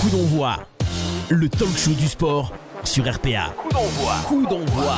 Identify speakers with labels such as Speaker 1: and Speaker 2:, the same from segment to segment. Speaker 1: Coup d'envoi, le talk show du sport sur RPA. Coup d'envoi. Coup d'envoi.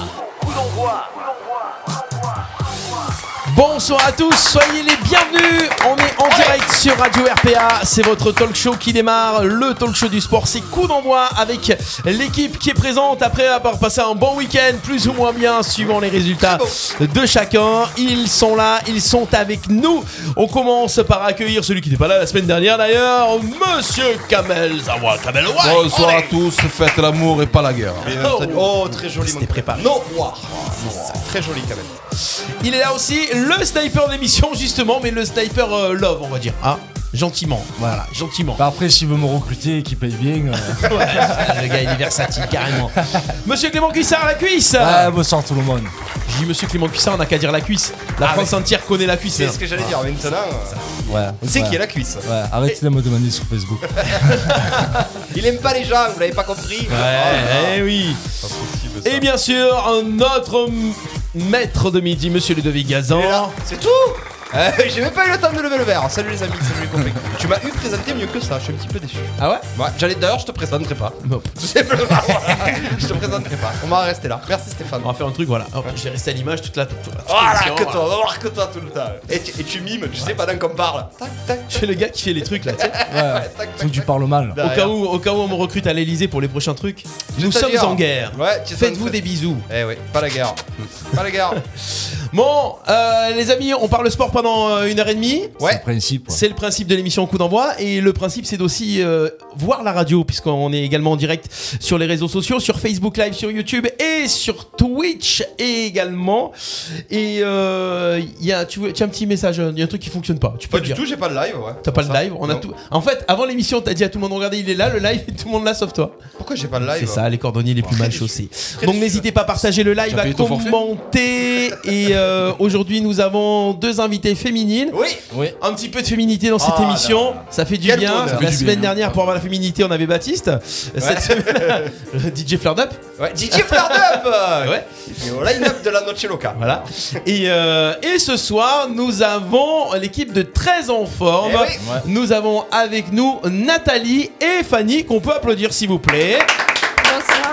Speaker 2: Bonsoir à tous, soyez les bienvenus. On est en direct sur Radio RPA. C'est votre talk show qui démarre, le talk show du sport. C'est coup d'envoi avec l'équipe qui est présente après avoir passé un bon week-end, plus ou moins bien, suivant les résultats de chacun. Ils sont là, ils sont avec nous. On commence par accueillir celui qui n'était pas là la semaine dernière d'ailleurs, Monsieur Kamel Zawa. Kamel Ouai.
Speaker 3: Bonsoir à tous, faites l'amour et pas la guerre.
Speaker 2: Oh.
Speaker 4: Oh, très joli.
Speaker 2: C'était
Speaker 4: Mon...
Speaker 2: préparé.
Speaker 4: Non, wow. Très joli quand même.
Speaker 2: Il est là aussi, le sniper d'émission justement, mais le sniper euh, love, on va dire. Ah, gentiment, voilà, gentiment.
Speaker 5: Bah après, s'il veut me recruter et qu'il paye bien. euh,
Speaker 2: le gars, il est versatile, carrément. Monsieur Clément Cuissard, la cuisse
Speaker 4: Bah,
Speaker 5: ah, bonsoir tout le monde.
Speaker 2: J'ai dit Monsieur Clément Cuissard, on n'a qu'à dire la cuisse. La
Speaker 4: Ah,
Speaker 2: France entière connaît la cuisse.
Speaker 4: C'est
Speaker 2: hein.
Speaker 4: ce que j'allais dire maintenant.
Speaker 5: Ouais.
Speaker 4: C'est
Speaker 5: ouais.
Speaker 4: qui est la cuisse
Speaker 5: Ouais, arrêtez de me demander sur Facebook.
Speaker 4: Il aime pas les gens, vous l'avez pas compris
Speaker 2: Ouais,
Speaker 4: Ah,
Speaker 2: eh oui. Et bien sûr, un autre m- maître de midi, Monsieur Ludovic
Speaker 4: Et là,
Speaker 2: Gazan.
Speaker 4: C'est tout Euh, J'ai même pas eu le temps de lever le verre. Salut les amis, salut les copains. tu m'as eu présenté mieux que ça, je suis un petit peu déçu.
Speaker 2: Ah ouais
Speaker 4: Ouais, j'allais d'ailleurs, je te présenterai pas.
Speaker 2: Bon,
Speaker 4: Tout simplement. je te présenterai pas. On va rester là. Merci Stéphane.
Speaker 2: on va faire un truc, voilà. Hop, je vais rester à l'image toute la. toute Oh, la- hein. toute
Speaker 4: Voilà,
Speaker 2: l'émission,
Speaker 4: Oh, que
Speaker 2: voilà.
Speaker 4: toi, on va voir que toi tout le temps. Et tu, et tu mimes, tu sais pas dans qu'on parle. Tac, tac,
Speaker 2: Je suis le gars qui fait les trucs là, tu sais.
Speaker 5: Ouais.
Speaker 4: tac, tac.
Speaker 5: Tout du parle mal.
Speaker 2: Au cas,
Speaker 4: Derrière.
Speaker 2: où, au cas où on me recrute à l'Elysée pour les prochains trucs, nous
Speaker 4: Ah, Juste à
Speaker 2: sommes
Speaker 4: dire.
Speaker 2: en guerre.
Speaker 4: Ouais, tu sais,
Speaker 2: Faites-vous
Speaker 4: on-
Speaker 2: des bisous.
Speaker 4: Eh oui, pas la guerre. pas la guerre.
Speaker 2: Bon, euh, les amis, on parle sport pendant euh, une heure et demie.
Speaker 5: C'est
Speaker 4: Ouais.
Speaker 5: le principe. ouais.
Speaker 2: C'est le principe de l'émission Coup d'envoi et le principe c'est d'aussi euh, voir la radio puisqu'on est également en direct sur les réseaux sociaux, sur Facebook Live, sur YouTube et sur Twitch également. Et euh, il y a tu, veux- tiens, un petit message, il y a un truc qui fonctionne pas. Tu peux
Speaker 4: Pas
Speaker 2: le
Speaker 4: du
Speaker 2: dire.
Speaker 4: tout, j'ai pas de live, ouais.
Speaker 2: T'as pas le
Speaker 4: Ça.
Speaker 2: live, on a
Speaker 4: Non.
Speaker 2: tout. En fait, avant l'émission, t'as dit à tout le monde regardez, il est là, le live, et tout le monde là sauf toi.
Speaker 4: Pourquoi j'ai pas de live
Speaker 2: C'est ça, les cordonniers les plus
Speaker 4: Très
Speaker 2: mal
Speaker 4: déçu.
Speaker 2: chaussés.
Speaker 4: Très
Speaker 2: Donc
Speaker 4: déçu.
Speaker 2: n'hésitez pas à partager le live, à commenter. Et euh, aujourd'hui, nous avons deux invités féminines.
Speaker 4: Oui
Speaker 2: Un petit peu de féminité dans cette
Speaker 4: Ah,
Speaker 2: émission,
Speaker 4: là, là.
Speaker 2: ça fait du
Speaker 4: Quel
Speaker 2: bien.
Speaker 4: bonheur. Ça fait
Speaker 2: La
Speaker 4: du
Speaker 2: semaine dernière, pour avoir la féminité, on avait Baptiste. Cette semaine, le DJ Flardup.
Speaker 4: Ouais, DJ Flardup
Speaker 2: Ouais.
Speaker 4: Et au line-up de la Noche Loca.
Speaker 2: Voilà. Et, euh, et ce soir, nous avons l'équipe de 13 en forme.
Speaker 4: Eh oui.
Speaker 2: Nous avons avec nous Nathalie et Fanny, qu'on peut applaudir s'il vous plaît.
Speaker 6: Bonsoir.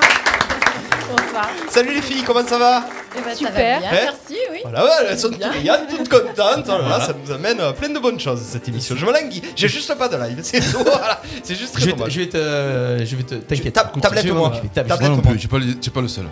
Speaker 6: Bonsoir.
Speaker 4: Salut les filles, comment ça va
Speaker 6: Eh ben, Ça
Speaker 7: Super.
Speaker 6: va bien,
Speaker 4: Eh
Speaker 6: merci, oui.
Speaker 4: Voilà, ouais, elles sont toutes
Speaker 6: Bien.
Speaker 4: riantes, toutes contentes. Oh là là, ça nous amène euh, plein de bonnes choses cette émission. Je me languis, j'ai juste pas de live, c'est tout. Voilà, c'est juste très
Speaker 2: Je vais, te-
Speaker 4: dommage.
Speaker 2: je vais te. Je vais te. T'inquiète.
Speaker 4: Ta- tablette
Speaker 2: Je vais
Speaker 4: au moins.
Speaker 2: m'occuper. Tablette.
Speaker 4: Tablette.
Speaker 3: Moi non plus, j'ai pas, le- j'ai pas le seul.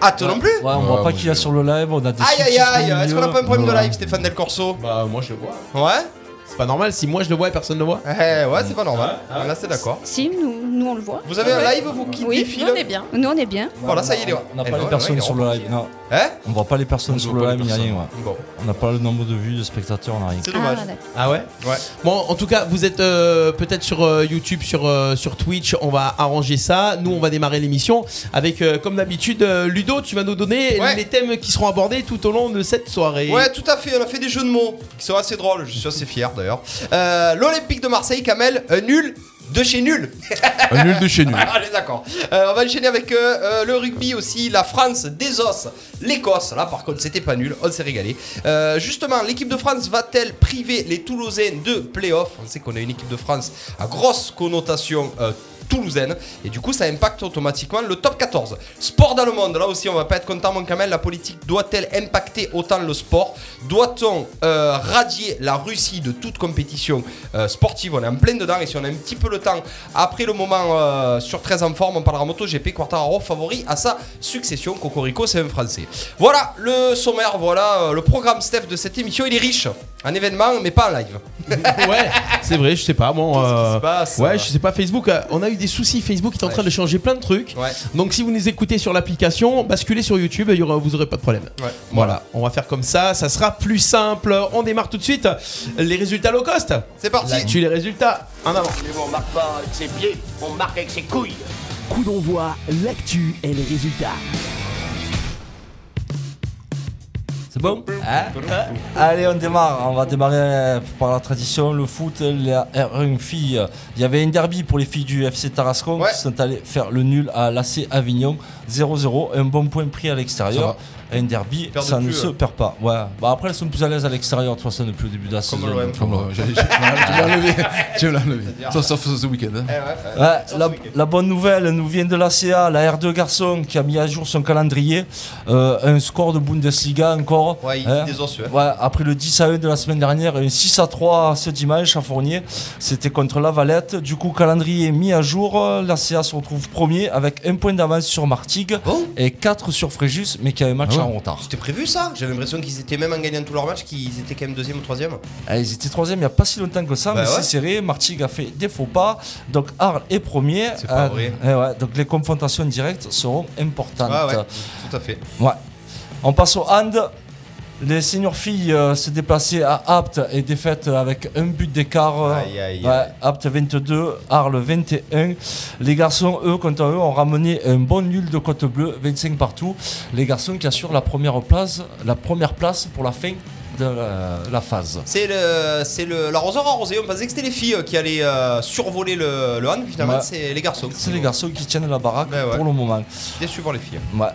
Speaker 4: Ah, toi non plus
Speaker 5: Ouais, on voit
Speaker 3: Ouais,
Speaker 5: pas
Speaker 3: moi,
Speaker 5: qui y a
Speaker 3: je-
Speaker 5: sur le live, on a des
Speaker 4: Aïe aïe
Speaker 5: sous-titres
Speaker 4: aïe, est-ce
Speaker 5: au
Speaker 4: qu'on a pas un problème de
Speaker 5: milieu.
Speaker 4: live, Stéphane Del Corso
Speaker 2: Bah, moi je le vois.
Speaker 4: Ouais
Speaker 2: C'est pas normal si moi je le vois et personne ne le voit.
Speaker 4: Eh ouais, c'est pas normal.
Speaker 5: Ah,
Speaker 4: Là, c'est d'accord.
Speaker 7: Si, nous, nous on le voit.
Speaker 4: Vous avez un live, vous qui
Speaker 7: Oui,
Speaker 4: défile
Speaker 6: Nous, on est bien.
Speaker 7: Nous on est bien.
Speaker 4: Voilà, ça y est, il est.
Speaker 5: On n'a
Speaker 4: Eh
Speaker 5: pas
Speaker 4: ben,
Speaker 5: les personnes
Speaker 4: ouais,
Speaker 5: sur le live. Non,
Speaker 4: Hein
Speaker 5: on voit pas les personnes
Speaker 3: On
Speaker 5: sur
Speaker 3: voit
Speaker 5: le
Speaker 3: pas
Speaker 5: live,
Speaker 3: les
Speaker 5: ni rien. ouais.
Speaker 4: Bon,
Speaker 5: On n'a pas le nombre de vues, de spectateurs, on a rien.
Speaker 4: c'est dommage.
Speaker 7: Ah, d'accord.
Speaker 2: Ah ouais
Speaker 4: ouais.
Speaker 2: Bon, en tout cas, vous êtes euh, peut-être sur euh, YouTube, sur, euh, sur Twitch. On va arranger ça. Nous, on va démarrer l'émission avec, euh, comme d'habitude, euh, Ludo, tu vas nous donner
Speaker 4: Ouais.
Speaker 2: les thèmes qui seront abordés tout au long de cette soirée.
Speaker 4: Ouais, tout à fait, on a fait des jeux de mots qui sont assez drôles, je suis assez fier d'ailleurs. Euh, L'Olympique de Marseille, Kamel, un nul de chez nul.
Speaker 3: Un nul de chez nul.
Speaker 4: Allez, d'accord. Euh, on va enchaîner avec euh, euh, le rugby aussi, la France des os, l'Écosse. Là, par contre, c'était pas nul, on s'est régalé. Euh, justement, l'équipe de France va-t-elle priver les Toulousains de playoffs On sait qu'on a une équipe de France à grosse connotation. euh, Toulousaine, et du coup ça impacte automatiquement le top 14. Sport dans le monde, là aussi on va pas être content mon camel, la politique doit-elle impacter autant le sport Doit-on euh, radier la Russie de toute compétition euh, sportive On est en plein dedans et si on a un petit peu le temps après le moment euh, sur 13 en forme, on parlera MotoGP, Quartararo favori à sa succession, Cocorico c'est un Français. Voilà le sommaire, voilà euh, le programme Steph de cette émission, il est riche en événements mais pas en live.
Speaker 2: Ouais, c'est vrai, je sais pas. Moi,
Speaker 4: Qu'est-ce qui
Speaker 2: euh,
Speaker 4: se passe,
Speaker 2: ouais,
Speaker 4: euh
Speaker 2: je sais pas. Facebook, euh, on a eu des soucis. Facebook est en
Speaker 4: Ouais.
Speaker 2: train de changer plein de trucs.
Speaker 4: Ouais.
Speaker 2: Donc, si vous nous écoutez sur l'application, basculez sur YouTube, il y aura, vous aurez pas de problème.
Speaker 4: Ouais.
Speaker 2: Voilà, on va faire comme ça. Ça sera plus simple. On démarre tout de suite. Les résultats low cost.
Speaker 4: C'est parti
Speaker 2: Là, tu les résultats en avant.
Speaker 8: Mais on marque pas avec ses pieds, on marque avec ses couilles.
Speaker 1: Coup d'envoi, l'actu et les résultats.
Speaker 5: C'est bon Hein Allez, on démarre. On va démarrer euh, par la tradition, le foot, la R1 filles. Il y avait un derby pour les filles du FC Tarascon
Speaker 4: Ouais.
Speaker 5: qui sont allées faire le nul à l'AC Avignon 0-0. Un bon point pris à
Speaker 3: Ça
Speaker 5: l'extérieur.
Speaker 3: va.
Speaker 5: un derby,
Speaker 4: Perdent
Speaker 5: ça ne
Speaker 4: plus,
Speaker 5: se
Speaker 4: euh.
Speaker 5: perd pas. Ouais. Bah, après, elles sont plus à l'aise à l'extérieur, de toute façon, depuis le début de la saison.
Speaker 4: l'OM.
Speaker 5: donc,
Speaker 3: Comme
Speaker 5: euh,
Speaker 3: le- j'ai- j'ai- tu m'as enlevé. Tu m'as enlevé. Sauf- Sauf ce week-end. hein.
Speaker 4: Eh ouais.
Speaker 5: Ouais,
Speaker 4: Sauf
Speaker 5: la,
Speaker 4: ce week-end.
Speaker 5: la bonne nouvelle nous vient de la CA, la R2 Garçon qui a mis à jour son calendrier. Euh, un score de Bundesliga encore.
Speaker 4: Ouais, il
Speaker 5: hein.
Speaker 4: est désosseux. hein.
Speaker 5: Ouais, après le 10 à 1 de la semaine dernière et un 6 à 3 ce dimanche à Fournier, c'était contre la Valette. Du coup, calendrier mis à jour, euh, la CA se retrouve premier avec un point d'avance sur Martigues
Speaker 4: Bon,
Speaker 5: et 4 sur Fréjus, mais qui a un match
Speaker 3: Ah ouais.
Speaker 5: en retard.
Speaker 4: c'était prévu ça J'avais l'impression qu'ils étaient même en gagnant tous leurs matchs, qu'ils étaient quand même deuxième ou troisième.
Speaker 5: Ah, ils étaient troisième il n'y a pas si longtemps que ça,
Speaker 4: Bah
Speaker 5: mais
Speaker 4: ouais.
Speaker 5: c'est serré. Martigues a fait des faux pas. Donc Arles est premier.
Speaker 4: C'est pas
Speaker 5: Euh,
Speaker 4: vrai.
Speaker 5: eh ouais, donc les confrontations directes seront importantes.
Speaker 4: Ah ouais, tout à fait.
Speaker 5: Ouais. On passe au hand. Les seniors filles euh, se déplaçaient à Apt et défaite avec un but d'écart. euh,
Speaker 4: Aïe, aïe, aïe.
Speaker 5: ouais, Apt 22, Arles 21. Les garçons, eux, contre eux, ont ramené un bon nul de Côte Bleue, 25 partout. Les garçons qui assurent la première place, la première place pour la fin de la, la phase.
Speaker 4: C'est le, c'est le l'arroseur arrosé. On pensait que c'était les filles euh, qui allaient euh, survoler le, le hand, finalement
Speaker 5: Ouais.
Speaker 4: c'est les garçons.
Speaker 5: Bah, C'est les garçons qui tiennent la baraque
Speaker 4: Ben ouais.
Speaker 5: pour le moment.
Speaker 4: Déçu par les filles.
Speaker 5: Ouais.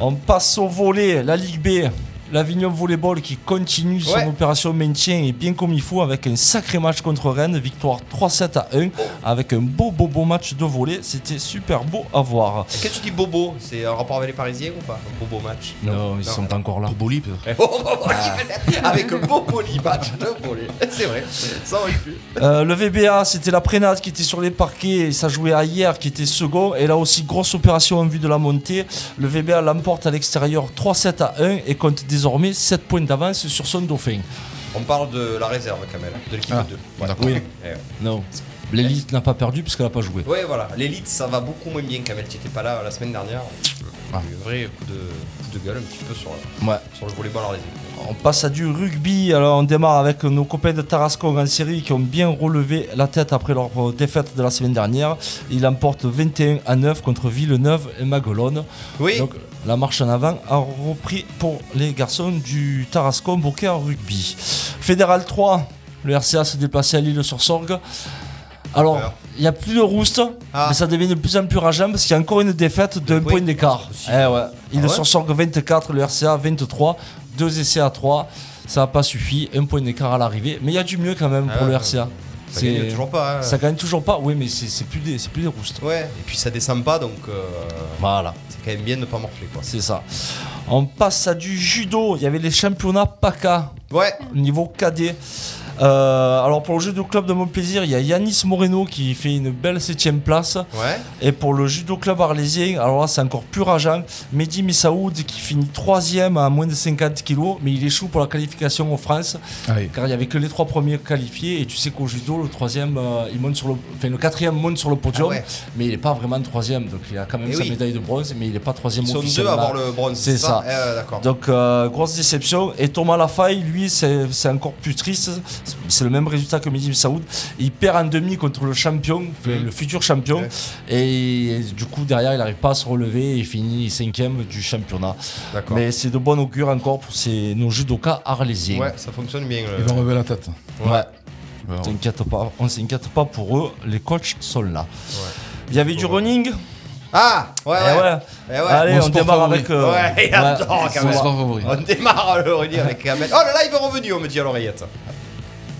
Speaker 5: On passe au volet, la Ligue B. L'Avignon Volleyball qui continue son
Speaker 4: Ouais.
Speaker 5: opération maintien et bien comme il faut avec un sacré match contre Rennes, victoire 3-7 à 1 avec un beau beau beau match de volet, c'était super beau à voir.
Speaker 4: Qu'est-ce que tu dis bobo C'est un rapport avec les Parisiens ou pas Un bobo match
Speaker 5: Non, ils sont encore là.
Speaker 3: Pour Boli, peut-être.
Speaker 4: Avec bobo les match de volley. C'est vrai, ça aurait pu.
Speaker 5: Euh, le VBA, c'était la Prénate qui était sur les parquets, ça jouait à hier qui était second et là aussi grosse opération en vue de la montée. Le VBA l'emporte à l'extérieur 3-7 à 1 et compte désormais 7 points d'avance sur son dauphin.
Speaker 4: On parle de la réserve quand même, de l'équipe
Speaker 3: Ah,
Speaker 4: 2.
Speaker 3: d'accord.
Speaker 5: Oui.
Speaker 4: Eh ouais.
Speaker 5: Non. L'élite n'a pas perdu puisqu'elle n'a pas joué.
Speaker 4: Ouais, voilà, l'élite ça va beaucoup moins bien quand même. Tu étais pas là euh, la semaine dernière. Un vrai coup de, coup de gueule un petit peu sur,
Speaker 5: Ouais.
Speaker 4: sur le volleyball arlésien.
Speaker 5: On passe à du rugby. Alors on démarre avec nos copains de Tarascon en série qui ont bien relevé la tête après leur euh, défaite de la semaine dernière. Ils emportent 21 à 9 contre Villeneuve et Maguelone.
Speaker 4: Oui,
Speaker 5: Donc la marche en avant a repris pour les garçons du Tarascon Bourquet en rugby. Fédéral 3, le RCA se déplaçait à l'île sur Sorgue. Alors,
Speaker 4: Alors.
Speaker 5: il n'y a plus de rouste,
Speaker 4: Ah.
Speaker 5: mais ça devient de plus en plus rageant parce qu'il y a encore une défaite d'un
Speaker 4: Oui.
Speaker 5: point d'écart.
Speaker 4: Si.
Speaker 5: Eh ouais. Il
Speaker 4: Ah ouais
Speaker 5: sur Sorgue 24, le RCA 23, deux essais à 3. Ça n'a pas suffi, un point d'écart à l'arrivée. Mais il y a du mieux quand même
Speaker 4: Ah
Speaker 5: pour le
Speaker 4: ouais.
Speaker 5: RCA.
Speaker 4: ça gagne toujours pas. hein.
Speaker 5: ça gagne toujours pas, oui, mais c'est c'est plus des, c'est plus des roustes.
Speaker 4: Ouais, et puis ça descend pas donc euh,
Speaker 5: Voilà.
Speaker 4: c'est quand même bien de pas morfler quoi.
Speaker 5: C'est ça. On passe à du judo. Il y avait les championnats PACA,
Speaker 4: Ouais,
Speaker 5: niveau cadet. Euh, alors pour le judo club de Montplaisir, il y a Yanis Moreno qui fait une belle 7 place.
Speaker 4: ouais.
Speaker 5: Et pour le judo club arlésien, alors là c'est encore plus rageant. Mehdi Missaoud qui finit 3 à moins de 50 kilos, mais il échoue pour la qualification en France
Speaker 3: Aïe.
Speaker 5: car il n'y avait que les trois premiers qualifiés. Et tu sais qu'au judo, le, troisième, euh, il monte sur le, enfin, le quatrième monte sur le podium,
Speaker 4: Ah ouais.
Speaker 5: mais il n'est pas vraiment troisième. Donc il a quand même
Speaker 4: Eh
Speaker 5: sa
Speaker 4: oui.
Speaker 5: médaille de bronze, mais il n'est pas troisième
Speaker 4: Ils sont deux
Speaker 5: officiellement.
Speaker 4: à avoir le bronze.
Speaker 5: C'est ça.
Speaker 4: Eh, ouais, D'accord.
Speaker 5: Donc euh, grosse déception. Et Thomas Lafaille, lui, c'est c'est encore plus triste. C'est le même résultat que Mehdi Saoud. Il perd en demi contre le champion, enfin, le futur champion.
Speaker 4: Mm. Ouais.
Speaker 5: Et du coup, derrière, il n'arrive pas à se relever et il finit cinquième du championnat.
Speaker 4: D'accord.
Speaker 5: Mais c'est de bon augure encore pour ces, nos judokas arlésiens.
Speaker 4: Ouais, ça fonctionne bien. le-
Speaker 3: Ils vont relever la tête.
Speaker 5: Ouais.
Speaker 3: Ils vont-
Speaker 5: T'inquiète pas, on s'inquiète pas pour eux, les coachs sont là. Il y avait du running.
Speaker 4: Ah, ouais,
Speaker 5: Eh
Speaker 4: ouais.
Speaker 5: ouais.
Speaker 4: Eh ouais.
Speaker 5: Allez,
Speaker 3: Mon
Speaker 5: on
Speaker 3: sport
Speaker 5: démarre
Speaker 3: favori.
Speaker 5: avec. euh,
Speaker 4: Ouais, il adore quand
Speaker 5: on
Speaker 4: même. Ah,
Speaker 5: va-
Speaker 3: Sport favori.
Speaker 4: On démarre le relais avec Ahmed. Oh, le live est revenu, on me dit à l'oreillette.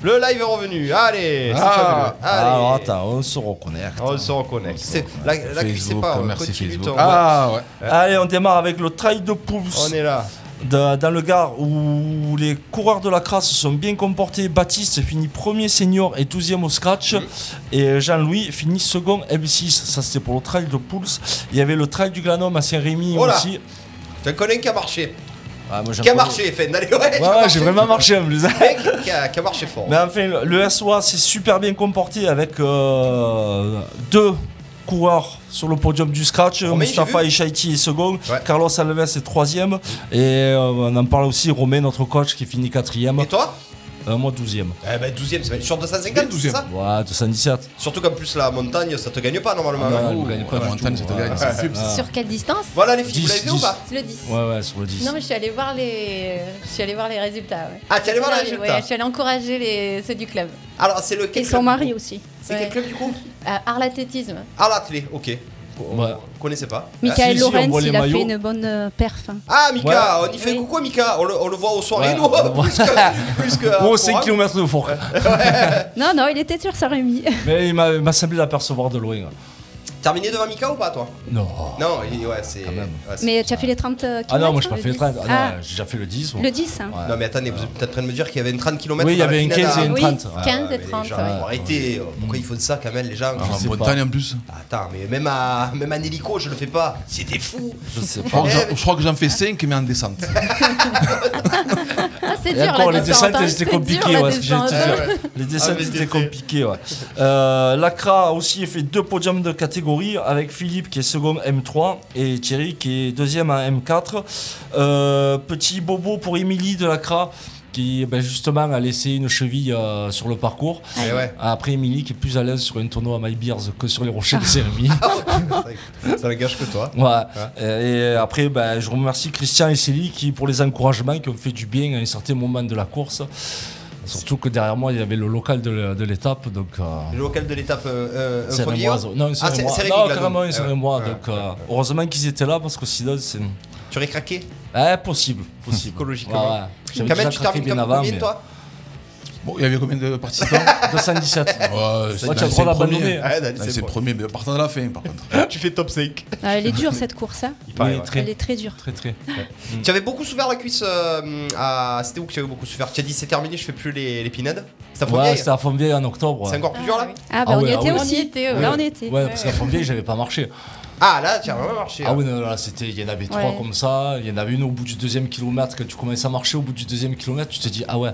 Speaker 4: Le live est revenu. Allez, c'est
Speaker 3: Ah.
Speaker 4: fabuleux. Allez.
Speaker 5: Alors attends, on se reconnecte.
Speaker 4: On se reconnecte. C'est- La, la cuisse, c'est
Speaker 3: Facebook,
Speaker 4: pas. on
Speaker 3: merci
Speaker 4: continue,
Speaker 3: Facebook.
Speaker 4: on-
Speaker 3: Ah ouais.
Speaker 5: Euh, Allez, on démarre avec le trail de pouce
Speaker 4: On est là.
Speaker 5: de- dans le Gard où les coureurs de la crasse se sont bien comportés. Baptiste finit premier senior et 12e au scratch. Et Jean-Louis finit second M6. Ça, c'était pour le trail de pouce. Il y avait le trail du Glanum à Saint-Rémy
Speaker 4: Oh là.
Speaker 5: aussi.
Speaker 4: T'en connais un qui a marché.
Speaker 5: Ah, moi, j'en
Speaker 4: Qui a
Speaker 5: connais.
Speaker 4: marché, FN. Allez, ouais, qui
Speaker 5: Ouais,
Speaker 4: a
Speaker 5: ouais,
Speaker 4: marché.
Speaker 5: j'ai vraiment marché Bah, en plus.
Speaker 4: Mec, qui a, qui a marché fort.
Speaker 5: Mais enfin, le- le SOA s'est super bien comporté avec euh, deux coureurs sur le podium du scratch.
Speaker 4: Romain,
Speaker 5: Mustafa
Speaker 4: j'ai vu.
Speaker 5: Ishaiti est second,
Speaker 4: Ouais.
Speaker 5: Carlos Alves est troisième. Et euh, on en parle aussi, Romain, notre coach, qui finit quatrième.
Speaker 4: Et toi
Speaker 5: Euh, moi, douzième.
Speaker 4: Eh ben 12ème, c'est sur 250, c'est ça
Speaker 5: Ouais, 217.
Speaker 4: Surtout qu'en plus la montagne, ça te gagne pas normalement.
Speaker 5: Ah,
Speaker 4: hein.
Speaker 5: non, gagne pas
Speaker 3: Ouais,
Speaker 5: du
Speaker 3: Montagne,
Speaker 5: tout,
Speaker 3: ça te
Speaker 5: ouais.
Speaker 3: gagne, c'est sûr.
Speaker 6: Sur quelle distance
Speaker 4: Voilà les filles, vous
Speaker 5: 10,
Speaker 4: l'avez vu ou
Speaker 5: 10.
Speaker 4: pas
Speaker 6: Le 10.
Speaker 5: Ah. Ouais, ouais, sur le 10.
Speaker 6: Non, mais je suis allée voir les, je suis allée voir les résultats. Ouais.
Speaker 4: Ah, t'es allée voir les
Speaker 6: Ouais,
Speaker 4: résultats
Speaker 6: je suis allée encourager les... ceux du club.
Speaker 4: Alors c'est le quel
Speaker 7: Et son
Speaker 4: club
Speaker 7: mari aussi.
Speaker 4: C'est
Speaker 6: Ouais.
Speaker 4: quel club du coup
Speaker 6: Euh, Arles Athlétisme.
Speaker 4: Ah l'athlé, ok. qu'on
Speaker 5: Ouais.
Speaker 4: connaissait pas.
Speaker 5: Ah,
Speaker 7: Michael
Speaker 5: si, si, on
Speaker 7: Lorenz,
Speaker 5: voit les
Speaker 7: il a
Speaker 5: maillots.
Speaker 7: fait une bonne euh, perf. hein.
Speaker 4: Ah, Mika, on y fait
Speaker 7: Oui.
Speaker 4: coucou à Mika, on le, on le voit aux soirées,
Speaker 5: Ouais,
Speaker 4: nous,
Speaker 5: on le voit.
Speaker 4: plus que. Plus que
Speaker 5: Ou
Speaker 4: au
Speaker 5: aux 5
Speaker 4: forum.
Speaker 5: km de four.
Speaker 7: Non, non, il était sur Saint-Rémy.
Speaker 5: Mais il m'a il m'a semblé l'apercevoir de loin.
Speaker 4: Terminé devant Mika ou pas, toi
Speaker 5: Non.
Speaker 4: Non, il- ouais, c'est.
Speaker 5: Bah, Quand même.
Speaker 4: ouais, c'est-
Speaker 7: Mais tu as fait les euh, 30 km
Speaker 5: Ah non, moi j'ai pas fait le 30. Ah,
Speaker 7: Ah,
Speaker 5: non, j'ai déjà fait le 10. moi.
Speaker 7: le 10. hein.
Speaker 5: Ouais.
Speaker 4: Non, mais attendez, vous êtes en train de me dire qu'il y avait une 30 km
Speaker 5: Oui, il y avait une 15 et une
Speaker 7: Ah Oui,
Speaker 5: 30.
Speaker 4: Ah,
Speaker 5: ouais.
Speaker 7: 15 et 30. ouais.
Speaker 4: Arrêtez, euh, pourquoi ils font ça quand même, les gens
Speaker 3: Alors, en
Speaker 5: sais
Speaker 3: Bretagne
Speaker 5: pas.
Speaker 3: Ah, en plus.
Speaker 4: Attends, mais même, à, même en hélico, je le fais pas. C'était fou.
Speaker 5: Je sais
Speaker 3: Je crois
Speaker 5: pas.
Speaker 3: que j'en- je crois que j'en fais 5, mais en descente.
Speaker 6: Ah, c'est
Speaker 5: Et
Speaker 6: dur,
Speaker 5: encore,
Speaker 6: la
Speaker 5: les descentes,
Speaker 6: descente. hein,
Speaker 5: c'était
Speaker 6: c'est dur,
Speaker 5: compliqué.
Speaker 6: la
Speaker 5: ouais, ce que j'ai
Speaker 6: descente.
Speaker 5: dit. Les
Speaker 4: Ah,
Speaker 5: descentes,
Speaker 4: mais
Speaker 5: c'était
Speaker 4: c'était-
Speaker 5: compliqué. Ouais. Euh, Lacra a aussi fait deux podiums de catégorie avec Philippe qui est second M3 et Thierry qui est deuxième à M4. Euh, petit bobo pour Émilie de Lacra qui ben, justement a laissé une cheville euh, sur le parcours.
Speaker 4: Mais Eh ouais.
Speaker 5: Après, Émilie qui est plus à l'aise sur un tournoi à My Beers que sur les rochers de Sérémy.
Speaker 4: Ça ne gâche que toi.
Speaker 5: Ouais. Euh, Et après, ben, je remercie Christian et Célie qui, pour les encouragements qui ont fait du bien à un certain moment de la course. Surtout que derrière moi, il y avait le local de, l'é- de l'étape. Donc, euh,
Speaker 4: Le local de l'étape euh, euh,
Speaker 5: c'est
Speaker 4: Foguillon
Speaker 5: Rémoise. Non, c'est
Speaker 4: Ah, c'est-
Speaker 5: Rémoise.
Speaker 4: c'est
Speaker 5: Non,
Speaker 4: Rémi Gladon.
Speaker 5: carrément,
Speaker 4: Ouais,
Speaker 5: c'est
Speaker 4: ouais.
Speaker 5: Rémoise,
Speaker 4: Ouais.
Speaker 5: donc, euh, heureusement qu'ils étaient là parce que sinon, c'est.
Speaker 4: Tu aurais craqué
Speaker 5: Eh, possible. possible.
Speaker 4: Psychologiquement.
Speaker 5: Ouais, ouais.
Speaker 4: Quand
Speaker 5: J'avais
Speaker 4: même,
Speaker 5: déjà
Speaker 4: tu
Speaker 5: craqué
Speaker 4: termines
Speaker 5: bien
Speaker 4: comme
Speaker 5: avant,
Speaker 4: combien,
Speaker 5: mais-
Speaker 4: toi
Speaker 3: Bon, il y avait combien de participants
Speaker 5: 217.
Speaker 3: Ouais,
Speaker 5: Moi, tu as le droit d'abandonner.
Speaker 4: Ouais, Dani,
Speaker 3: Non,
Speaker 4: c'est
Speaker 3: Ah, C'est le
Speaker 4: bon.
Speaker 3: premier, mais partant de la fin par contre.
Speaker 5: euh,
Speaker 4: Tu fais top 5.
Speaker 7: Ah, elle est dure cette course. hein.
Speaker 5: Oui,
Speaker 4: paraît, ouais.
Speaker 5: très,
Speaker 7: Elle est très dure.
Speaker 5: très, très.
Speaker 4: Tu avais beaucoup souffert la cuisse euh, à. C'était où que tu avais beaucoup souffert Tu as dit c'est terminé, je fais plus les, les pinades C'est à
Speaker 5: Ouais,
Speaker 4: Fourvière
Speaker 5: c'était à Fontvieille en octobre. ouais.
Speaker 4: C'est encore plus dur
Speaker 6: Ah,
Speaker 4: là
Speaker 6: oui.
Speaker 7: Ah, bah
Speaker 5: Ah
Speaker 7: on
Speaker 5: ouais,
Speaker 7: y
Speaker 5: ah
Speaker 7: était
Speaker 5: ouais.
Speaker 7: aussi.
Speaker 6: On y était, ouais.
Speaker 7: Là, on y était.
Speaker 5: Ouais, parce qu'à Fontvieille, j'avais pas marché.
Speaker 4: Ah là, tu as vraiment marché.
Speaker 5: Ah
Speaker 4: là.
Speaker 5: oui, non, non, là, c'était, il y en avait trois
Speaker 7: Ouais.
Speaker 5: comme ça, il y en avait une au bout du deuxième kilomètre, quand tu commences à marcher au bout du deuxième kilomètre, tu te dis, ah ouais.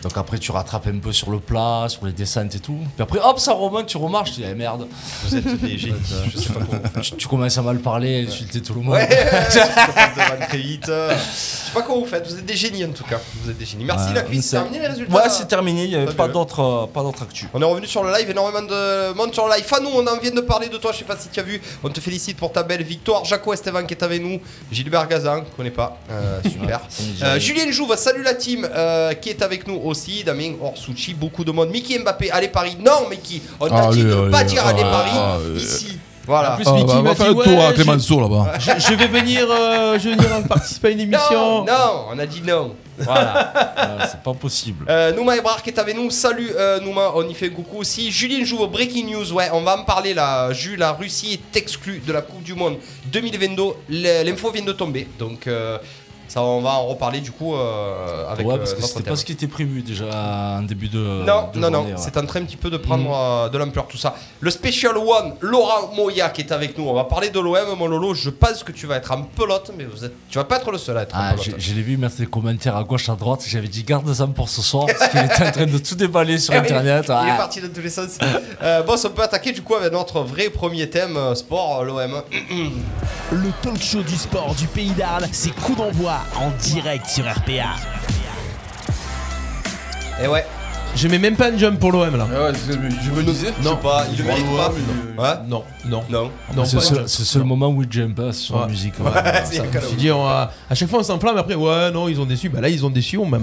Speaker 5: Donc après, tu rattrapes un peu sur le plat, sur les descentes et tout. Puis après, hop, ça remonte, tu remarches, tu dis, ah, merde.
Speaker 4: Vous êtes des génies. Je sais pas comment.
Speaker 5: tu, tu commences à mal parler, insulter tout le monde.
Speaker 4: Ouais, je passe de vannes très vite. euh. Je sais pas comment vous faites, vous êtes des génies en tout cas. Vous êtes des génies. Merci
Speaker 5: Ouais,
Speaker 4: la
Speaker 5: on
Speaker 4: cuisse,
Speaker 5: sait.
Speaker 4: c'est terminé les résultats.
Speaker 5: Ouais, c'est terminé, il n'y avait
Speaker 4: Fabuleux.
Speaker 5: pas d'autres, euh, pas d'autres actus.
Speaker 4: On est revenu sur le live, énormément de monde sur le live. Fanou, on en vient de parler de toi, je sais pas si tu as vu. On te félicite pour ta belle victoire. Jaco Esteban qui est avec nous. Gilbert Gazan, qu'on connaît pas. Euh, super. Euh, Julien Jouve, salut la team euh, qui est avec nous aussi. Damien Orsucci, beaucoup de monde. Mickey Mbappé, allez Paris. Non, Mickey, on t'a
Speaker 3: Ah,
Speaker 4: dit
Speaker 3: oui,
Speaker 4: de
Speaker 3: oui,
Speaker 4: pas
Speaker 3: oui.
Speaker 4: dire allez
Speaker 3: Ah,
Speaker 4: Paris
Speaker 3: ah, oui.
Speaker 4: ici. Voilà.
Speaker 2: En plus,
Speaker 3: Ah,
Speaker 2: Mickey
Speaker 3: bah,
Speaker 2: m'a
Speaker 3: on va
Speaker 2: dit
Speaker 3: faire le tour
Speaker 2: ouais,
Speaker 3: à
Speaker 2: je-
Speaker 3: Clémenceau là-bas.
Speaker 2: je, je vais venir, euh, je vais venir participer à une émission.
Speaker 4: Non, non, on a dit non.
Speaker 5: Ah, c'est pas possible.
Speaker 4: Euh, Nouma Ebrar qui est avec nous, salut euh, Nouma, on y fait coucou aussi. Julien joue au Breaking News, ouais, on va en parler là. Jules, la Russie est exclue de la Coupe du Monde 2022, L- l'info vient de tomber, donc euh, ça on va en reparler du coup euh, avec
Speaker 5: ouais,
Speaker 4: euh,
Speaker 5: parce que
Speaker 4: notre
Speaker 5: c'était
Speaker 4: thème.
Speaker 5: pas ce qui était prévu déjà en début de.
Speaker 4: Non,
Speaker 5: de
Speaker 4: non, non,
Speaker 5: journée, ouais. Mm.
Speaker 4: c'est en train un petit peu de prendre euh, de l'ampleur tout ça. Le Special One, Laurent Moya qui est avec nous, on va parler de l'OM, mon Lolo, je pense que tu vas être en pelote, mais vous êtes... tu vas pas être le seul à être en
Speaker 5: Ah,
Speaker 4: pelote.
Speaker 5: je, je l'ai vu mettre des commentaires à gauche, à droite. J'avais dit garde-en pour ce soir parce qu'il était en train de tout déballer sur
Speaker 4: Eh oui,
Speaker 5: internet.
Speaker 4: Il
Speaker 5: ouais.
Speaker 4: est parti de tous les sens. Euh, boss, on peut attaquer du coup avec notre vrai premier thème euh, sport, euh, l'OM.
Speaker 1: Le talk show du sport du pays d'Arles, c'est coup d'envoi en direct sur RPA.
Speaker 4: Et Eh ouais,
Speaker 2: Je mets même pas une jump pour l'OM là.
Speaker 3: Ah ouais, c'est- je me disais.
Speaker 4: je sais pas, il le mérite pas. Ouais
Speaker 2: Non, non,
Speaker 4: Ah.
Speaker 2: non.
Speaker 4: Non.
Speaker 2: pas
Speaker 5: C'est le
Speaker 2: une
Speaker 5: seul,
Speaker 2: jump.
Speaker 5: c'est le seul
Speaker 2: Non.
Speaker 5: moment où il jump hein, sur
Speaker 2: Ouais.
Speaker 5: la musique. ouais.
Speaker 4: C'est
Speaker 2: Ça,
Speaker 4: un
Speaker 2: je me
Speaker 4: cadeau.
Speaker 2: suis dit, on va- à chaque fois on s'enflamme, après, ouais, non, ils ont déçu. Bah là, ils ont déçu, on m'a.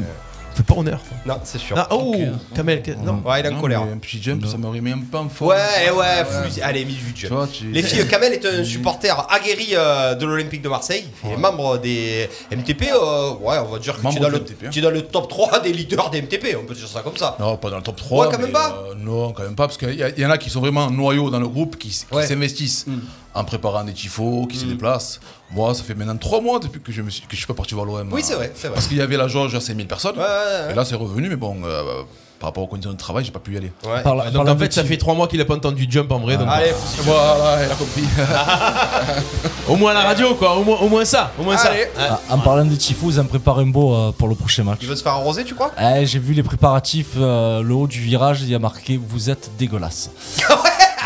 Speaker 2: Fait pas honneur. quoi.
Speaker 4: Non, c'est sûr.
Speaker 2: Ah, oh, Kamel, que- non.
Speaker 4: Ouais, il est en
Speaker 3: Non,
Speaker 4: colère.
Speaker 3: mais Un petit jump,
Speaker 5: Non.
Speaker 3: ça m'aurait mis un peu en forme.
Speaker 4: Ouais, et ouais, fou- allez, mis du
Speaker 3: Tu
Speaker 4: jeu.
Speaker 3: vois, tu.
Speaker 4: Les filles, Kamel est un supporter aguerri euh, de l'Olympique de Marseille. Il est membre des MTP. euh, ouais, on va dire que
Speaker 3: Membre
Speaker 4: tu es, dans
Speaker 3: de
Speaker 4: le,
Speaker 3: MTP, hein.
Speaker 4: tu es dans le top 3 des leaders des MTP. On peut dire ça comme ça.
Speaker 3: Non, pas dans le top 3.
Speaker 4: Ouais, quand
Speaker 3: mais,
Speaker 4: même pas.
Speaker 3: euh, non, quand même pas, parce qu'il y, a- il y en a qui sont vraiment noyaux dans le groupe, qui s- qui
Speaker 4: Ouais. Mm.
Speaker 3: s'investissent en préparant des tifos, qui se déplacent. Moi, ça fait maintenant 3 mois depuis que je ne suis pas parti voir l'OM.
Speaker 4: Oui, c'est vrai, c'est vrai.
Speaker 3: Parce qu'il y avait la jauge à 5000 personnes.
Speaker 4: Ouais, ouais, ouais.
Speaker 3: Et là, c'est revenu, mais bon, euh, par rapport aux conditions de travail, j'ai pas pu y aller.
Speaker 4: Ouais.
Speaker 5: Par la- par
Speaker 2: Donc
Speaker 5: la
Speaker 2: en fait, ça
Speaker 5: motive-
Speaker 2: fait trois mois qu'il a pas entendu jump en vrai. donc,
Speaker 4: Allez,
Speaker 3: Voilà, elle a compris.
Speaker 2: Au moins à la radio, quoi. Au moins, au moins ça. Au moins
Speaker 4: Allez.
Speaker 2: ça.
Speaker 5: Ah, en parlant de Tifo, ils en préparent un beau euh, pour le prochain match.
Speaker 4: il veut se faire arroser, tu crois
Speaker 5: Eh, J'ai vu les préparatifs, euh, le haut du virage, il y a marqué Vous êtes dégueulasse.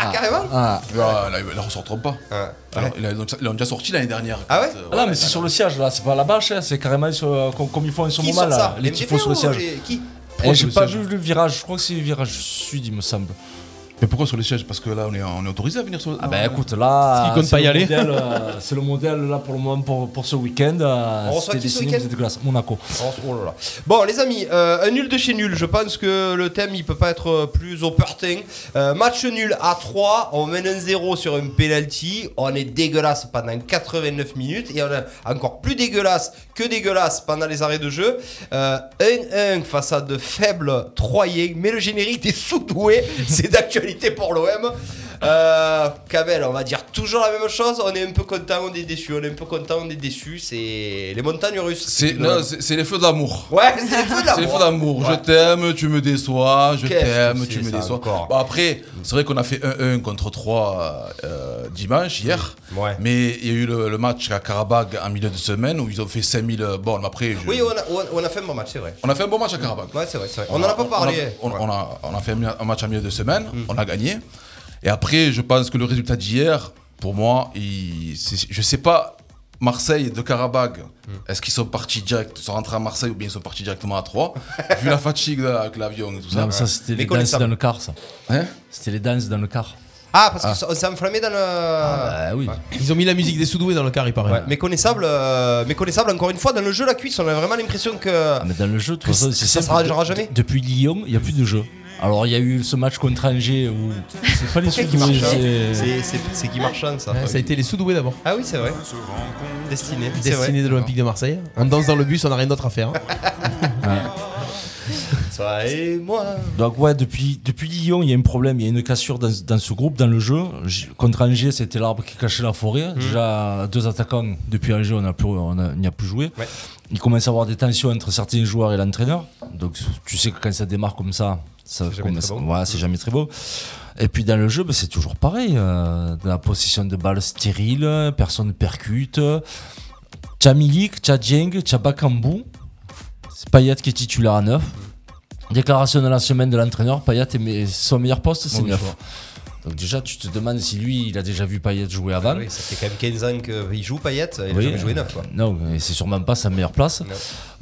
Speaker 4: Ah, carrément
Speaker 5: Ah,
Speaker 3: Là, là, ils la ressortiront pas.
Speaker 4: Ouais.
Speaker 3: Alors, ils l'ont- ils l'ont déjà sorti l'année dernière.
Speaker 4: Ah ouais
Speaker 3: quand, euh,
Speaker 5: Ah non, mais c'est sur le siège là, c'est pas la bâche, hein, c'est carrément sur, euh, comme, comme ils font en ce
Speaker 4: Qui
Speaker 5: moment
Speaker 4: sort
Speaker 5: là.
Speaker 4: ça
Speaker 5: Les
Speaker 4: MTP
Speaker 5: Tifos sur le
Speaker 4: ou
Speaker 5: siège.
Speaker 4: les- Qui
Speaker 5: Eh,
Speaker 3: sur
Speaker 5: J'ai
Speaker 3: le
Speaker 5: pas
Speaker 3: siège.
Speaker 5: vu le virage, je crois que c'est le virage sud, il me semble.
Speaker 3: Mais pourquoi sur les sièges Parce que là, on est, on est autorisé à venir sur.
Speaker 5: Ah bah écoute, là.
Speaker 2: S'ils comptent
Speaker 5: c'est
Speaker 2: pas
Speaker 5: le
Speaker 2: y aller.
Speaker 5: modèle, euh, C'est le modèle là pour le moment pour, pour ce week-end. euh,
Speaker 4: On reçoit
Speaker 5: c'était
Speaker 4: qui ce
Speaker 5: dessiné,
Speaker 4: week-end
Speaker 5: vous êtes dégueulasse. Monaco.
Speaker 4: Oh là là. Bon, les amis, euh, un nul de chez nul. Je pense que le thème, il peut pas être euh, plus opportun. Euh, match nul à 3, on mène un 0 sur un penalty. On est dégueulasse pendant 89 minutes. Et on est encore plus dégueulasse que dégueulasse pendant les arrêts de jeu. Euh, 1-1 face à de faibles Troyens. Mais le générique des sous-doués, c'est d'actualité pour l'OM. Euh, Kamel, on va dire toujours la même chose. On est un peu content, on est déçu. On est un peu content, on est déçu. C'est les montagnes russes.
Speaker 3: C'est non, c'est- c'est les feux de l'amour.
Speaker 4: Ouais, c'est les feux de
Speaker 3: C'est les
Speaker 4: l'amour.
Speaker 3: feux d'amour. Je
Speaker 4: Ouais.
Speaker 3: t'aime, tu me déçois. Je
Speaker 4: Qu'est-ce que
Speaker 3: t'aime,
Speaker 4: c'est
Speaker 3: tu me
Speaker 4: ça
Speaker 3: déçois.
Speaker 4: encore
Speaker 3: Bon, après, c'est vrai qu'on a fait 1-1 contre 3 euh, dimanche, hier.
Speaker 4: Mmh. Ouais.
Speaker 3: Mais il y a eu le, le match à Karabakh en milieu de semaine où ils ont fait 5000 bornes. Après, je-
Speaker 4: Oui, on a, on a- on a fait un bon match, c'est vrai.
Speaker 3: on a fait un bon match à Karabakh.
Speaker 4: Ouais, c'est vrai, c'est vrai. On n'en a pas parlé. Mm.
Speaker 3: On,
Speaker 4: Ouais.
Speaker 3: on a, on a fait un match à milieu de semaine, on a gagné. Et après, je pense que le résultat d'hier, pour moi, il- c'est- je sais pas, Marseille de Karabakh,
Speaker 4: Mm.
Speaker 3: est-ce qu'ils sont partis direct, ils sont rentrés à Marseille ou bien ils sont partis directement à 3 Vu la fatigue de la- avec l'avion et tout ça.
Speaker 5: Non, ça c'était les
Speaker 4: Mais qu'on les
Speaker 5: danses
Speaker 4: sape.
Speaker 5: dans le car, ça.
Speaker 3: Hein
Speaker 5: C'était les danses dans le car.
Speaker 4: Ah, parce qu'on s'est enflammé dans le.
Speaker 5: Ah oui.
Speaker 2: Ils ont mis la musique des Soudoués dans le car, il paraît.
Speaker 4: Ouais, méconnaissable, euh, méconnaissable, encore une fois, dans le jeu, la cuisse, on a vraiment l'impression que.
Speaker 5: Ah, mais dans le jeu, de toute
Speaker 4: Que
Speaker 5: façon,
Speaker 4: ça-
Speaker 5: c'est
Speaker 4: ça
Speaker 5: simple.
Speaker 4: se rangera
Speaker 5: De-
Speaker 4: jamais.
Speaker 5: de- Depuis Lyon, il n'y a plus de jeu. Alors, il y a eu ce match contre Angers où c'est pas les
Speaker 4: C'est qui
Speaker 5: sous
Speaker 4: marche hein.
Speaker 5: c'est
Speaker 4: C'est- C'est c'est Guy Marchand, ça.
Speaker 2: Ouais, Ça a été les Soudoués d'abord.
Speaker 4: Ah oui, c'est vrai. Destiné. C'est vrai.
Speaker 2: Destinée de l'Olympique de Marseille. On danse dans le bus, on n'a rien d'autre à faire. hein.
Speaker 4: Toi et moi.
Speaker 5: Donc ouais, depuis, depuis Lyon, il y a un problème, il y a une cassure dans, dans ce groupe, dans le jeu. J- Contre Angers, c'était l'arbre qui cachait la
Speaker 4: Mhm.
Speaker 5: forêt. Déjà, deux attaquants, depuis Angers, on a plus- on a- n'y a, plus joué.
Speaker 4: Ouais.
Speaker 5: Il commence à avoir des tensions entre certains joueurs et l'entraîneur. Donc tu sais que quand ça démarre comme ça, ça
Speaker 4: C'est jamais
Speaker 5: commence-
Speaker 4: très
Speaker 5: ouais, c'est jamais très beau. Et puis dans le jeu, bah, c'est toujours pareil. euh, dans la possession de balles stérile, personne ne percute. T'as Milik, t'as Dieng, t'as Bakambu. C'est Payet qui est titulaire à 9. Déclaration de la semaine de l'entraîneur, Payet, est me- son meilleur poste, c'est 9. Donc déjà, tu te demandes si lui, il a déjà vu Payet jouer avant.
Speaker 4: Oui, ça fait quand même 15 ans qu'il joue Payet, il a
Speaker 5: Ah. Oui.
Speaker 4: jamais joué neuf, quoi.
Speaker 5: Non, mais c'est sûrement pas sa meilleure place.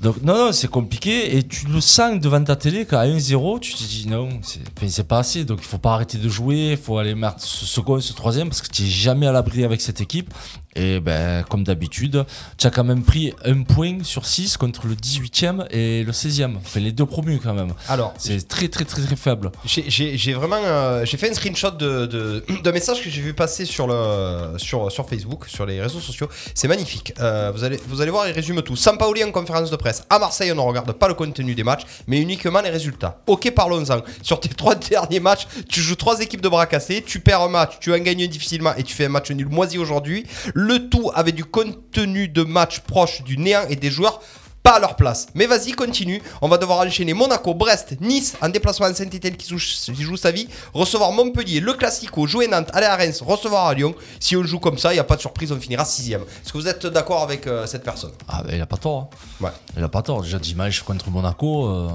Speaker 5: Donc non, non, c'est compliqué et tu le sens devant ta télé qu'à 1-0, tu te dis non, c'est enfin, c'est pas assez. Donc il faut pas arrêter de jouer, il faut aller mettre ce second, ce troisième parce que tu n'es jamais à l'abri avec cette équipe. Et ben comme d'habitude, tu as quand même pris un point sur 6 contre le 18e et le 16e. Enfin les deux promus quand même.
Speaker 4: Alors,
Speaker 5: C'est très très très très faible.
Speaker 4: J'ai- J'ai j'ai vraiment euh, j'ai fait un screenshot de, de- d'un message que j'ai vu passer sur le sur sur Facebook sur les réseaux sociaux c'est magnifique Euh, vous allez vous allez voir il résume tout Sampaoli en conférence de presse à Marseille on ne regarde pas le contenu des matchs mais uniquement les résultats ok parlons-en sur tes trois derniers matchs tu joues trois équipes de bras cassés tu perds un match tu en gagnes difficilement et tu fais un match nul moisi aujourd'hui le tout avec du contenu de match proche du néant et des joueurs pas à leur place. Mais vas-y, continue. On va devoir enchaîner Monaco, Brest, Nice en déplacement à Saint-Etienne qui, sou- qui joue sa vie, recevoir Montpellier, le Classico, jouer Nantes, aller à Reims, recevoir à Lyon. Si on joue comme ça, il n'y a pas de surprise, on finira sixième. Est-ce que vous êtes d'accord avec euh, cette personne
Speaker 5: Ah ben il a pas tort. hein.
Speaker 4: Ouais.
Speaker 5: Il a pas tort. Déjà dimanche contre Monaco. euh,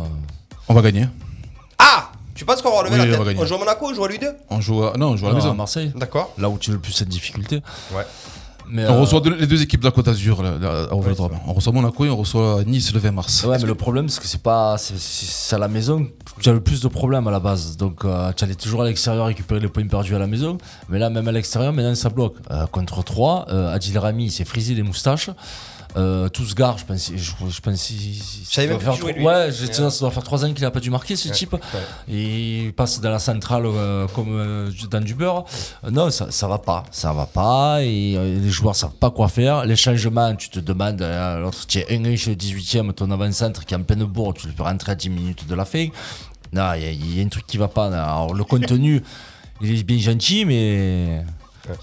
Speaker 3: On va gagner.
Speaker 4: Ah Tu penses qu'on va relever
Speaker 3: Oui, on
Speaker 4: la
Speaker 3: va
Speaker 4: tête
Speaker 3: gagner.
Speaker 4: On joue à Monaco, on joue à lui deux
Speaker 3: On joue à, non, on joue à la
Speaker 5: non, à
Speaker 3: maison.
Speaker 5: Marseille.
Speaker 4: D'accord.
Speaker 5: Là où tu as le plus cette difficulté.
Speaker 4: Ouais.
Speaker 5: Mais,
Speaker 3: On
Speaker 5: euh,
Speaker 3: reçoit deux- les deux équipes de la Côte d'Azur là, là, au Vélodrome. On reçoit Monaco et on reçoit Nice le 20 mars.
Speaker 5: Ouais, mais le problème, c'est que c'est pas. c'est- C'est c'est à la maison que tu as le plus de problèmes à la base. Donc, euh, tu allais toujours à l'extérieur récupérer les points perdus à la maison. Mais là, même à l'extérieur, maintenant, ça bloque. Euh, contre 3, Adil Rami il s'est frisé les moustaches. Euh, Tousgar, je pense, je, je pense, si- si-
Speaker 4: savais même
Speaker 5: ça doit
Speaker 4: plus
Speaker 5: faire
Speaker 4: jouer,
Speaker 5: tro-
Speaker 4: lui.
Speaker 5: Ouais, j'ai- tiens, ça doit faire 3 ans qu'il a pas dû marquer ce type. Et il passe dans la centrale euh, comme euh, du- dans du beurre. Euh, non, ça, ça va pas. Ça va pas. Et euh, les joueurs savent pas quoi faire. Les changements, tu te demandes, euh, l'autre, tu es 1 chez le 18ème, ton avant-centre qui est en pleine bourre, tu le peux rentrer à 10 minutes de la fin. Non, il y, a- il y a un truc qui va pas. là. Alors, le contenu, il est bien gentil, mais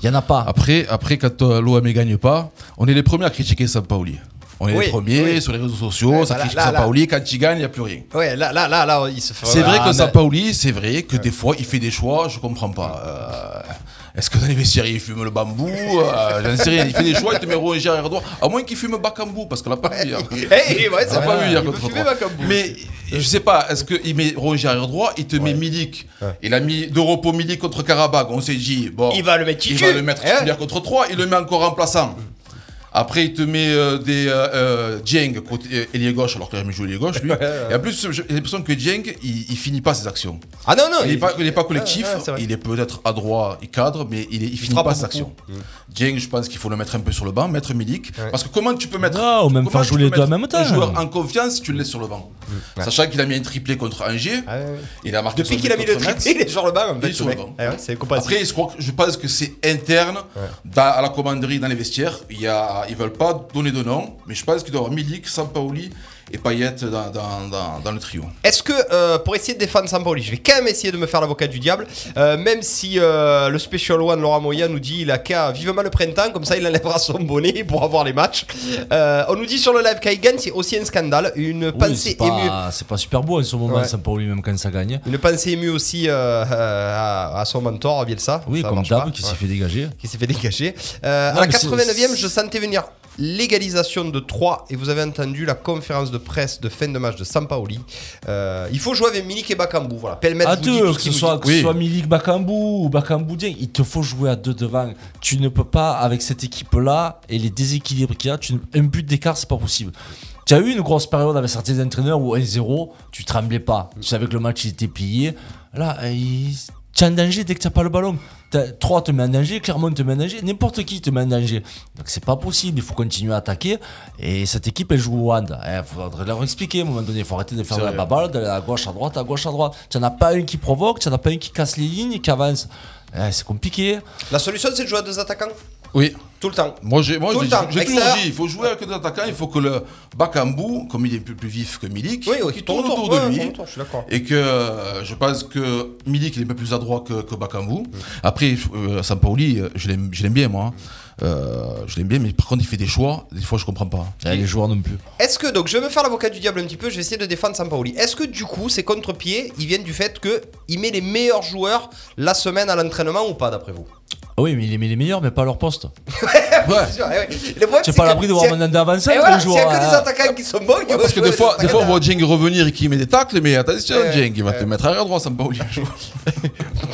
Speaker 5: il y en a pas.
Speaker 4: Ah,
Speaker 3: Après, après quand euh, l'OM ne gagne pas, on est les premiers à critiquer Sampaoli. On est
Speaker 4: Oui,
Speaker 3: les premiers
Speaker 4: oui.
Speaker 3: sur les réseaux sociaux,
Speaker 4: Ouais,
Speaker 3: ça
Speaker 4: bah là,
Speaker 3: critique
Speaker 4: là, là.
Speaker 3: Sampaoli. Quand il gagne, il n'y a plus rien.
Speaker 4: Ouais, là, là, là, là, il se fait.
Speaker 3: C'est vrai
Speaker 4: Ah,
Speaker 3: que
Speaker 4: mais-
Speaker 3: Sampaoli, c'est vrai que des fois, il fait des choix, je comprends pas. Euh, Est-ce que dans les vestiaires, il fume le bambou Euh, J'en sais rien. Il fait des choix, il te met Roger Erdogan. À moins qu'il fume Bakambu, parce qu'on l'a pas vu hier.
Speaker 4: Eh, eh, ouais,
Speaker 3: On l'a
Speaker 4: ça
Speaker 3: pas
Speaker 4: va.
Speaker 3: vu hier
Speaker 4: Il peut
Speaker 3: contre
Speaker 4: fumer,
Speaker 3: trois.
Speaker 4: bah, comme vous.
Speaker 3: Mais je sais pas, est-ce qu'il met Roger arrière droit, il te met Milik. Il a mis de repos Milik contre Karabakh. On s'est dit, bon.
Speaker 4: Il va le mettre
Speaker 3: Il
Speaker 4: titu.
Speaker 3: va le mettre
Speaker 4: Eh ouais.
Speaker 3: titulaire contre 3, il le met encore remplaçant. Après, il te met euh, des euh, euh, Dieng, côté euh, ailier gauche, alors qu'il a jamais joué ailier gauche, lui. Et en plus, je- j'ai l'impression que Dieng, il, il finit pas ses actions.
Speaker 4: Ah non, non,
Speaker 3: Il n'est pas, il est pas collectif,
Speaker 4: Ouais, ouais, c'est vrai.
Speaker 3: il est peut-être adroit, il cadre, mais il, est, il finit
Speaker 4: frappe
Speaker 3: pas ses
Speaker 4: beaucoup. Mm.
Speaker 3: actions. Dieng, je pense qu'il faut le mettre un peu sur le banc, mettre Milik. Parce que comment tu peux mettre.
Speaker 5: Non, ou même
Speaker 3: comment
Speaker 5: faire
Speaker 3: tu
Speaker 5: jouer
Speaker 3: peux
Speaker 5: les deux en
Speaker 3: mettre
Speaker 5: même temps.
Speaker 3: Un joueur en confiance, si tu le laisses sur le banc. Sachant qu'il a mis un triplé contre Angers,
Speaker 4: Mm. Ah ouais, ouais.
Speaker 3: il a marqué
Speaker 4: Depuis
Speaker 3: son
Speaker 4: qu'il a mis
Speaker 3: but
Speaker 4: le
Speaker 3: contre Metz.
Speaker 4: triplé, il est sur le banc. en
Speaker 3: Il est
Speaker 4: fait,
Speaker 3: sur
Speaker 4: ce
Speaker 3: le
Speaker 4: mec.
Speaker 3: banc.
Speaker 4: Ah ouais, c'est compatible.
Speaker 3: Après, je, crois que- je pense que c'est interne dans- à la commanderie, dans les vestiaires. Il y a, ils veulent pas donner de nom, mais je pense qu'il doit y avoir Milik, Sampaoli et Payet dans, dans- dans- dans le trio.
Speaker 4: Est-ce que, euh, pour essayer de défendre Sampaoli, je vais quand même essayer de me faire l'avocat du diable, euh, même si euh, le Special One Laurent Moya nous dit il a qu'à vivement le printemps, comme ça il enlèvera son bonnet pour avoir les matchs. Euh, on nous dit sur le live qu'à gagne, c'est aussi un scandale, une
Speaker 9: Oui,
Speaker 4: pensée
Speaker 9: c'est pas,
Speaker 4: émue.
Speaker 9: c'est pas super beau en ce moment,
Speaker 4: Ouais.
Speaker 9: ça pour lui même quand ça gagne.
Speaker 4: Une pensée émue aussi euh, euh, à, à son mentor, à Bielsa.
Speaker 9: Oui,
Speaker 4: Ça
Speaker 9: comme
Speaker 4: marche pas.
Speaker 9: d'hab, qui s'est
Speaker 4: Ouais.
Speaker 9: fait dégager.
Speaker 4: qui s'est fait dégager. Euh, à la
Speaker 9: mais c'est-
Speaker 4: 89e, je sentais venir légalisation de 3 et vous avez entendu la conférence de presse de fin de match de Sampaoli. Euh, il faut jouer avec Milik et Bakambu. Voilà. Pelmet
Speaker 5: À
Speaker 4: vous dit tout
Speaker 5: deux,
Speaker 4: ce
Speaker 5: que ce
Speaker 4: qu'il vous
Speaker 5: soit,
Speaker 4: dit.
Speaker 5: que ce soit Milik Bakambu ou Bakambu Dieng, il te faut jouer à deux devant. Tu ne peux pas, avec cette équipe-là et les déséquilibres qu'il y a, tu ne- un but d'écart, c'est pas possible. Tu as eu une grosse période avec certains entraîneurs où 1-0, tu tremblais pas. Tu savais que le match il était plié. Là, euh, il- tu es en danger dès que tu n'as pas le ballon. 3 te met en danger, Clermont te met en danger, n'importe qui te met en danger. Donc c'est pas possible, il faut continuer à attaquer. Et cette équipe, elle joue au hand. Il faudrait leur expliquer à un moment donné, il faut arrêter de faire de la baballe, d'aller à gauche, à droite, à gauche, à droite. Tu n'en as pas un qui provoque, tu n'en as pas un qui casse les lignes, qui avance. Eh, c'est compliqué.
Speaker 4: La solution, c'est de jouer à deux attaquants
Speaker 3: Oui.
Speaker 4: tout le temps.
Speaker 3: Moi, j'ai moi,
Speaker 4: Tout le
Speaker 3: j'ai-
Speaker 4: temps,
Speaker 3: j'ai toujours
Speaker 4: extérieur.
Speaker 3: dit, il faut jouer avec des attaquants, il faut que le Bakambu, comme il est plus, plus vif que Milik,
Speaker 4: Oui, oui,
Speaker 3: qui
Speaker 4: tourne
Speaker 3: tourne
Speaker 4: autour,
Speaker 3: autour de
Speaker 4: ouais,
Speaker 3: lui.
Speaker 4: tourne autour, je suis d'accord.
Speaker 3: Et que euh, je pense que Milik, il est un peu plus adroit que, que Bakambu.
Speaker 4: Mm.
Speaker 3: Après, euh, Sampaoli, euh, je l'aime je l'aime bien, moi. hein. Euh, je l'aime bien, mais par contre, il fait des choix, des fois, je comprends pas.
Speaker 9: Eh, les joueurs non plus.
Speaker 4: Est-ce que, donc je vais me faire l'avocat du diable un petit peu, je vais essayer de défendre Sampaoli. Est-ce que du coup, ces contre-pieds, ils viennent du fait qu'il met les meilleurs joueurs la semaine à l'entraînement ou pas, d'après vous
Speaker 9: Ah oui, mais il est mais les meilleurs, mais pas à leur poste.
Speaker 3: Ouais.
Speaker 4: C'est sûr, eh ouais. Le problème,
Speaker 9: Tu
Speaker 4: Ah, c'est
Speaker 9: pas à
Speaker 4: que-
Speaker 9: l'abri de voir
Speaker 4: c'est-
Speaker 9: Mandanda avant ça
Speaker 4: Eh
Speaker 9: tous
Speaker 4: voilà,
Speaker 9: les
Speaker 4: S'il
Speaker 9: jours.
Speaker 4: n'y a que
Speaker 5: euh,
Speaker 4: des
Speaker 9: hein.
Speaker 4: attaquants qui sont bons, il
Speaker 3: Parce que
Speaker 4: faut
Speaker 3: des fois,
Speaker 4: jouer
Speaker 3: des fois, on
Speaker 4: attaquants.
Speaker 3: voit Dieng revenir et qui met des tacles, mais attention,
Speaker 4: Ouais.
Speaker 3: Dieng, il va te mettre arrière droit, Sampaoli.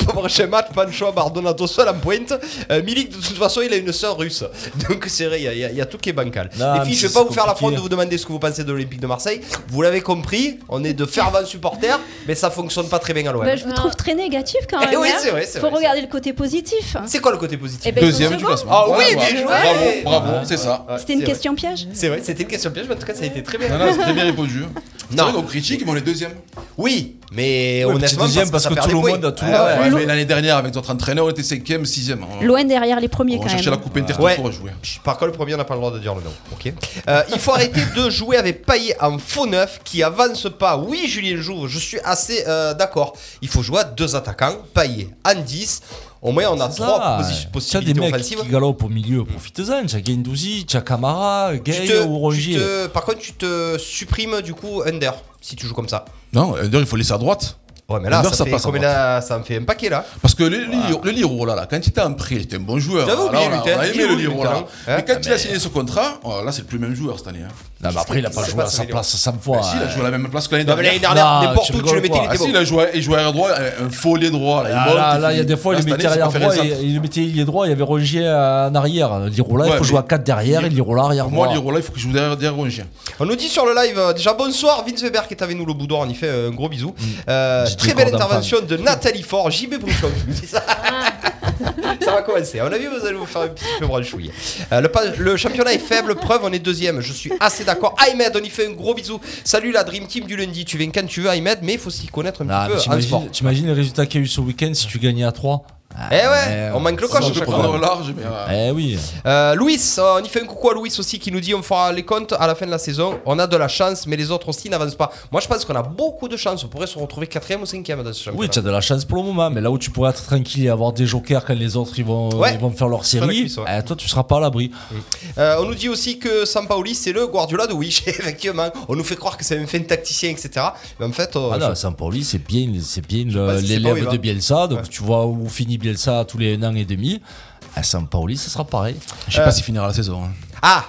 Speaker 4: Pour prochain match, Pancho Bardonato seul en pointe. Euh, Milik, de toute façon, il a une sœur russe. Donc c'est vrai, il y a- il y, a- il y a tout qui est bancal.
Speaker 5: Non,
Speaker 4: Les filles,
Speaker 5: mais
Speaker 4: je vais
Speaker 5: c'est
Speaker 4: pas vous faire la l'affront
Speaker 5: compliqué.
Speaker 4: de vous demander ce que vous pensez de l'Olympique de Marseille. Vous l'avez compris, on est de fervents supporters, mais ça fonctionne pas très bien à l'OM.
Speaker 7: Bah, je vous
Speaker 6: Non.
Speaker 7: trouve très négatif quand
Speaker 4: Eh
Speaker 7: même.
Speaker 4: oui,
Speaker 7: hein.
Speaker 4: c'est vrai, c'est
Speaker 7: Faut
Speaker 4: vrai,
Speaker 7: regarder le côté positif.
Speaker 4: C'est quoi le côté positif
Speaker 7: Eh ben, ils sont seconds.
Speaker 3: classement.
Speaker 4: Ah oui, Ah.
Speaker 3: Ouais,
Speaker 4: bien
Speaker 3: ouais.
Speaker 4: joué.
Speaker 3: Bravo, bravo, c'est ça.
Speaker 4: Ouais,
Speaker 7: C'était
Speaker 4: c'est
Speaker 7: une
Speaker 4: vrai.
Speaker 7: question piège.
Speaker 4: C'est vrai, c'était une question piège, mais en tout cas, ça a été très bien.
Speaker 3: Non, non, c'est très bien répondu. hein.
Speaker 4: Non.
Speaker 3: Non, on critique, mais on est deuxième.
Speaker 4: Oui, mais
Speaker 5: Ouais,
Speaker 4: honnêtement,
Speaker 5: petit deuxième,
Speaker 4: ça
Speaker 5: parce que
Speaker 4: perd
Speaker 5: tout
Speaker 4: des
Speaker 5: le monde
Speaker 4: points.
Speaker 5: a tout
Speaker 4: Ah
Speaker 5: le-
Speaker 4: ouais.
Speaker 3: Ouais, mais l'année dernière, avec notre entraîneur, on était cinquième, sixième. On-
Speaker 7: Loin derrière les premiers
Speaker 3: On
Speaker 7: quand
Speaker 3: cherchait la
Speaker 7: même.
Speaker 3: Coupe Inter
Speaker 4: Ouais.
Speaker 3: pour jouer.
Speaker 4: Par contre, le premier, on n'a pas le droit de dire le nom. Ok. Euh, il faut arrêter de jouer avec Payet en faux neuf qui avance pas. Oui, Julien Jouve, je suis assez euh, d'accord. Il faut jouer à deux attaquants, Payet en 10. Au moins, on a
Speaker 5: C'est
Speaker 4: trois
Speaker 5: ça.
Speaker 4: posi-
Speaker 5: T'as des
Speaker 4: possibilités
Speaker 5: mecs
Speaker 4: offensives.
Speaker 5: qui galopent au milieu, profitez-en. T'as Gendouzi, t'as Camara,
Speaker 4: Tu
Speaker 5: Gay
Speaker 4: te-
Speaker 5: ou
Speaker 4: tu
Speaker 5: Rongier.
Speaker 4: te- par contre, tu te supprimes du coup Under si tu joues comme ça.
Speaker 3: Non, euh, d'ailleurs, il faut laisser à droite.
Speaker 4: Ouais, mais là,
Speaker 3: Under,
Speaker 4: ça,
Speaker 3: ça
Speaker 4: fait
Speaker 3: passe en
Speaker 4: combien
Speaker 3: droite.
Speaker 4: là- ça me fait un paquet là.
Speaker 3: Parce que le, Liro- le Liro, oh là, là, quand il était en prêt, il était un bon joueur.
Speaker 4: J'avais
Speaker 3: Là,
Speaker 4: oublié,
Speaker 3: on a-
Speaker 4: Lutin.
Speaker 3: on a
Speaker 4: Il est
Speaker 3: aimé le
Speaker 4: où,
Speaker 3: Liro,
Speaker 4: Lutin,
Speaker 3: là.
Speaker 4: hein
Speaker 3: mais quand il a signé ce contrat, oh, là, c'est le plus même joueur cette année. hein.
Speaker 9: Non, mais après, il a pas
Speaker 4: C'est
Speaker 9: joué
Speaker 4: pas
Speaker 9: à sa
Speaker 4: solide.
Speaker 9: place 100
Speaker 3: Ah,
Speaker 9: fois.
Speaker 3: si, il a
Speaker 9: hein.
Speaker 3: joué la même place que l'année
Speaker 4: Non, mais l'année
Speaker 3: dernière.
Speaker 4: dernière,
Speaker 9: Non,
Speaker 4: n'importe
Speaker 9: tu
Speaker 4: où, tu
Speaker 9: rigoles
Speaker 4: le mettais, il
Speaker 9: quoi.
Speaker 3: Ah,
Speaker 4: était
Speaker 3: si, il
Speaker 4: bon.
Speaker 3: a joué, il jouait arrière droit, un un follet droit. Là, il
Speaker 9: Ah,
Speaker 3: monte,
Speaker 5: hein. là, là, il y a
Speaker 3: finit.
Speaker 5: des fois, il
Speaker 3: Là,
Speaker 5: le
Speaker 3: cette
Speaker 5: mettait
Speaker 3: année,
Speaker 5: arrière
Speaker 3: ça fait
Speaker 5: droit,
Speaker 3: rien, ça.
Speaker 5: et- il le mettait ailier droit, il y avait Rongier euh, en arrière. Liro là,
Speaker 3: Ouais,
Speaker 5: il faut
Speaker 3: mais-
Speaker 5: jouer à 4 derrière, et Liro là,
Speaker 3: Pour
Speaker 5: arrière
Speaker 3: moi,
Speaker 5: droit.
Speaker 3: Liro, là, il faut qu'il joue derrière, derrière Rongier.
Speaker 4: On nous dit sur le live, euh, déjà bonsoir, Vince Weber qui est avec nous, le boudoir, on y fait euh, un gros bisou. Euh,
Speaker 5: Mm. J'ai
Speaker 4: très
Speaker 5: des
Speaker 4: belle
Speaker 5: cordes en
Speaker 4: intervention de Nathalie Fort, JB Bouchon. qui nous dit ça. ça va commencer. À mon avis, vous allez vous faire un petit peu branchouiller. Euh, le, pa- le championnat est faible, preuve, on est deuxième. Je suis assez d'accord. Ahmed, on y fait un gros bisou. Salut la Dream Team du lundi. Tu viens quand tu veux, Ahmed, mais il faut s'y connaître un petit
Speaker 5: Ah, mais
Speaker 4: peu en sport.
Speaker 5: t'imagines- T'imagines les résultats qu'il y a eu ce week-end si tu gagnais à Ah, 3
Speaker 4: Eh ouais, on manque le coche
Speaker 3: On
Speaker 4: à
Speaker 3: peut
Speaker 4: chaque
Speaker 3: prendre
Speaker 4: fois.
Speaker 3: au large, mais. euh,
Speaker 5: Eh oui.
Speaker 4: Euh, Louis, euh, on y fait un coucou à Louis aussi qui nous dit on fera les comptes à la fin de la saison. On a de la chance, mais les autres aussi n'avancent pas. Moi, je pense qu'on a beaucoup de chance. On pourrait se retrouver quatrième ou cinquième dans ce championnat.
Speaker 5: Oui, tu as de la chance pour le moment, mais là où tu pourrais être tranquille et avoir des jokers quand les autres ils vont,
Speaker 4: Ouais.
Speaker 5: ils vont faire leur
Speaker 4: la
Speaker 5: série,
Speaker 4: cuisse, ouais.
Speaker 5: eh, toi tu seras pas à l'abri.
Speaker 4: Euh, on nous dit aussi que Sampaoli c'est le Guardiola de Wish, effectivement. On nous fait croire que c'est un fin tacticien, etc. Mais en fait, euh,
Speaker 5: Ah
Speaker 4: je-
Speaker 5: non, Sampoli, c'est bien, c'est bien
Speaker 4: pas
Speaker 5: le-
Speaker 4: si c'est pas où il
Speaker 5: l'élève
Speaker 4: va.
Speaker 5: de Bielsa, donc
Speaker 4: Ouais.
Speaker 5: tu vois où finit Bielsa tous les un an et demi. À Sampaoli, ce sera pareil.
Speaker 3: Je sais pas s'il finira la saison. hein.
Speaker 4: ah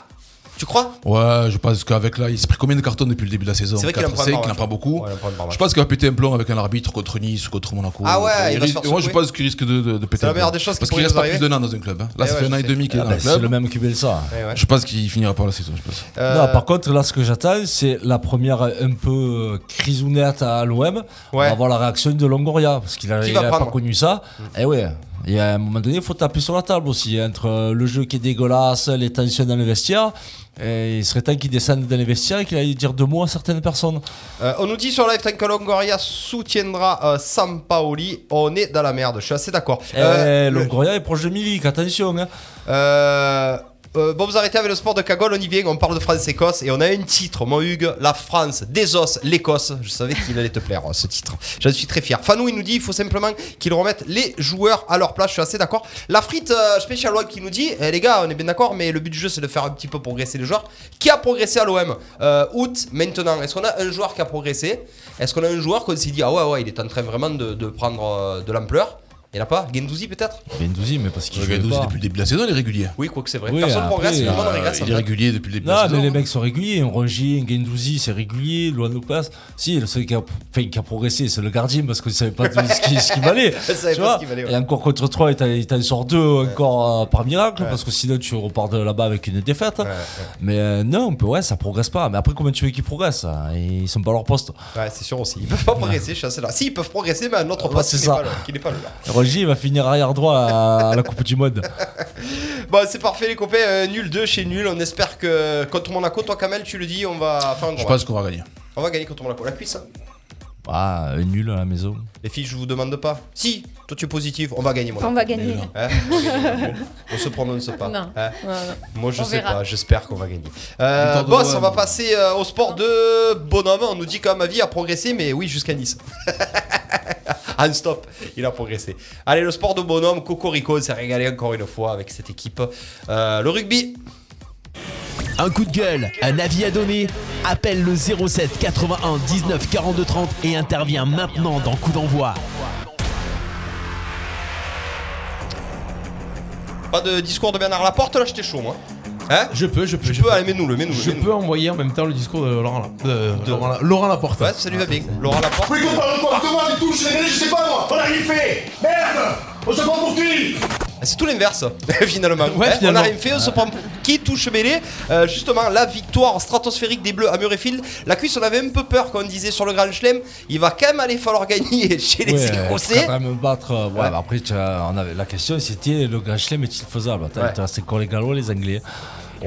Speaker 4: Tu crois
Speaker 3: euh, Ouais, je pense qu'avec là, il s'est pris combien de cartons depuis le début de la saison
Speaker 4: C'est vrai qu'il en
Speaker 3: 4,
Speaker 4: prend
Speaker 3: 5,
Speaker 4: pas,
Speaker 3: il en
Speaker 4: ouais.
Speaker 3: prend beaucoup.
Speaker 4: Ouais, il en prend pas, ouais.
Speaker 3: je pense qu'il va péter un plomb avec un arbitre contre Nice ou contre Monaco.
Speaker 4: Ah ouais, il va
Speaker 3: risque-
Speaker 4: se faire
Speaker 3: Moi, je
Speaker 4: secouer.
Speaker 3: pense qu'il risque de, de, de péter un
Speaker 4: la meilleure
Speaker 3: plomb.
Speaker 4: des choses qui
Speaker 3: Parce
Speaker 4: pourrait
Speaker 3: qu'il reste
Speaker 4: nous
Speaker 3: pas plus
Speaker 4: arriver.
Speaker 3: d'un an dans un club. hein. Là,
Speaker 4: Eh
Speaker 3: ça
Speaker 4: ouais,
Speaker 3: fait un
Speaker 4: je
Speaker 3: an et
Speaker 4: sais.
Speaker 3: demi qu'il est
Speaker 5: Ah
Speaker 3: dans
Speaker 5: bah,
Speaker 3: le
Speaker 5: c'est le
Speaker 3: club.
Speaker 5: même QBLSA.
Speaker 4: Eh Ouais, ouais.
Speaker 3: Je pense qu'il finira par la saison, je pense.
Speaker 4: Euh,
Speaker 5: Non, par contre, là, ce que j'attends, c'est la première euh, un peu euh, crisounette à l'OM. On
Speaker 4: Ouais.
Speaker 5: va voir la réaction de Longoria, parce qu'il
Speaker 4: Qui
Speaker 5: n'avait
Speaker 4: va
Speaker 5: pas
Speaker 4: prendre
Speaker 5: connu ça. Et ouais, il y a un moment donné, il faut taper sur la table aussi. Entre euh, le jeu qui est dégueulasse, les tensions dans le vestiaire, et il serait temps qu'il descende dans les vestiaires et qu'il aille dire deux mots à certaines personnes.
Speaker 4: Euh, on nous dit sur live que Longoria soutiendra euh, Sampaoli. On est dans la merde, je suis assez d'accord. Euh,
Speaker 5: Eh,
Speaker 4: le-
Speaker 5: Longoria est proche de Milik, attention. hein.
Speaker 4: Euh, euh, bon, vous arrêtez avec le sport de cagole, on y vient, on parle de France-Écosse et on a un titre, mon Hugues, la France, des os, l'Écosse. Je savais qu'il allait te plaire euh, ce titre. J'en suis très fier. Fanou, il nous dit il faut simplement qu'ils remettent les joueurs à leur place, je suis assez d'accord. La frite euh, Special One qui nous dit eh, les gars, on est bien d'accord, mais le but du jeu c'est de faire un petit peu progresser les joueurs. Qui a progressé à l'OM euh, Août, maintenant Est-ce qu'on a un joueur qui a progressé Est-ce qu'on a un joueur qu'on s'est dit ah ouais, ouais, il est en train vraiment de, de prendre euh, de l'ampleur Il n'y en a pas Gendouzi peut-être
Speaker 5: Gendouzi, mais parce qu'il
Speaker 3: Regarde,
Speaker 5: joue pas.
Speaker 3: depuis le début de la saison, il est régulier.
Speaker 4: Oui, quoi que c'est vrai.
Speaker 5: Oui,
Speaker 4: Personne
Speaker 5: après,
Speaker 4: progresse, tout le monde
Speaker 3: Euh,
Speaker 4: régresse.
Speaker 3: Il
Speaker 4: en
Speaker 3: est
Speaker 4: fait.
Speaker 3: régulier depuis le début de
Speaker 5: Non,
Speaker 3: la
Speaker 5: mais les
Speaker 3: saison.
Speaker 5: mecs sont réguliers. Rongier, Gendouzi, c'est régulier. Luan passe. Si, le seul qui a, enfin, qui a progressé, c'est le gardien parce qu'on ne savait pas d'où- ce qui- ce qu'il valait.
Speaker 4: Elle savait
Speaker 5: Tu
Speaker 4: pas
Speaker 5: vois
Speaker 4: ce qu'il valait, ouais.
Speaker 5: Et encore contre 3, il t'en- il t'en sort 2 encore euh, par miracle parce que sinon tu repars de là-bas avec une défaite. Mais euh, non, on peut- ouais, ça progresse pas. Mais après, comment tu veux qu'ils progressent hein Ils sont pas à leur poste.
Speaker 4: Ouais, c'est sûr aussi. Ils peuvent pas progresser, je suis assez là. Si, ils peuvent progresser, mais à un autre
Speaker 5: Ouais,
Speaker 4: poste
Speaker 5: c'est
Speaker 4: qui n'est
Speaker 5: ça.
Speaker 4: pas le- qui n'est pas le leur.
Speaker 5: Rongier, il va finir arrière droit à, à la Coupe du Monde.
Speaker 4: Bon, c'est parfait, les copains. euh, nul 2 chez nul. On espère que contre Monaco, toi, Kamel, tu le dis, on va faire un
Speaker 3: Je
Speaker 4: gros match.
Speaker 3: pense qu'on va gagner.
Speaker 4: On va gagner contre Monaco. La cuisse, hein.
Speaker 5: Ah, euh, nul à la maison.
Speaker 4: Les filles, je vous demande pas. Si, toi, tu es positif, on va gagner, Monaco.
Speaker 10: On va gagner.
Speaker 4: Hein on se prononce pas.
Speaker 6: Non.
Speaker 4: Hein
Speaker 6: Ouais, ouais.
Speaker 4: Moi, je
Speaker 6: On
Speaker 4: sais
Speaker 6: verra.
Speaker 4: pas, j'espère qu'on va gagner. Euh,
Speaker 3: Victoire de
Speaker 4: boss,
Speaker 3: l'OM.
Speaker 4: on va passer euh, au sport de bonhomme. On nous dit qu'à ma vie a progressé, mais oui, jusqu'à Nice. Un stop, il a progressé. Allez, le sport de bonhomme, Cocorico, on s'est régalé encore une fois avec cette équipe. Euh, le rugby,
Speaker 11: Un coup de gueule, un avis à donner Appelle le 07 81 19 42 30 et intervient maintenant dans Coup d'envoi.
Speaker 4: pas de discours de Bernard Laporte, là, j'étais chaud, moi. Hein
Speaker 2: Je peux, je peux.
Speaker 4: Tu peux, allez, mets-nous le, mets-nous le.
Speaker 2: Je
Speaker 4: mets-nous
Speaker 2: peux envoyer en même temps le discours de Laurent, La- de Laurent, La- Laurent Laporte.
Speaker 4: le. Ouais, ça lui va bien. Laurent Laporte.
Speaker 12: Oui, qu'on parle de quoi Demande, il touche, les gars, je sais pas moi On a rien fait Merde On se prend pour qui
Speaker 4: Ah, C'est tout l'inverse, finalement.
Speaker 2: Ouais,
Speaker 4: Hein,
Speaker 2: finalement.
Speaker 4: On a rien fait, on se prend pour- qui touche mêlé. Euh, justement, la victoire stratosphérique des Bleus à Murrayfield. La cuisse, on avait un peu peur quand on disait sur le Grand Chelem, il va quand même aller falloir gagner chez les
Speaker 5: Ouais,
Speaker 4: Écossais.
Speaker 5: quand même battre. euh, Ouais,
Speaker 4: Ouais.
Speaker 5: bah après, tu as- on avait, la question c'était le Grand Chelem est-il faisable Attends,
Speaker 4: Ouais.
Speaker 5: Il te restait encore les Gallois, les Anglais.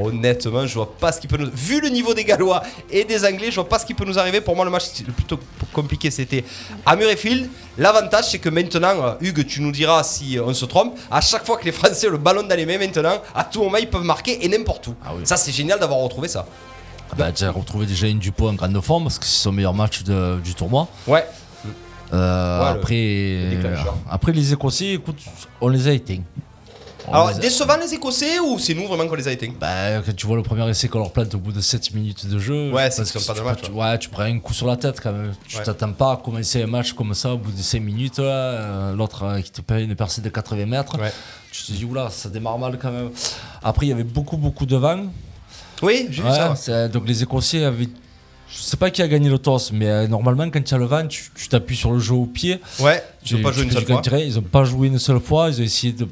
Speaker 4: Honnêtement, je vois pas ce qui peut nous. Vu le niveau des Gallois et des Anglais, je vois pas ce qui peut nous arriver. Pour moi, le match le plutôt compliqué, c'était à Murrayfield. L'avantage, c'est que maintenant, euh, Hugues, tu nous diras si euh, on se trompe. À chaque fois que les Français ont le ballon dans les mains, maintenant, à tout moment, ils peuvent marquer et n'importe où.
Speaker 5: Ah oui.
Speaker 4: Ça, c'est génial d'avoir retrouvé ça.
Speaker 5: Bah, tu as retrouvé déjà une Dupont en grande forme parce que c'est son meilleur match de- du tournoi.
Speaker 4: Ouais.
Speaker 5: Euh,
Speaker 4: Ouais, le-
Speaker 5: après, euh,
Speaker 4: déclencheur.
Speaker 5: après les Écossais, écoute, on les a éteints. On
Speaker 4: Alors,
Speaker 5: les a-
Speaker 4: décevant les Écossais ou c'est nous vraiment qu'on les a éteints
Speaker 5: Bah, quand tu vois le premier essai qu'on leur plante au bout de 7 minutes de jeu,
Speaker 4: Ouais,
Speaker 5: je
Speaker 4: c'est
Speaker 5: pense
Speaker 4: qu'ils
Speaker 5: que
Speaker 4: sont pas
Speaker 5: tu
Speaker 4: de match,
Speaker 5: prends- tu- ouais, tu prends un coup sur la tête quand même. Tu
Speaker 4: Ouais.
Speaker 5: t'attends pas à commencer un match comme ça au bout de 5 minutes, là, euh, l'autre euh, qui te paye une percée de 80 mètres.
Speaker 4: Ouais.
Speaker 5: Tu te dis, oula, ça démarre mal quand même. Après, il y avait beaucoup, beaucoup de vent.
Speaker 4: Oui, j'ai vu
Speaker 5: Ouais,
Speaker 4: ça. ouais.
Speaker 5: c'est- euh, donc les Écossais avaient. Je sais pas qui a gagné le toss, mais euh, normalement, quand tu as le vent, tu tu t'appuies sur le jeu au pied.
Speaker 4: Ouais, je n'ai
Speaker 5: Tu-
Speaker 4: pas
Speaker 5: tu
Speaker 4: joué une
Speaker 5: fais
Speaker 4: seule
Speaker 5: du
Speaker 4: fois.
Speaker 5: counter, ils ont pas joué une seule fois, ils ont essayé de,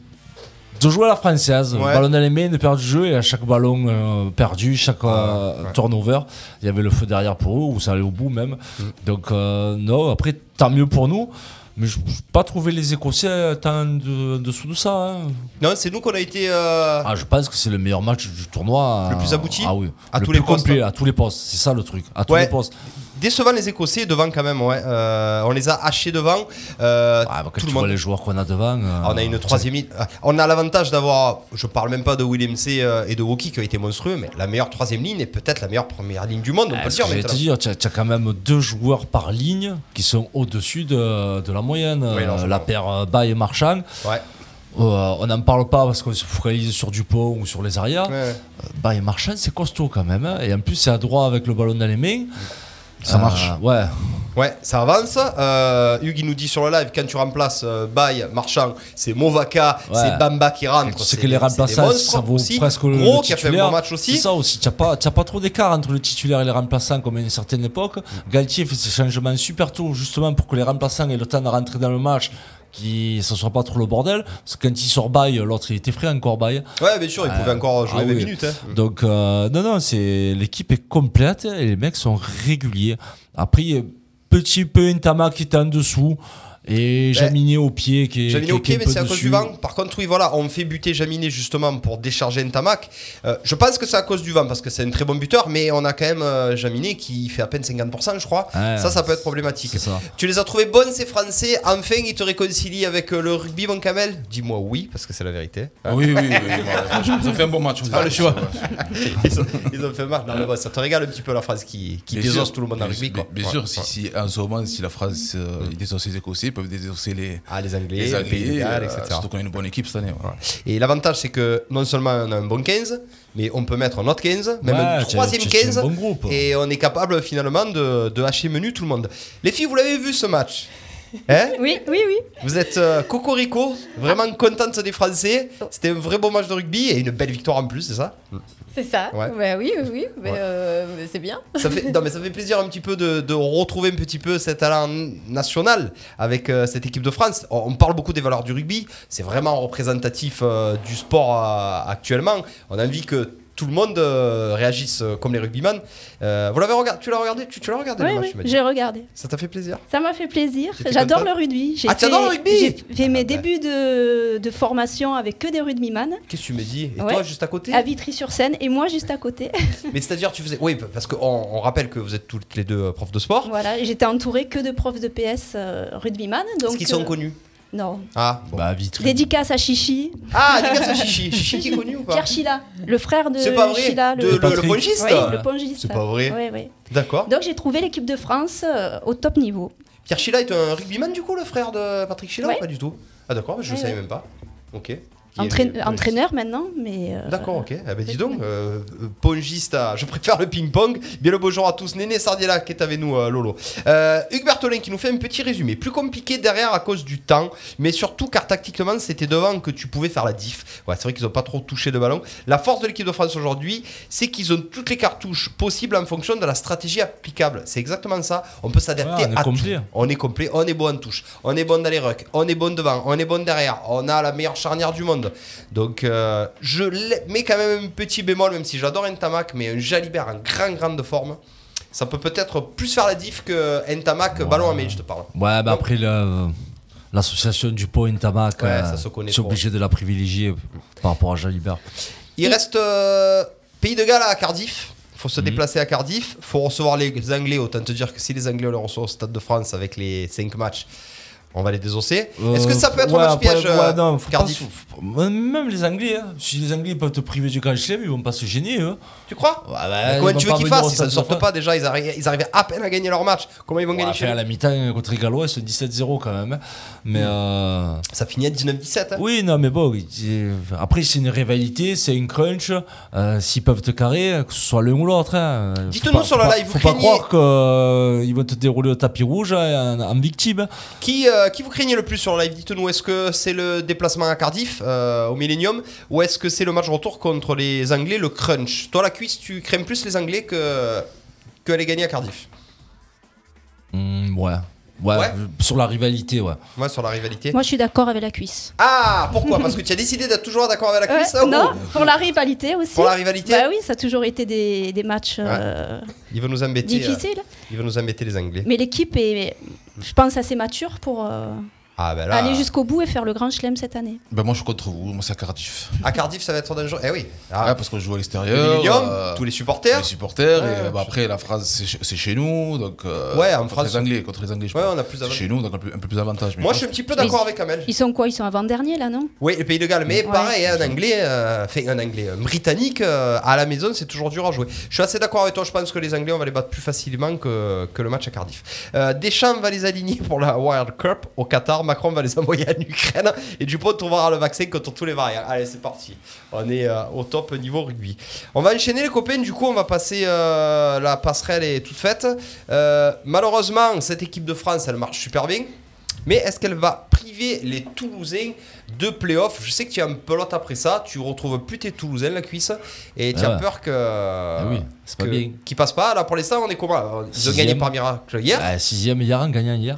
Speaker 5: de jouer à la française.
Speaker 4: Ouais.
Speaker 5: Ballon dans les mains, de perdre du jeu, et à chaque ballon euh, perdu,
Speaker 4: Ah,
Speaker 5: chaque euh, turnover, il y avait le feu derrière pour eux, ou ça allait au bout même.
Speaker 4: Mm.
Speaker 5: Donc, euh, non, après, tant mieux pour nous. Mais je n'ai pas trouvé les Écossais euh, tant de, en dessous de ça. hein.
Speaker 4: Non, c'est nous qu'on a été. euh,
Speaker 5: Ah, je pense que c'est le meilleur match du tournoi.
Speaker 4: Le
Speaker 5: euh,
Speaker 4: plus abouti
Speaker 5: Ah oui.
Speaker 4: À
Speaker 5: le
Speaker 4: tous
Speaker 5: plus
Speaker 4: les postes. hein.
Speaker 5: complet, à tous les postes. C'est ça le truc. À tous
Speaker 4: Ouais.
Speaker 5: les postes.
Speaker 4: Décevant les Écossais devant quand même, ouais. Euh, on les a hachés devant. Euh,
Speaker 5: Ah, bah,
Speaker 4: tout
Speaker 5: quand tu
Speaker 4: le
Speaker 5: vois
Speaker 4: monde.
Speaker 5: les joueurs qu'on a devant. euh,
Speaker 4: Ah, on a une troisième. ligne. Ah, On a l'avantage d'avoir. Je parle même pas de William C euh, et de Woki qui ont été monstrueux, mais la meilleure troisième ligne et peut-être la meilleure première ligne du monde, on peut le
Speaker 5: Parce Ah,
Speaker 4: dire
Speaker 5: que je vais te
Speaker 4: maintenant.
Speaker 5: dire, tu as, tu as quand même deux joueurs par ligne qui sont au-dessus de, de la moyenne.
Speaker 4: Oui,
Speaker 5: Euh,
Speaker 4: largement.
Speaker 5: la paire euh, Baye et Marchand,
Speaker 4: Ouais.
Speaker 5: euh, on n'en parle pas parce qu'on se focalise sur Dupont ou sur les arrières.
Speaker 4: Ouais, ouais.
Speaker 5: Euh, Baye et Marchand, c'est costaud quand même. hein. Et en plus, c'est à droit avec le ballon dans les mains.
Speaker 3: Ça
Speaker 5: Euh,
Speaker 3: marche.
Speaker 5: Ouais.
Speaker 4: Ouais, ça avance. Euh, Hugues, il nous dit sur le live, quand tu remplaces euh, Baye, Marchand, c'est Movaka,
Speaker 5: Ouais.
Speaker 4: c'est Bamba qui rentre.
Speaker 5: C'est
Speaker 4: des-
Speaker 5: que les
Speaker 4: des
Speaker 5: remplaçants,
Speaker 4: monstres
Speaker 5: ça vaut
Speaker 4: aussi.
Speaker 5: presque le,
Speaker 4: Gros,
Speaker 5: le
Speaker 4: qui a fait un
Speaker 5: titulaire.
Speaker 4: bon match aussi.
Speaker 5: C'est ça aussi, t'as pas, t'as pas trop d'écart entre le titulaire et les remplaçants comme à une certaine époque.
Speaker 4: Mm.
Speaker 5: Galtier fait ses changements super tôt, justement pour que les remplaçants aient le temps de rentrer dans le match, qui ce soit pas trop le bordel. Parce que quand il sort bail, l'autre il était frais encore bail.
Speaker 4: Ouais, bien sûr, il pouvait encore jouer
Speaker 5: ah
Speaker 4: 20
Speaker 5: oui.
Speaker 4: minutes. hein.
Speaker 5: Donc euh, non, non, c'est l'équipe est complète et les mecs sont réguliers. Après, il y a petit peu Intama qui est en dessous et Jaminé au pied qui est.
Speaker 4: Jaminet
Speaker 5: qui-
Speaker 4: Ben, au
Speaker 5: qui
Speaker 4: pied,
Speaker 5: est un
Speaker 4: mais
Speaker 5: peu
Speaker 4: c'est à cause
Speaker 5: dessus.
Speaker 4: du vent. Par contre, oui, voilà, on fait buter Jaminet justement pour décharger Ntamak. Euh, je pense que c'est à cause du vent parce que c'est un très bon buteur, mais on a quand même euh, Jaminet qui fait à peine 50%, je crois.
Speaker 5: Ouais,
Speaker 4: ça, ça peut être problématique.
Speaker 5: c'est ça.
Speaker 4: Tu les as trouvés bonnes, ces Français. Enfin, ils te réconcilient avec euh, le rugby, mon Kamel Dis-moi oui, parce que c'est la vérité. Hein.
Speaker 3: Oui, oui, oui. oui. Ils ont fait un bon match.
Speaker 4: Ah, le choix. ils, ont, ils ont fait mal. Non, mais bon, ça te régale un petit peu la phrase qui, qui
Speaker 3: Bien
Speaker 4: désosse
Speaker 3: sûr.
Speaker 4: tout le monde en
Speaker 3: Bien
Speaker 4: rugby.
Speaker 3: sûr,
Speaker 4: quoi.
Speaker 3: Bien
Speaker 4: Ouais,
Speaker 3: sûr,
Speaker 4: ouais.
Speaker 3: si, si, en ce moment, si la France euh, ils désossent les Écossais, ils peuvent désosser les,
Speaker 4: Ah, les Anglais,
Speaker 3: les
Speaker 4: le Pays de
Speaker 3: Anglais,
Speaker 4: Galles,
Speaker 3: euh,
Speaker 4: etc.
Speaker 3: surtout qu'on a une bonne équipe cette année. ouais.
Speaker 4: Et l'avantage, c'est que non seulement on a un bon 15, mais on peut mettre un autre 15, même
Speaker 5: Ouais,
Speaker 4: un
Speaker 5: t'es-
Speaker 4: troisième
Speaker 5: t'es- t'es
Speaker 4: 15,
Speaker 5: un bon groupe.
Speaker 4: et on est capable finalement de, de hacher menu tout le monde. Les filles, vous l'avez vu ce match Hein
Speaker 7: Oui, oui, oui.
Speaker 4: Vous êtes euh, cocorico, vraiment contente des Français. C'était un vrai beau match de rugby et une belle victoire en plus, c'est ça
Speaker 6: C'est ça.
Speaker 4: Ouais.
Speaker 6: Bah oui, oui, oui. mais,
Speaker 4: Ouais.
Speaker 6: euh, c'est bien.
Speaker 4: ça fait, Non, mais ça fait plaisir un petit peu de, de retrouver un petit peu cet talent national avec euh, cette équipe de France. On, on parle beaucoup des valeurs du rugby, c'est vraiment représentatif euh, du sport euh, actuellement. On a envie que tout le monde euh, réagisse euh, comme les rugbyman. Euh, vous l'avez regardé Tu l'as regardé Tu, tu l'as regardé
Speaker 7: Oui,
Speaker 4: le match
Speaker 7: oui,
Speaker 4: tu m'as dit.
Speaker 7: j'ai regardé.
Speaker 4: Ça t'a fait plaisir
Speaker 7: Ça m'a fait plaisir.
Speaker 4: T'étais
Speaker 7: J'adore le
Speaker 4: contente
Speaker 7: rugby. J'ai
Speaker 4: Ah, t'adores le rugby
Speaker 7: J'ai fait
Speaker 4: Ah,
Speaker 7: mes
Speaker 4: ouais.
Speaker 7: débuts de, de formation avec que des rugbyman
Speaker 4: Qu'est-ce que tu me dis Et
Speaker 7: Ouais.
Speaker 4: toi, juste à côté
Speaker 7: à Vitry-sur-Seine et moi juste à côté.
Speaker 4: Mais c'est-à-dire, tu faisais. Oui, parce qu'on on rappelle que vous êtes toutes les deux euh, profs de sport.
Speaker 7: voilà, et j'étais entourée que de profs de PS euh, rugbyman.
Speaker 4: Est-ce
Speaker 7: Donc,
Speaker 4: qu'ils sont
Speaker 7: euh,
Speaker 4: connus
Speaker 7: Non.
Speaker 4: Ah, bon.
Speaker 5: Bah vite.
Speaker 7: Dédicace à Chichi.
Speaker 4: Ah, les gars, c'est Chichi. Chichi qui est connu ou pas
Speaker 7: Pierre Chila, le frère de
Speaker 4: C'est pas vrai
Speaker 7: Chila,
Speaker 4: De- le- le
Speaker 5: Patrick.
Speaker 4: pongiste
Speaker 7: Oui, le pongiste.
Speaker 4: C'est pas vrai.
Speaker 7: Ouais, ouais.
Speaker 4: D'accord.
Speaker 7: Donc j'ai trouvé l'équipe de France euh, au top niveau.
Speaker 4: Pierre Schilla est un rugbyman du coup, le frère de Patrick Schilla
Speaker 7: Ouais.
Speaker 4: ou pas du tout Ah d'accord, je ne
Speaker 7: Ouais,
Speaker 4: savais
Speaker 7: ouais.
Speaker 4: même pas. Ok. Qui est-
Speaker 7: Entraîne-
Speaker 4: euh,
Speaker 7: entraîneur maintenant, mais. euh,
Speaker 4: D'accord, ok. Eh ben dis donc, euh, euh, pongiste à- Je préfère le ping-pong. Bien le bonjour à tous. Néné Sardiella qui est avec nous, euh, Lolo. Euh, Hugues Bertolin qui nous fait un petit résumé. Plus compliqué derrière à cause du temps, mais surtout car tactiquement, c'était devant que tu pouvais faire la diff. Ouais, c'est vrai qu'ils n'ont pas trop touché de ballon. La force de l'équipe de France aujourd'hui, c'est qu'ils ont toutes les cartouches possibles en fonction de la stratégie applicable. C'est exactement ça. On peut s'adapter
Speaker 5: Ouais, on est
Speaker 4: à
Speaker 5: complet.
Speaker 4: tout. On est complet, on est bon en touche, on est bon dans les rucks, on est bon devant, on est bon derrière, on a la meilleure charnière du monde. Donc euh, je l'ai- mets quand même un petit bémol, même si j'adore Ntamak, mais un Jalibert en grand, grande forme. Ça peut peut-être plus faire la diff que Ntamak, ballon à main, je te parle.
Speaker 5: Ouais, mais
Speaker 4: Donc-
Speaker 5: après le- L'association du pot et euh, Tabac,
Speaker 4: Ouais, ça se connaît
Speaker 5: c'est
Speaker 4: trop.
Speaker 5: obligé de la privilégier par rapport à Jalibert.
Speaker 4: Il reste euh, Pays de Galles à Cardiff. Faut
Speaker 5: Mhm.
Speaker 4: se déplacer à Cardiff. Faut recevoir les Anglais. Autant te dire que si les Anglais on les reçoit au Stade de France avec les 5 matchs, on va les désosser. Est-ce que ça peut être
Speaker 5: Euh, Ouais,
Speaker 4: un match
Speaker 5: après,
Speaker 4: piège
Speaker 5: ouais,
Speaker 4: euh,
Speaker 5: non, faut pas
Speaker 4: Cardiff
Speaker 5: se- Même les Anglais, hein. si les Anglais peuvent te priver du grand chelem, ils vont pas se gêner. hein. Eux.
Speaker 4: Tu crois
Speaker 5: Ouais, bah,
Speaker 4: Mais
Speaker 5: ils
Speaker 4: Comment
Speaker 5: vont
Speaker 4: tu
Speaker 5: pas
Speaker 4: veux qu'ils
Speaker 5: venir au
Speaker 4: fassent Ils
Speaker 5: Stade
Speaker 4: ne
Speaker 5: de
Speaker 4: sortent
Speaker 5: France.
Speaker 4: pas déjà. Ils arrivaient, ils arrivaient à peine à gagner leur match. Comment ils vont
Speaker 5: Ouais,
Speaker 4: gagner
Speaker 5: après,
Speaker 4: chez
Speaker 5: à
Speaker 4: nous
Speaker 5: la mi-temps contre les Gallois, ils sont 17-0 quand même. hein.
Speaker 4: Mm.
Speaker 5: Mais euh,
Speaker 4: Ça finit à 19-17. hein.
Speaker 5: oui, non, mais bon, il- après c'est une rivalité, c'est une crunch. euh, S'ils peuvent te carrer, que ce soit l'un ou l'autre. hein. Faut
Speaker 4: Dites-nous
Speaker 5: pas-
Speaker 4: sur
Speaker 5: faut
Speaker 4: le
Speaker 5: pas-
Speaker 4: live, vous
Speaker 5: Faut pas
Speaker 4: craignez-
Speaker 5: croire qu'ils vont te dérouler au tapis rouge hein, en, en victime.
Speaker 4: Qui, euh, qui vous craignez le plus sur le live Dites-nous, est-ce que c'est le déplacement à Cardiff, euh, au Millennium, ou est-ce que c'est le match retour contre les Anglais, le crunch Toi, la cuisse, tu crains plus les Anglais que, que les gagner à Cardiff.
Speaker 5: Hmm, ouais. ouais.
Speaker 4: Ouais.
Speaker 5: Sur la rivalité, ouais.
Speaker 4: Moi, sur la rivalité.
Speaker 7: Moi je suis d'accord avec la cuisse.
Speaker 4: Ah, pourquoi Parce que tu as décidé d'être toujours d'accord avec la cuisse
Speaker 7: Ouais,
Speaker 4: oh.
Speaker 7: Euh, non, pour la rivalité aussi.
Speaker 4: Pour la rivalité
Speaker 7: Bah oui, ça a toujours été des, des matchs euh,
Speaker 4: Il veut nous embêter. euh,
Speaker 7: difficiles.
Speaker 4: il veut nous embêter, les Anglais.
Speaker 7: Mais l'équipe est, je pense, assez mature pour euh,
Speaker 4: Ah, ben là.
Speaker 7: aller jusqu'au bout et faire le grand chelem cette année.
Speaker 3: Ben, moi, je suis contre vous. Moi, c'est à Cardiff.
Speaker 4: À Cardiff, ça va être dangereux. Eh oui.
Speaker 3: Ouais,
Speaker 4: Ah,
Speaker 3: parce qu'on joue à
Speaker 4: le
Speaker 3: l'extérieur.
Speaker 4: Millennium,
Speaker 3: euh,
Speaker 4: tous les supporters.
Speaker 3: les supporters. et euh, bah, après, la France, c'est chez- c'est chez nous. Donc, euh,
Speaker 4: Ouais, en
Speaker 3: contre
Speaker 4: France-
Speaker 3: Les Anglais, contre les Anglais, je
Speaker 4: Ouais,
Speaker 3: pense.
Speaker 4: on a plus
Speaker 3: C'est
Speaker 4: d'avantages.
Speaker 3: chez nous, donc un peu, un peu plus d'avantage. mais
Speaker 4: Moi,
Speaker 3: je
Speaker 4: je suis un petit peu d'accord avec Amel.
Speaker 7: Ils sont quoi Ils sont avant-dernier là, non
Speaker 4: Oui, le pays de Galles, mais
Speaker 7: Ouais.
Speaker 4: pareil, un anglais, euh, fait un anglais, un britannique euh, à la maison, c'est toujours dur à jouer. Je suis assez d'accord avec toi, je pense que les anglais, on va les battre plus facilement que, que le match à Cardiff. Euh, Deschamps va les aligner pour la World Cup au Qatar, Macron va les envoyer en Ukraine et Dupont trouvera le vaccin contre tous les variants. Allez, c'est parti. On est euh, au top niveau rugby. On va enchaîner les copains. Du coup, on va passer euh, la passerelle est toute faite. Euh, malheureusement, cette équipe de France, elle marche super bien. Mais est-ce qu'elle va priver les Toulousains de playoffs Je sais que tu as un pelote après ça, tu retrouves plus tes Toulousains la cuisse et tu
Speaker 5: Ah
Speaker 4: as
Speaker 5: ouais. Ah
Speaker 4: peur que
Speaker 5: oui, c'est pas
Speaker 4: Ah, que-
Speaker 5: bien.
Speaker 4: qu'ils passent pas. Là pour l'instant, on est comment Euh, Ils ont
Speaker 5: Sixième.
Speaker 4: gagné par miracle hier.
Speaker 5: Ah, sixième hier, en gagnant hier.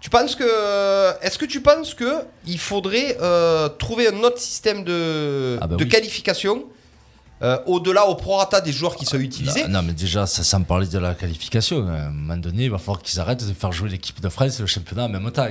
Speaker 4: Tu penses que est-ce que tu penses que il faudrait euh, trouver un autre système de,
Speaker 5: Ah bah
Speaker 4: de
Speaker 5: oui.
Speaker 4: qualification euh, au-delà au prorata des joueurs qui sont utilisés
Speaker 5: Ah, non, mais déjà, ça, sans parler de la qualification, Euh, à un moment donné, il va falloir qu'ils arrêtent de faire jouer l'équipe de France et le championnat en même temps.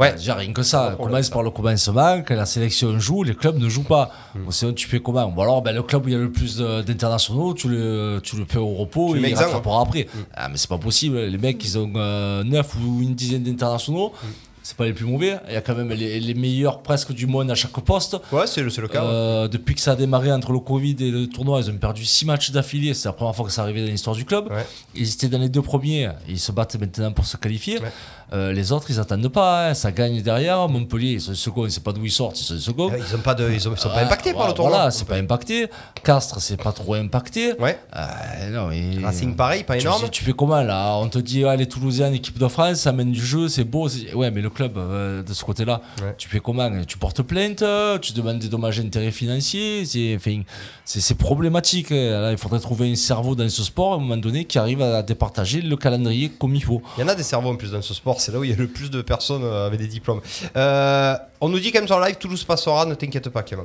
Speaker 4: Ouais.
Speaker 5: Euh, Déjà, rien que ça.
Speaker 4: problème,
Speaker 5: Commence par le commencement, que la sélection joue, les clubs ne jouent pas. Bon, sinon, tu fais comment Ou alors, ben, le club où il y a le plus de- d'internationaux, tu le, tu le fais au repos
Speaker 4: Tu le mets Mm.
Speaker 5: et il
Speaker 4: exempt,
Speaker 5: rattrapera après. Ah, mais c'est pas possible. Les mecs, ils ont 9 ou une dizaine d'internationaux.
Speaker 4: Mm.
Speaker 5: C'est pas les plus mauvais. Il y a quand même les, les meilleurs presque du monde à chaque poste.
Speaker 4: Ouais, c'est le, c'est le cas. ouais.
Speaker 5: Euh, depuis que ça a démarré entre le Covid et le tournoi, ils ont perdu 6 matchs d'affilée. C'est la première fois que ça arrivait dans l'histoire du club.
Speaker 4: Ouais.
Speaker 5: Ils étaient dans les deux premiers. Ils se battent maintenant pour se qualifier.
Speaker 4: Ouais.
Speaker 5: Euh, les autres, ils attendent pas. hein. Ça gagne derrière. Montpellier, ils sont seconds. Ils savent pas d'où ils sortent. Ils sont seconds.
Speaker 4: Eh, Ils sont pas de, ils sont, ils sont pas
Speaker 5: Ouais,
Speaker 4: impactés par
Speaker 5: Ah, voilà,
Speaker 4: le tournoi.
Speaker 5: Voilà, c'est pas impacté. Castres, c'est pas trop impacté.
Speaker 4: Ouais.
Speaker 5: Euh, non, mais-
Speaker 4: Racing pareil, pas
Speaker 5: tu,
Speaker 4: hein, énorme.
Speaker 5: tu fais comment là On te dit, ah, les Toulousains, l'équipe de France, ça amène du jeu, c'est beau. c'est- Ouais, mais le club euh, de ce côté-là,
Speaker 4: Ouais.
Speaker 5: tu fais comment Tu portes plainte, euh, tu demandes des dommages et intérêts financiers, c'est enfin, c'est- c'est problématique. hein. Là, il faudrait trouver un cerveau dans ce sport à un moment donné qui arrive à départager le calendrier comme il faut.
Speaker 4: Il y en a des cerveaux en plus dans ce sport, c'est là où il y a le plus de personnes euh, avec des diplômes. Euh, on nous dit quand même sur live, Toulouse passera, ne t'inquiète pas Clément.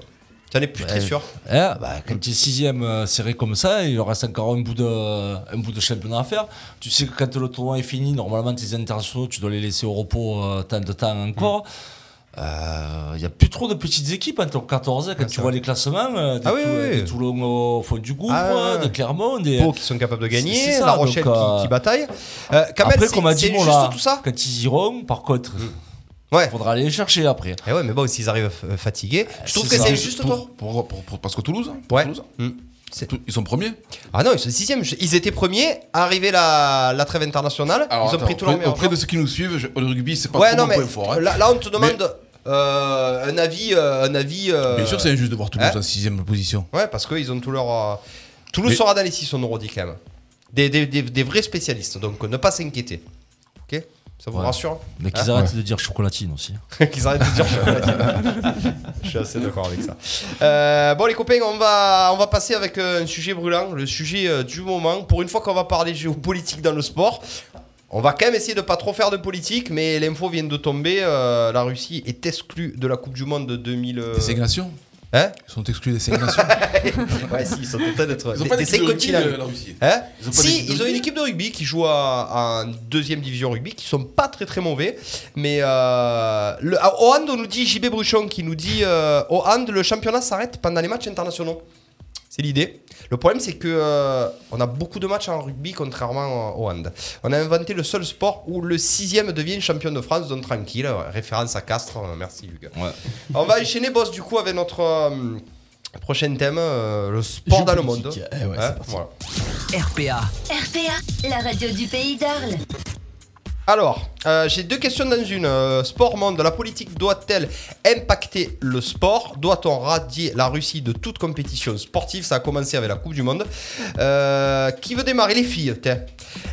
Speaker 4: Tu en es plus très sûr.
Speaker 5: Hein, bah, quand tu es sixième euh, serré comme ça, il reste encore un bout, de, un bout de championnat à faire. Tu sais que quand le tournoi est fini, normalement tes internationaux, tu dois les laisser au repos euh, tant de temps
Speaker 4: Mm.
Speaker 5: encore. Euh, Il n'y a plus trop de petites équipes en top 14. hein, Quand tu vois les classements, euh, des,
Speaker 4: Ah oui,
Speaker 5: Toul-
Speaker 4: oui, oui.
Speaker 5: des Toulon au fond du gouffre,
Speaker 4: Ah, ouais, ouais.
Speaker 5: de Clermont, des,
Speaker 4: Pau qui sont capables de
Speaker 5: C'est
Speaker 4: gagner,
Speaker 5: ça,
Speaker 4: La
Speaker 5: donc,
Speaker 4: Rochelle qui-
Speaker 5: euh,
Speaker 4: qui, bataille. Euh, Kamel,
Speaker 5: après,
Speaker 4: c'est-
Speaker 5: comme a
Speaker 4: c'est
Speaker 5: dit
Speaker 4: juste
Speaker 5: bon, là,
Speaker 4: tout ça Mm.
Speaker 5: quand ils iront, par contre, il
Speaker 4: Ouais.
Speaker 5: faudra aller les chercher après.
Speaker 4: Et Eh ouais, mais bon, s'ils arrivent euh, fatigués, je trouve
Speaker 5: c'est
Speaker 4: que
Speaker 5: ça.
Speaker 4: c'est juste toi.
Speaker 3: Pour- pour- pour- pour- parce que Toulouse,
Speaker 4: Ouais.
Speaker 3: Toulouse,
Speaker 4: Mm.
Speaker 3: tout- ils sont premiers.
Speaker 4: Ah non, ils sont sixième. Je- Ils étaient premiers, arrivés la, la trêve internationale,
Speaker 3: Alors,
Speaker 4: ils ont
Speaker 3: attends,
Speaker 4: pris tout leur
Speaker 3: auprès-
Speaker 4: meilleur
Speaker 3: Auprès
Speaker 4: joueur.
Speaker 3: de ceux qui nous suivent, je- le rugby, c'est pas
Speaker 4: Ouais,
Speaker 3: trop
Speaker 4: non,
Speaker 3: mon
Speaker 4: mais
Speaker 3: point fort. hein.
Speaker 4: là, là, on te demande euh, un avis. euh, un avis euh,
Speaker 3: Bien sûr, c'est injuste de voir Toulouse
Speaker 4: hein
Speaker 3: en sixième position.
Speaker 4: Ouais, parce qu'ils ont tout leur. euh, Toulouse
Speaker 3: Mais-
Speaker 4: sera dans les 6, on nous redit quand même. Des, des, des, des vrais spécialistes, donc euh, ne pas s'inquiéter. Ok Ça vous
Speaker 5: Ouais.
Speaker 4: rassure
Speaker 5: Mais qu'ils
Speaker 4: Ah,
Speaker 5: arrêtent de dire chocolatine aussi.
Speaker 4: Qu'ils arrêtent de dire chocolatine. Je suis assez d'accord avec ça. Euh, bon, les copains, on va, on va passer avec euh, un sujet brûlant, le sujet euh, du moment. Pour une fois qu'on va parler géopolitique dans le sport, on va quand même essayer de pas trop faire de politique, mais l'info vient de tomber. euh, la Russie est exclue de la Coupe du Monde de 2000. euh,
Speaker 3: Des ségnations
Speaker 4: Hein
Speaker 3: Ils sont exclus des ségnations.
Speaker 4: Ouais, si, ils sont en train d'être.
Speaker 3: Ils ont
Speaker 4: des-
Speaker 3: pas
Speaker 4: des
Speaker 3: d'équipe de rugby,
Speaker 4: continents.
Speaker 3: euh, la Russie.
Speaker 4: Hein
Speaker 3: Ils ont pas
Speaker 4: si,
Speaker 3: d'équipe de
Speaker 4: ils ont une
Speaker 3: rugby
Speaker 4: équipe de rugby qui joue à- en deuxième division rugby, qui sont pas très très mauvais. Mais euh, le, à- au hand, on nous dit JB Bruchon qui nous dit euh, au hand, le championnat s'arrête pendant les matchs internationaux. C'est l'idée. Le problème, c'est que euh, on a beaucoup de matchs en rugby, contrairement au hand. On a inventé le seul sport où le sixième devient champion de France, donc tranquille. euh, Référence à Castres. euh, Merci, Hugues. On va enchaîner, boss, du coup, avec notre euh, prochain thème euh, le sport dans le monde.
Speaker 2: Géopolitique. Eh ouais, c'est
Speaker 4: Hein,
Speaker 2: parti.
Speaker 4: voilà.
Speaker 13: RPA.
Speaker 14: RPA, la radio du pays d'Arles.
Speaker 4: Alors, euh, j'ai deux questions dans une. Euh, sport monde, la politique doit-elle impacter le sport Doit-on radier la Russie de toute compétition sportive Ça a commencé avec la Coupe du Monde. Euh, qui veut démarrer Les filles, tiens.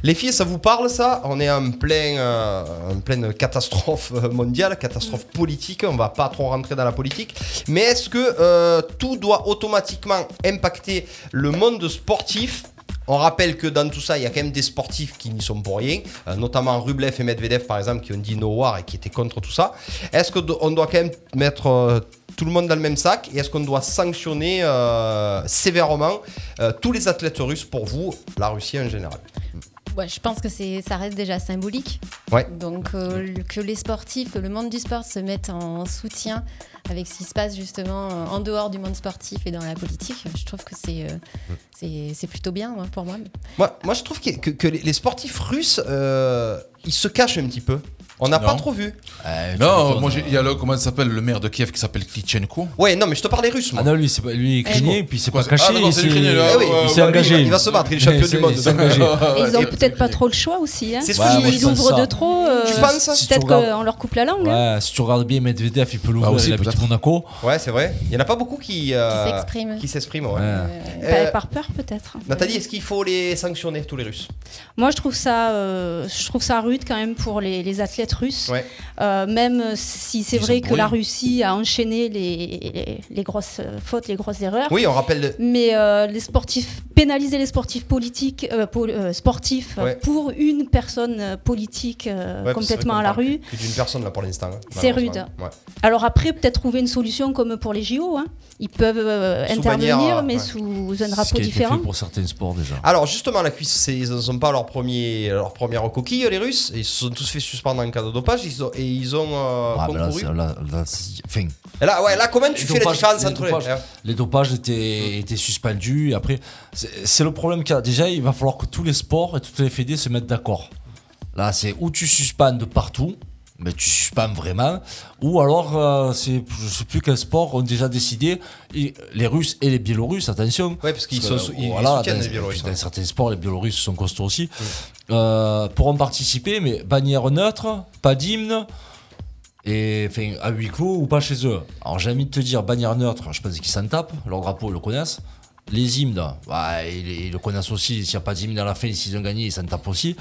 Speaker 4: Les filles, ça vous parle ça On est en plein, euh, en pleine catastrophe euh, mondiale, catastrophe politique. On va pas trop rentrer dans la politique. Mais est-ce que euh, tout doit automatiquement impacter le monde sportif on rappelle que dans tout ça, il y a quand même des sportifs qui n'y sont pour rien, euh, notamment Rublev et Medvedev par exemple qui ont dit no war et qui étaient contre tout ça. Est-ce qu'on doit quand même mettre euh, tout le monde dans le même sac et est-ce qu'on doit sanctionner euh, sévèrement euh, tous les athlètes russes pour vous, la Russie en général
Speaker 6: Ouais, je pense que c'est, ça reste déjà symbolique.
Speaker 4: Ouais.
Speaker 6: Donc euh, que les sportifs, que le monde du sport se mette en soutien avec ce qui se passe justement euh, en dehors du monde sportif et dans la politique. Je trouve que c'est euh,
Speaker 4: Mm.
Speaker 6: c'est c'est plutôt bien moi, pour moi.
Speaker 4: Moi, moi, je trouve que, que- que les, les sportifs russes, euh, ils se cachent un petit peu. On n'a pas
Speaker 3: Non.
Speaker 4: trop vu.
Speaker 3: non, moi j'ai- il y a le, comment il s'appelle, le maire de Kiev qui s'appelle Klitschenko.
Speaker 4: Ouais, non, mais je te parlais russe.
Speaker 3: Ah
Speaker 5: non, lui, c'est pas,
Speaker 4: Eh,
Speaker 5: lui,
Speaker 3: est ukrainien,
Speaker 5: puis c'est
Speaker 3: pas
Speaker 5: caché,
Speaker 3: Ah, d'accord, c'est
Speaker 5: il
Speaker 3: ukrainien,
Speaker 5: s'est-
Speaker 3: là,
Speaker 5: eh oui,
Speaker 3: ouais,
Speaker 5: il
Speaker 3: ouais,
Speaker 5: s'est
Speaker 3: ouais,
Speaker 5: engagé.
Speaker 3: Il va se battre, il est
Speaker 5: Ouais,
Speaker 3: champion
Speaker 5: c'est-
Speaker 3: du monde.
Speaker 5: il s'est engagé.
Speaker 4: Ah
Speaker 7: Et ils ont
Speaker 3: Ouais,
Speaker 7: peut-être pas trop le choix aussi. Hein.
Speaker 5: C'est ce que Ouais, je me
Speaker 7: ils
Speaker 5: dis.
Speaker 7: ouvrent
Speaker 5: ça.
Speaker 7: de trop. euh,
Speaker 4: Tu penses Si tu
Speaker 7: Peut-être
Speaker 5: regardes-
Speaker 7: qu'on leur coupe la langue. hein.
Speaker 5: Ouais, si tu regardes bien Medvedev, il peut l'ouvrir,
Speaker 4: Ah, aussi,
Speaker 5: il habite
Speaker 4: peut-être.
Speaker 5: Monaco.
Speaker 4: Ouais, c'est vrai. Il n'y en a pas beaucoup qui, euh,
Speaker 7: Qui s'expriment.
Speaker 4: Qui s'expriment, ouais.
Speaker 7: Par-
Speaker 4: Euh,
Speaker 7: Par peur peut-être.
Speaker 4: Nathalie, est-ce qu'il faut les sanctionner, tous les Russes
Speaker 7: Moi, je trouve ça, euh, je trouve ça rude quand même pour les, les athlètes russes.
Speaker 4: Ouais.
Speaker 7: Euh, même si c'est
Speaker 4: Ils ont
Speaker 7: vrai que
Speaker 4: brûlé.
Speaker 7: la Russie a enchaîné les, les- les grosses euh, fautes, les grosses erreurs.
Speaker 4: Oui, on rappelle-
Speaker 7: Mais euh, les sportifs, pénaliser les sportifs politiques, euh, pol- euh, sportifs
Speaker 4: Ouais.
Speaker 7: pour une personne euh, politique euh,
Speaker 4: Ouais, parce que c'est vrai
Speaker 7: complètement
Speaker 4: qu'on
Speaker 7: à la
Speaker 4: parle
Speaker 7: rue.
Speaker 4: que d'une personne, là, pour l'instant. hein,
Speaker 7: C'est rude.
Speaker 4: malheureusement. Ouais.
Speaker 7: Alors après, peut-être trouver une solution comme pour les JO. hein. Ils peuvent euh,
Speaker 4: Sous
Speaker 7: intervenir,
Speaker 4: bannière,
Speaker 7: mais
Speaker 4: ouais.
Speaker 7: sous un drapeau différent.
Speaker 5: pour certains sports déjà.
Speaker 4: Alors justement, la cuisse, c'est- ils ne sont pas leur, premier, leur première coquille, les Russes. Ils se sont tous fait suspendre en cas de dopage ils ont- et ils ont euh,
Speaker 5: Ah, ben là,
Speaker 4: concouru.
Speaker 5: c'est- là, là, c'est- enfin,
Speaker 4: Et là, ouais, là, comment tu
Speaker 5: les
Speaker 4: fais la
Speaker 5: dopages-
Speaker 4: différence entre les- hein
Speaker 5: dopages- les dopages étaient, étaient suspendus. Et après, c'est c'est le problème qu'il y a. Déjà, il va falloir que tous les sports et toutes les fédés se mettent d'accord. Là, c'est où tu suspends de partout, mais tu suspends vraiment. Ou alors, euh, c'est, je sais plus quel sport ont déjà décidé. et les Russes et les Biélorusses, attention.
Speaker 4: Ouais, parce qu'ils sont- ils- ils soutiennent
Speaker 5: dans,
Speaker 4: les Biélorusses,
Speaker 5: dans
Speaker 4: ouais.
Speaker 5: certains sports, les Biélorusses sont costauds aussi. Euh, pourront participer, mais bannière neutre, pas d'hymne et enfin, à huis clos ou pas chez eux. Alors j'ai envie de te dire, bannière neutre, je pense qu'ils s'en tapent, leur drapeau, ils le connaissent. Les hymnes, bah, ils, ils le connaissent aussi. S'il n'y a pas d'hymne à la fin, s'ils ont gagné, ils s'en tapent aussi.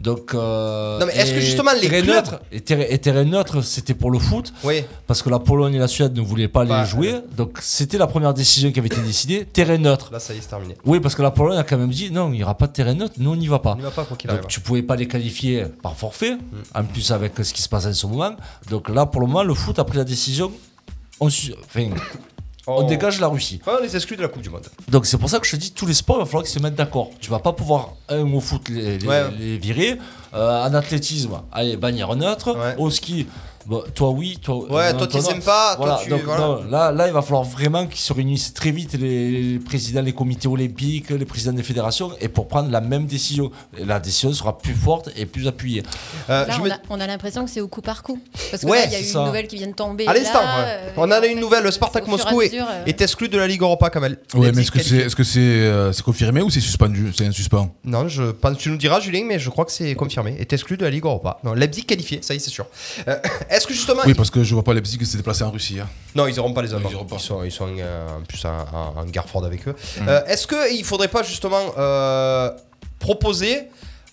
Speaker 5: Donc. euh,
Speaker 4: Non, mais est-ce que
Speaker 5: et
Speaker 4: justement, les
Speaker 5: terrain
Speaker 4: clubs-
Speaker 5: neutre- et, terrain, et terrain neutre, c'était pour le foot.
Speaker 4: Oui.
Speaker 5: Parce que la Pologne et la Suède ne voulaient pas
Speaker 4: Bah,
Speaker 5: les jouer. Donc c'était la première décision qui avait été décidée. Terrain neutre.
Speaker 4: Là, ça y est, c'est terminé.
Speaker 5: Oui, parce que la Pologne a quand même dit non, il n'y aura pas de terrain neutre, nous on n'y va pas.
Speaker 4: On n'y va pas, quoi qu'il
Speaker 5: Ah. Donc
Speaker 4: arrive.
Speaker 5: tu pouvais pas les qualifier par forfait, en plus avec euh, ce qui se passe en ce moment. Donc là, pour le moment, le foot a pris la décision. On, su- enfin,
Speaker 4: Oh.
Speaker 5: on dégage la Russie.
Speaker 4: Ouais, on les exclut de la Coupe du Monde.
Speaker 5: Donc c'est pour ça que je te dis tous les sports, il va falloir qu'ils se mettent d'accord. Tu vas pas pouvoir un au foot les, les-
Speaker 4: Ouais.
Speaker 5: les virer, Euh, en athlétisme, allez bannière neutre, au ski. bah, toi oui, toi
Speaker 4: Ouais, toi, t'es
Speaker 5: non.
Speaker 4: sympa, toi, tu-
Speaker 5: donc,
Speaker 4: voilà.
Speaker 5: non, là, là, il va falloir vraiment qu'ils se réunissent très vite les, les présidents, les comités olympiques, les présidents des fédérations, et pour prendre la même décision. Et la décision sera plus forte et plus appuyée.
Speaker 4: Euh,
Speaker 6: là, on, a, on a l'impression que c'est au coup par coup. Parce que
Speaker 5: Ouais,
Speaker 6: là, il y a eu
Speaker 5: c'est
Speaker 6: une
Speaker 5: ça.
Speaker 6: nouvelle qui vient de tomber.
Speaker 4: À l'instant,
Speaker 6: là,
Speaker 4: ouais.
Speaker 6: euh,
Speaker 4: on en a une nouvelle. Le Spartak
Speaker 6: c'est au fur et
Speaker 4: Moscou
Speaker 6: à
Speaker 4: est,
Speaker 6: mesure, euh.
Speaker 4: est exclu de la Ligue Europa, Kamel.
Speaker 3: Ouais, mais est-ce que c'est est -ce confirmé ou c'est suspendu C'est un suspens.
Speaker 4: Non, je pense, tu nous diras, Julien, mais je crois que c'est confirmé. Est exclu de la Ligue Europa. Non, Leipzig qualifié, ça y est, c'est sûr. Euh, Est-ce que justement.
Speaker 3: Oui, parce que je vois pas Leipzig s'est déplacé en Russie. hein.
Speaker 4: Non, ils n'auront pas les hommes.
Speaker 3: ils iront pas. Mm.
Speaker 4: Ils sont, ils sont euh, en plus en, en- en guerre froide avec eux. Euh, Est-ce qu'il ne faudrait pas justement euh, proposer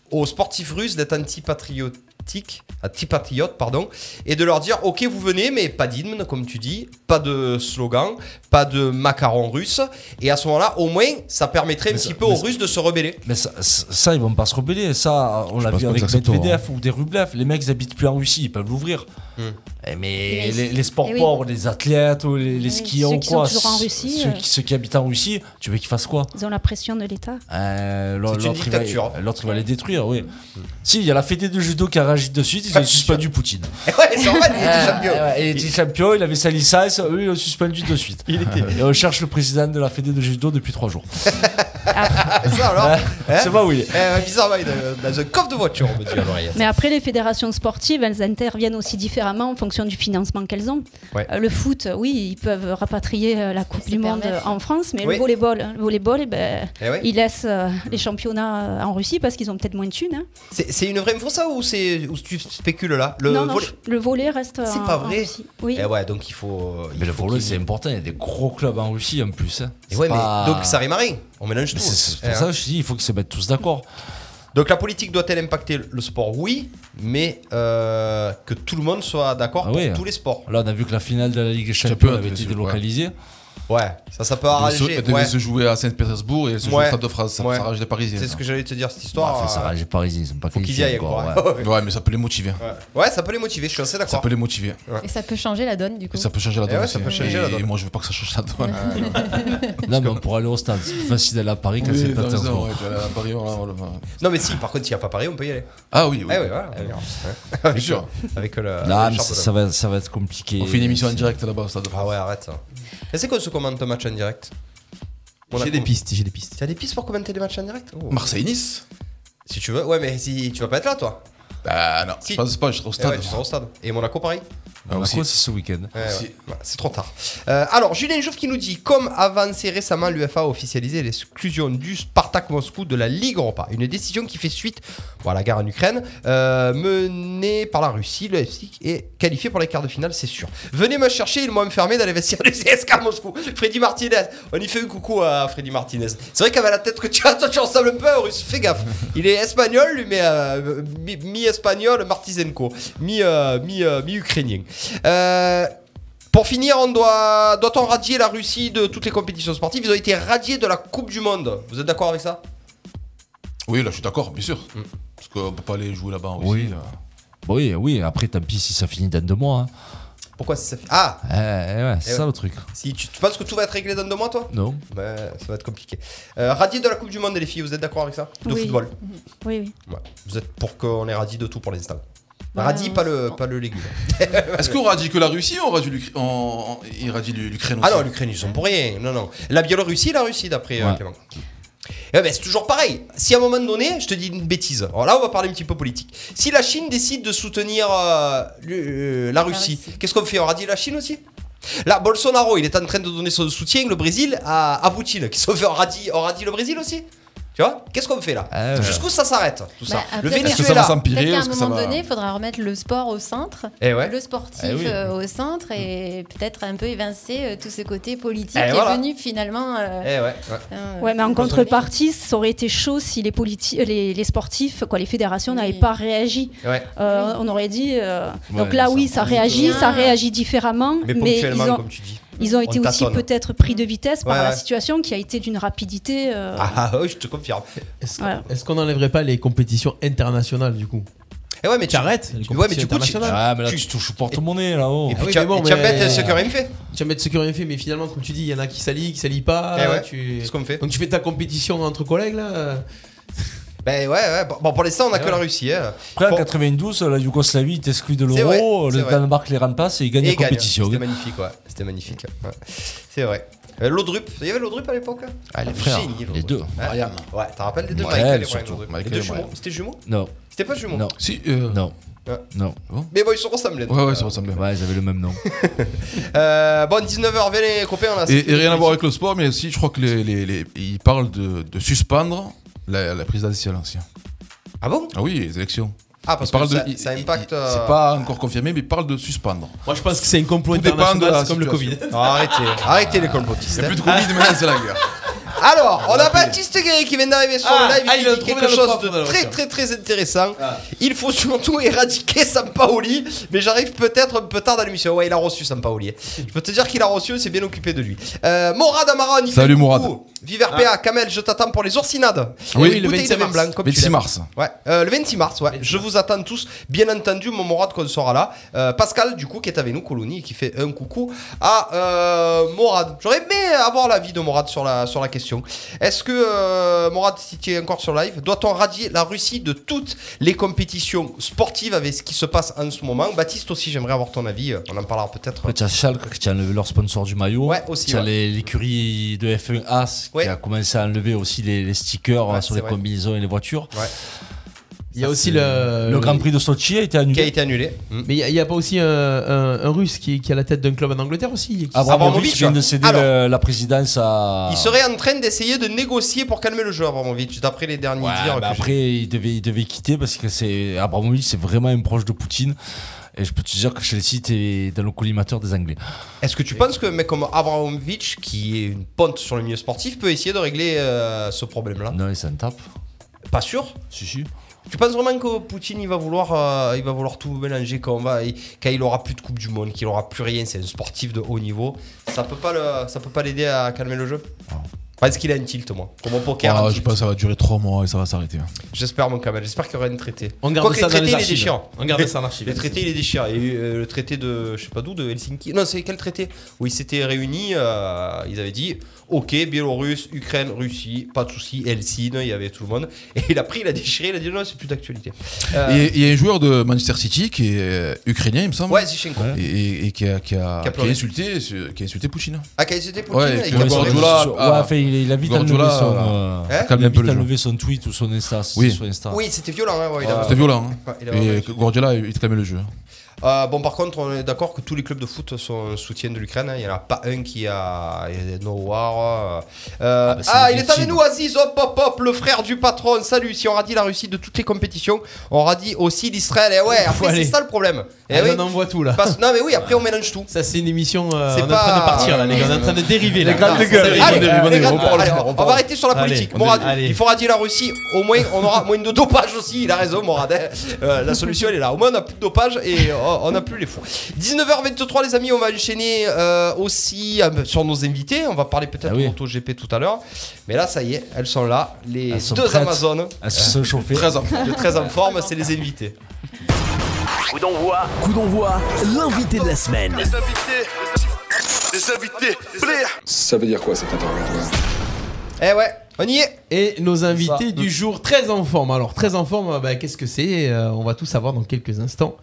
Speaker 4: aux sportifs russes d'être antipatriotiques ah, antipatriotes, pardon, et de leur dire ok vous venez mais pas d'hymne comme tu dis, pas de slogan, pas de macaron russe, et à ce moment-là au moins ça permettrait un petit peu aux Russes de se rebeller.
Speaker 5: Mais ça, ça, ça, ils vont pas se rebeller. Ça, on l'a
Speaker 3: pense
Speaker 5: vu
Speaker 3: pas
Speaker 5: avec
Speaker 3: que ça hein. se
Speaker 5: Medvedev ou des Rublev. Les mecs, ils habitent plus en Russie, ils peuvent l'ouvrir.
Speaker 4: Hmm.
Speaker 5: Eh, Mais
Speaker 3: Mais
Speaker 5: les,
Speaker 3: si.
Speaker 5: les sports
Speaker 3: Eh oui.
Speaker 5: pauvres, les athlètes, ou les, les
Speaker 7: Oui,
Speaker 5: skieurs
Speaker 7: ceux
Speaker 5: ou
Speaker 7: qui
Speaker 5: quoi,
Speaker 7: sont toujours en
Speaker 5: ceux-
Speaker 7: Russie,
Speaker 5: ceux,
Speaker 7: euh.
Speaker 5: qui, ceux qui habitent en Russie, tu veux qu'ils fassent quoi
Speaker 7: Ils ont la pression de l'État.
Speaker 5: Euh, l'autre,
Speaker 4: une
Speaker 5: il va-
Speaker 4: dictature.
Speaker 5: l'autre, il va les détruire, oui. Si, il y a la fédé de judo qui a réagi de suite, ils ont suspendu Poutine.
Speaker 4: ouais, c'est normal, il était
Speaker 5: Ah,
Speaker 4: champion.
Speaker 5: ouais, il était champion, il avait sa licence, eux, ils l'ont suspendu de suite.
Speaker 4: Il était-
Speaker 5: Et on cherche le président de la fédé de judo depuis trois jours.
Speaker 7: Ah.
Speaker 4: ça alors
Speaker 5: Ouais,
Speaker 4: hein
Speaker 5: je sais pas où il est.
Speaker 4: Eh, bizarrement, il est dans un coffre de voiture on me dit à l'oreille.
Speaker 7: Mais après, les fédérations sportives, elles interviennent aussi différemment en fonction du financement qu'elles ont.
Speaker 4: Ouais.
Speaker 7: Euh, le foot, oui, ils peuvent rapatrier euh, la Coupe du Monde euh, en France, mais
Speaker 4: Oui.
Speaker 7: le volleyball, hein, le volleyball eh ben,
Speaker 4: Eh ouais.
Speaker 7: ils laissent euh, les championnats euh, en Russie parce qu'ils ont peut-être moins de thunes. hein.
Speaker 4: C'est c'est une vraie info ça ou, c'est- ou tu spécules là
Speaker 7: non, non,
Speaker 4: volet-
Speaker 7: je- le volley reste.
Speaker 4: C'est
Speaker 7: en-
Speaker 4: pas
Speaker 7: en
Speaker 4: vrai
Speaker 7: Russie. Oui.
Speaker 4: Eh ouais, donc il faut.
Speaker 5: Mais le volley, c'est important. Il y a des gros clubs en Russie en plus. hein.
Speaker 4: Et ouais,
Speaker 5: C'est pas-
Speaker 4: mais donc ça rémarrie. On mélange tout.
Speaker 5: Mais c'est- C'est
Speaker 4: Eh,
Speaker 5: pour ça
Speaker 4: hein.
Speaker 5: que je dis, il faut qu'ils se mettent tous d'accord.
Speaker 4: Donc la politique doit-elle impacter le sport Oui, mais euh, que tout le monde soit d'accord
Speaker 5: Ah
Speaker 4: pour
Speaker 5: oui.
Speaker 4: tous les sports.
Speaker 5: Là, on a vu que la finale de la Ligue des
Speaker 3: peux
Speaker 5: Champions avait
Speaker 3: intéresser,
Speaker 5: été
Speaker 3: ouais.
Speaker 5: délocalisée.
Speaker 4: Ouais, ça, ça peut
Speaker 3: Elle devait
Speaker 4: arranger.
Speaker 3: se- Elle devait
Speaker 4: Ah, ouais.
Speaker 3: se jouer à Saint-Pétersbourg et elle se joue au
Speaker 4: Ouais.
Speaker 3: Stade de France. Ça,
Speaker 4: Ouais.
Speaker 3: ça arrache les Parisiens.
Speaker 4: C'est ce
Speaker 3: ça.
Speaker 4: que j'allais te
Speaker 5: Bah,
Speaker 4: dire cette histoire.
Speaker 3: Enfin, ça
Speaker 4: euh,
Speaker 3: arrache les Parisiens, ils sont pas
Speaker 4: faut qu'ils y aillent, quoi.
Speaker 3: Ouais. Ouais, mais ça peut les motiver.
Speaker 4: Ouais, ça peut les motiver, je suis assez d'accord.
Speaker 3: Ça peut les motiver.
Speaker 6: Et ça peut changer la donne du coup.
Speaker 3: Et ça peut changer la
Speaker 4: Eh
Speaker 3: donne.
Speaker 4: ouais, ça
Speaker 3: aussi.
Speaker 4: peut changer
Speaker 3: et,
Speaker 4: la donne.
Speaker 3: et moi, je veux pas que ça change la donne.
Speaker 9: Non, mais pour aller au stade, c'est plus facile d'aller à Paris qu'à
Speaker 3: Oui,
Speaker 9: saint
Speaker 3: t'as raison,
Speaker 9: pétersbourg
Speaker 3: ouais, tu vas aller à Paris, on va- on va-
Speaker 4: Non, mais si, par contre, s'il n'y a pas Paris, on peut y aller.
Speaker 3: Ah oui, oui.
Speaker 4: Eh voilà, on
Speaker 3: Eh
Speaker 4: y
Speaker 3: oui.
Speaker 4: va.
Speaker 3: Bien
Speaker 4: Avec
Speaker 3: sûr.
Speaker 4: le- Avec le.
Speaker 9: Non,
Speaker 4: le
Speaker 9: mais
Speaker 4: championnat.
Speaker 9: ça, ça va, ça va être compliqué.
Speaker 3: On fait une émission en direct là-bas au Stade de France.
Speaker 4: Ah ouais, arrête ça. Et c'est quoi ce commente match en direct On a
Speaker 2: J'ai des
Speaker 4: com-
Speaker 2: pistes, j'ai des pistes.
Speaker 4: T'as des pistes pour commenter les matchs en direct Oh.
Speaker 3: Marseille-Nice
Speaker 4: Si tu veux, ouais, mais si tu vas pas être là, toi.
Speaker 3: Bah non,
Speaker 4: Si.
Speaker 3: je pense pas, je serai au
Speaker 4: Eh
Speaker 3: stade.
Speaker 4: ouais, tu seras au stade. Et Monaco, Paris
Speaker 3: Ah, aussi.
Speaker 9: Monaco, c'est ce week-end.
Speaker 4: Ouais,
Speaker 3: Si.
Speaker 4: ouais. Ouais, C'est trop tard. Euh, alors, Julien Jouve qui nous dit Comme avancé récemment, l'UFA a officialisé l'exclusion du Spartak Moscou de la Ligue Europa. Une décision qui fait suite bon, à la guerre en Ukraine, euh, menée par la Russie. Le FC est qualifié pour les quarts de finale, c'est sûr. Venez me chercher, ils m'ont enfermé dans les vestiaires du CSK Moscou. Freddy Martinez. On y fait un coucou à Freddy Martinez. C'est vrai qu'avec la tête que tu as, toi, tu ressembles un peu à un russe. Fais gaffe. Il est espagnol, lui, mais euh, mi- mi-espagnol, Martizenko. Mi, euh, mi, euh, mi-ukrainien. euh, pour finir, on doit doit-on radier la Russie de toutes les compétitions sportives Ils ont été radiés de la Coupe du Monde. Vous êtes d'accord avec ça
Speaker 3: Oui, là, je suis d'accord, bien sûr.
Speaker 4: Mm.
Speaker 3: Parce qu'on peut pas aller jouer là-bas aussi. euh.
Speaker 9: Oui. Bah Oui, oui, après, tant pis si ça finit dans deux mois. hein.
Speaker 4: Pourquoi ça fait Ah
Speaker 9: Eh, eh ouais, c'est
Speaker 4: Eh
Speaker 9: ça
Speaker 4: ouais.
Speaker 9: le truc.
Speaker 4: si tu, tu penses que tout va être réglé dans deux mois, toi
Speaker 9: Non.
Speaker 4: Bah, ça va être compliqué. Euh, radier de la Coupe du Monde, les filles, vous êtes d'accord avec ça De
Speaker 7: Oui.
Speaker 4: football.
Speaker 7: Oui, oui.
Speaker 4: Ouais. Vous êtes pour qu'on ait radié de tout pour l'instant.
Speaker 7: Ouais,
Speaker 4: radis,
Speaker 7: ouais,
Speaker 4: pas le, pas le légume. Eh
Speaker 3: Est-ce qu'on radie que la Russie ou on radie l'Ukra- on- il radie l'Ukraine aussi
Speaker 4: Ah non, l'Ukraine, ils sont pour rien. Non, non. La Biélorussie, la Russie, d'après euh,
Speaker 9: Ouais.
Speaker 4: Clément. Eh ben, c'est toujours pareil. Si à un moment donné, je te dis une bêtise, alors là on va parler un petit peu politique. Si la Chine décide de soutenir euh, le- euh, la Russie,
Speaker 6: Russie.
Speaker 4: qu'est-ce qu'on fait On radie la Chine aussi Là, Bolsonaro, il est en train de donner son soutien, le Brésil, à, à Poutine. Qu'est-ce qu'on fait on radie, on radie le Brésil aussi Tu vois Qu'est-ce qu'on fait là
Speaker 9: Ah ouais.
Speaker 4: Jusqu'où ça s'arrête tout
Speaker 6: Bah,
Speaker 4: ça Le
Speaker 6: après,
Speaker 4: Venezuela.
Speaker 3: Est-ce que ça va
Speaker 6: Peut-être
Speaker 3: s'empirer
Speaker 6: qu'à un
Speaker 3: Est-ce que ça
Speaker 6: moment
Speaker 3: va...
Speaker 6: donné, il faudra remettre le sport au centre,
Speaker 4: Eh ouais.
Speaker 6: le sportif
Speaker 9: Eh oui.
Speaker 6: euh, au centre et peut-être un peu évincer euh, tout ce côté politique
Speaker 4: Eh
Speaker 6: qui
Speaker 4: voilà.
Speaker 6: est venu finalement. euh,
Speaker 4: Eh ouais, ouais.
Speaker 6: hein,
Speaker 7: Ouais, mais en
Speaker 6: euh,
Speaker 7: contrepartie, ça aurait été chaud si les, politi- euh, les, les sportifs, quoi, les fédérations
Speaker 6: Oui.
Speaker 7: n'avaient pas réagi.
Speaker 4: Ouais.
Speaker 7: Euh, on aurait dit. euh,
Speaker 9: Ouais,
Speaker 7: donc là,
Speaker 9: ça
Speaker 7: oui, ça
Speaker 9: prend du
Speaker 7: réagit,
Speaker 6: temps.
Speaker 7: ça réagit différemment,
Speaker 4: Mais
Speaker 7: mais, ils,
Speaker 4: ponctuellement,
Speaker 7: ont,
Speaker 4: comme tu dis.
Speaker 7: ils ont
Speaker 4: on
Speaker 7: été aussi
Speaker 4: tâtonne.
Speaker 7: peut-être pris de vitesse par
Speaker 4: Ouais,
Speaker 7: la
Speaker 4: ouais.
Speaker 7: situation qui a été d'une rapidité. euh,
Speaker 4: Ah, ah, oui, je te confirme.
Speaker 2: Est-ce
Speaker 7: voilà.
Speaker 2: est-ce qu'on n'enlèverait pas les compétitions internationales du coup
Speaker 4: Eh ouais, mais
Speaker 2: Tu
Speaker 4: tu,
Speaker 2: arrêtes les
Speaker 4: ouais, mais
Speaker 2: compétitions
Speaker 4: du coup, tu-
Speaker 2: internationales.
Speaker 9: Ah, mais là,
Speaker 4: Tu-
Speaker 9: tu touches porte mon nez là-haut.
Speaker 4: Et
Speaker 5: Ah
Speaker 4: puis
Speaker 2: oui,
Speaker 4: tu,
Speaker 2: mais bon,
Speaker 4: et euh, tu
Speaker 2: mais-
Speaker 4: embêtes ceux qui ont rien fait.
Speaker 2: Tu vas mettre ceux qui ont rien fait, mais finalement, comme tu dis, il y en a qui s'allient, qui s'allient pas.
Speaker 4: Eh ouais,
Speaker 2: tu-
Speaker 4: C'est ce qu'on fait.
Speaker 2: Donc tu fais ta compétition entre collègues là
Speaker 4: Ben ouais, ouais. Bon, bon, pour l'instant, on a
Speaker 2: Eh
Speaker 4: que
Speaker 2: ouais.
Speaker 4: la Russie. hein.
Speaker 9: Après, en
Speaker 4: Bon,
Speaker 9: 92, la Yougoslavie est exclue de
Speaker 4: C'est vrai,
Speaker 9: l'euro,
Speaker 4: c'est
Speaker 9: le
Speaker 4: vrai.
Speaker 9: Danemark les remplace et ils gagnent
Speaker 4: et
Speaker 9: la
Speaker 4: gagne.
Speaker 9: compétition.
Speaker 4: C'était magnifique, ouais. C'était magnifique. ouais. C'est vrai. Euh, L'Audrup, il y avait l'Audrup à l'époque hein
Speaker 9: Ah, les
Speaker 4: Génial,
Speaker 9: frères,
Speaker 4: l'Audrup.
Speaker 9: les deux.
Speaker 4: Ouais,
Speaker 3: Mariam.
Speaker 4: Ouais, t'en rappelles les deux
Speaker 9: Ouais,
Speaker 4: Michael et Brian
Speaker 9: surtout.
Speaker 4: Audrup.
Speaker 3: Michael
Speaker 4: Les deux
Speaker 3: et Brian.
Speaker 4: jumeaux. C'était jumeaux
Speaker 9: Non,
Speaker 4: C'était pas jumeaux
Speaker 9: non,
Speaker 3: Si, euh...
Speaker 9: non,
Speaker 4: Ouais.
Speaker 9: non.
Speaker 4: Mais bon, ils se ressemblent. les deux.
Speaker 3: Ouais, ouais, ça ressemble bien.
Speaker 9: Ouais, ils avaient le même nom.
Speaker 4: Euh, bon, 19h, venez, copains, on a.
Speaker 3: Et, et rien à voir avec le sport, mais aussi, je crois que les, les, les- ils parlent de, de suspendre la, la présidentielle ancienne.
Speaker 4: Ah bon
Speaker 3: Ah oui, les élections.
Speaker 4: Ah, parce
Speaker 3: Ils
Speaker 4: que
Speaker 3: parlent
Speaker 4: ça,
Speaker 3: de- ils-
Speaker 4: ça
Speaker 3: ils-
Speaker 4: impacte.
Speaker 3: ils-
Speaker 4: euh,
Speaker 3: C'est pas encore confirmé, mais ils parlent de suspendre.
Speaker 2: Moi je pense que c'est un complot
Speaker 3: Tout dépend de la
Speaker 2: international, c'est comme le Covid.
Speaker 3: situation.
Speaker 4: non, Ah, arrêtez, arrêtez hein. les complotistes.
Speaker 3: Il n'y a plus de
Speaker 4: Ah.
Speaker 3: Covid, maintenant c'est la guerre.
Speaker 4: Alors, on a Baptiste Guéry qui vient d'arriver sur
Speaker 2: Ah,
Speaker 4: le live
Speaker 2: ah,
Speaker 4: et
Speaker 2: il a
Speaker 4: qui dit
Speaker 2: trouvé
Speaker 4: quelque
Speaker 2: le
Speaker 4: chose
Speaker 2: prof,
Speaker 4: de
Speaker 2: alors,
Speaker 4: très
Speaker 2: tiens. Ah.
Speaker 4: très très intéressant. Il faut surtout éradiquer Sampaoli, mais j'arrive peut-être un peu tard dans l'émission. Ouais, il a reçu Sampaoli. hein. Je peux te dire qu'il a reçu, c'est bien occupé de lui. Euh, Morad Amara, on y fait
Speaker 3: Salut,
Speaker 4: coucou.
Speaker 3: Morad.
Speaker 4: Vive RPA, Kamel, je t'attends pour les oursinades.
Speaker 3: Oui,
Speaker 4: Et
Speaker 2: Ah. le
Speaker 4: bouteille de
Speaker 2: 26
Speaker 4: vin
Speaker 2: mars.
Speaker 4: blanc, comme tu
Speaker 3: 26
Speaker 4: l'aimes.
Speaker 3: mars.
Speaker 4: Ouais, euh, le 26 mars, ouais. Je vous attends tous, bien entendu, mon Morad qu'on sera là. Euh, Pascal, du coup, qui est avec nous, Colonie, et qui fait un coucou à euh, Morad. J'aurais aimé avoir l'avis de Morad sur la, sur la question. Est-ce que, euh, Morad, si tu es encore sur live, doit-on radier la Russie de toutes les compétitions sportives avec ce qui se passe en ce moment Baptiste aussi, j'aimerais avoir ton avis. euh, On en parlera peut-être.
Speaker 9: Après, tu as Schalke qui a enlevé leur sponsor du maillot.
Speaker 4: Ouais, aussi,
Speaker 9: Tu as
Speaker 4: ouais.
Speaker 9: les- l'écurie de F1 As
Speaker 4: Ouais.
Speaker 9: qui a commencé à enlever aussi les, les stickers
Speaker 4: Ouais,
Speaker 9: euh, sur les
Speaker 4: c'est vrai.
Speaker 9: combinaisons et les voitures.
Speaker 2: Il y a aussi le.
Speaker 9: Le Grand Prix de Sochi a été
Speaker 4: Qui a
Speaker 9: annulé.
Speaker 4: été annulé. Mm.
Speaker 2: Mais il y a- il y, a pas aussi un, un- un russe qui, qui est à la tête d'un club en Angleterre aussi qui-
Speaker 9: Abramovich
Speaker 4: Abramovich,
Speaker 9: vient de céder
Speaker 4: alors.
Speaker 9: le- la présidence
Speaker 5: Ah.
Speaker 9: à.
Speaker 4: Il serait en train d'essayer de négocier pour calmer le jeu, Abramovic, d'après les derniers
Speaker 9: Ouais,
Speaker 4: dires.
Speaker 9: mais
Speaker 4: que
Speaker 5: bah
Speaker 4: j'ai.
Speaker 9: après, il devait, il devait quitter parce que c'est Abramovich, c'est vraiment un proche de Poutine. Et je peux te dire que Chelsea est dans le collimateur des Anglais.
Speaker 4: Est-ce que tu penses qu'un mec comme Abramovich, qui est une ponte sur le milieu sportif, peut essayer de régler euh, ce problème-là
Speaker 9: Non, ils s'en tapent.
Speaker 4: Pas sûr
Speaker 9: Ah. Si, si.
Speaker 4: Tu penses vraiment que Poutine il va vouloir, euh, il va vouloir tout mélanger quand, on va, il- quand il aura plus de Coupe du Monde, qu'il aura plus rien, c'est un sportif de haut niveau. Ça peut pas le, ça peut pas l'aider à calmer le jeu.
Speaker 2: Ah.
Speaker 4: Parce qu'il a une tilt moi. Comme au poker. un
Speaker 2: Oh,
Speaker 3: Ah, je
Speaker 4: tilt.
Speaker 3: pense que ça va durer 3 mois et ça va s'arrêter. hein.
Speaker 4: J'espère mon Kamel, j'espère qu'il y aura une traité.
Speaker 2: On garde
Speaker 4: Quoi que
Speaker 2: ça
Speaker 4: le
Speaker 2: dans
Speaker 4: traité,
Speaker 2: les
Speaker 4: il est
Speaker 2: archives.
Speaker 4: déchirant.
Speaker 2: On garde ça dans l'archive.
Speaker 4: Le traité il est déchirant. Il y a eu, euh, le traité de je sais pas d'où de Helsinki. Non, c'est quel traité Où ils s'étaient réunis, euh, ils avaient dit OK, Biélorusse, Ukraine, Russie, pas de souci, Helsinki, il y avait tout le monde. Et il a pris, il a déchiré, il a dit non, c'est plus d'actualité. Euh,
Speaker 3: Et Il y a un joueur de Manchester City qui est euh, ukrainien, il me semble.
Speaker 4: Ouais, Zichenko.
Speaker 3: Et- Et, et qui, a, qui, a,
Speaker 4: Qui a
Speaker 3: qui a
Speaker 4: pleuré.
Speaker 3: insulté, ce- qui a insulté Poutine. hein.
Speaker 4: Ah, qui a insulté Poutine
Speaker 3: Ouais,
Speaker 4: et
Speaker 3: et
Speaker 4: qui a
Speaker 3: que
Speaker 4: pleuré.
Speaker 3: Guardiola,
Speaker 9: Ouais,
Speaker 3: ah,
Speaker 9: enfin, il, il a vite
Speaker 3: Guardiola,
Speaker 9: enlevé son,
Speaker 3: voilà.
Speaker 9: euh,
Speaker 3: Calme
Speaker 9: il a
Speaker 3: un peu
Speaker 9: vite
Speaker 3: le jeu.
Speaker 9: enlevé son tweet ou son Insta.
Speaker 3: Oui.
Speaker 9: son Insta.
Speaker 4: Oui, c'était violent. hein, ouais, il a-
Speaker 3: C'était violent. hein.
Speaker 4: Ouais, il a vraiment
Speaker 3: Et Guardiola, il te calmait le jeu. hein.
Speaker 4: Euh, bon, par contre, on est d'accord que tous les clubs de foot sont soutiennent de l'Ukraine. hein. Il n'y en a pas un qui a. Il y a des no war, euh. Euh, ah,
Speaker 15: bah, c'est
Speaker 4: il est
Speaker 15: légitime.
Speaker 4: avec nous, Aziz. Hop, hop, hop, le frère du patron. Salut. Si on radie la Russie de toutes les compétitions, on radie aussi l'Israël. Et ouais, après,
Speaker 2: aller.
Speaker 4: c'est ça le problème. Et
Speaker 2: Ah,
Speaker 4: oui.
Speaker 2: On envoie tout là.
Speaker 4: Parce- non, mais oui, après, on mélange tout.
Speaker 2: Ça, c'est une émission. euh,
Speaker 4: C'est
Speaker 2: on est en train
Speaker 4: pas-
Speaker 2: de partir là, les gars. On est en train de dériver. là.
Speaker 4: Les grandes
Speaker 2: Ça,
Speaker 4: gueules.
Speaker 2: c'est-
Speaker 4: Allez,
Speaker 2: Venez, venez,
Speaker 4: les grandes-
Speaker 2: on parle,
Speaker 4: allez,
Speaker 2: on parle.
Speaker 4: on va arrêter sur la
Speaker 2: Allez,
Speaker 4: politique.
Speaker 2: on
Speaker 4: Morad,
Speaker 2: dérive. Allez.
Speaker 4: il faut radier la Russie. Au moins, on aura moins de dopage aussi. Il a raison, Morad. hein. Euh, la solution, elle est là. Au moins, on n'a plus de dopage et euh, on n'a plus les fous. 19h23, les amis, on va enchaîner euh, aussi euh, sur nos invités. On va parler
Speaker 2: Ah
Speaker 4: peut-être de MotoGP tout à l'heure. Mais là, ça y est, elles sont là. Les
Speaker 9: sont
Speaker 4: deux
Speaker 9: prêtes
Speaker 4: Amazones.
Speaker 9: à Ah, se
Speaker 4: Euh,
Speaker 9: chauffer.
Speaker 4: Très en forme, très en forme, c'est les invités.
Speaker 8: Coup d'envoi.
Speaker 1: Coup d'envoi, l'invité de la semaine.
Speaker 8: invités. Les invités.
Speaker 16: Ça veut dire quoi cet interrogatoire
Speaker 4: Eh ouais, on y est.
Speaker 2: Et nos invités
Speaker 16: ça.
Speaker 2: du jour, très en forme. Alors, très en forme, bah, qu'est-ce que c'est Euh, On va tout savoir dans quelques instants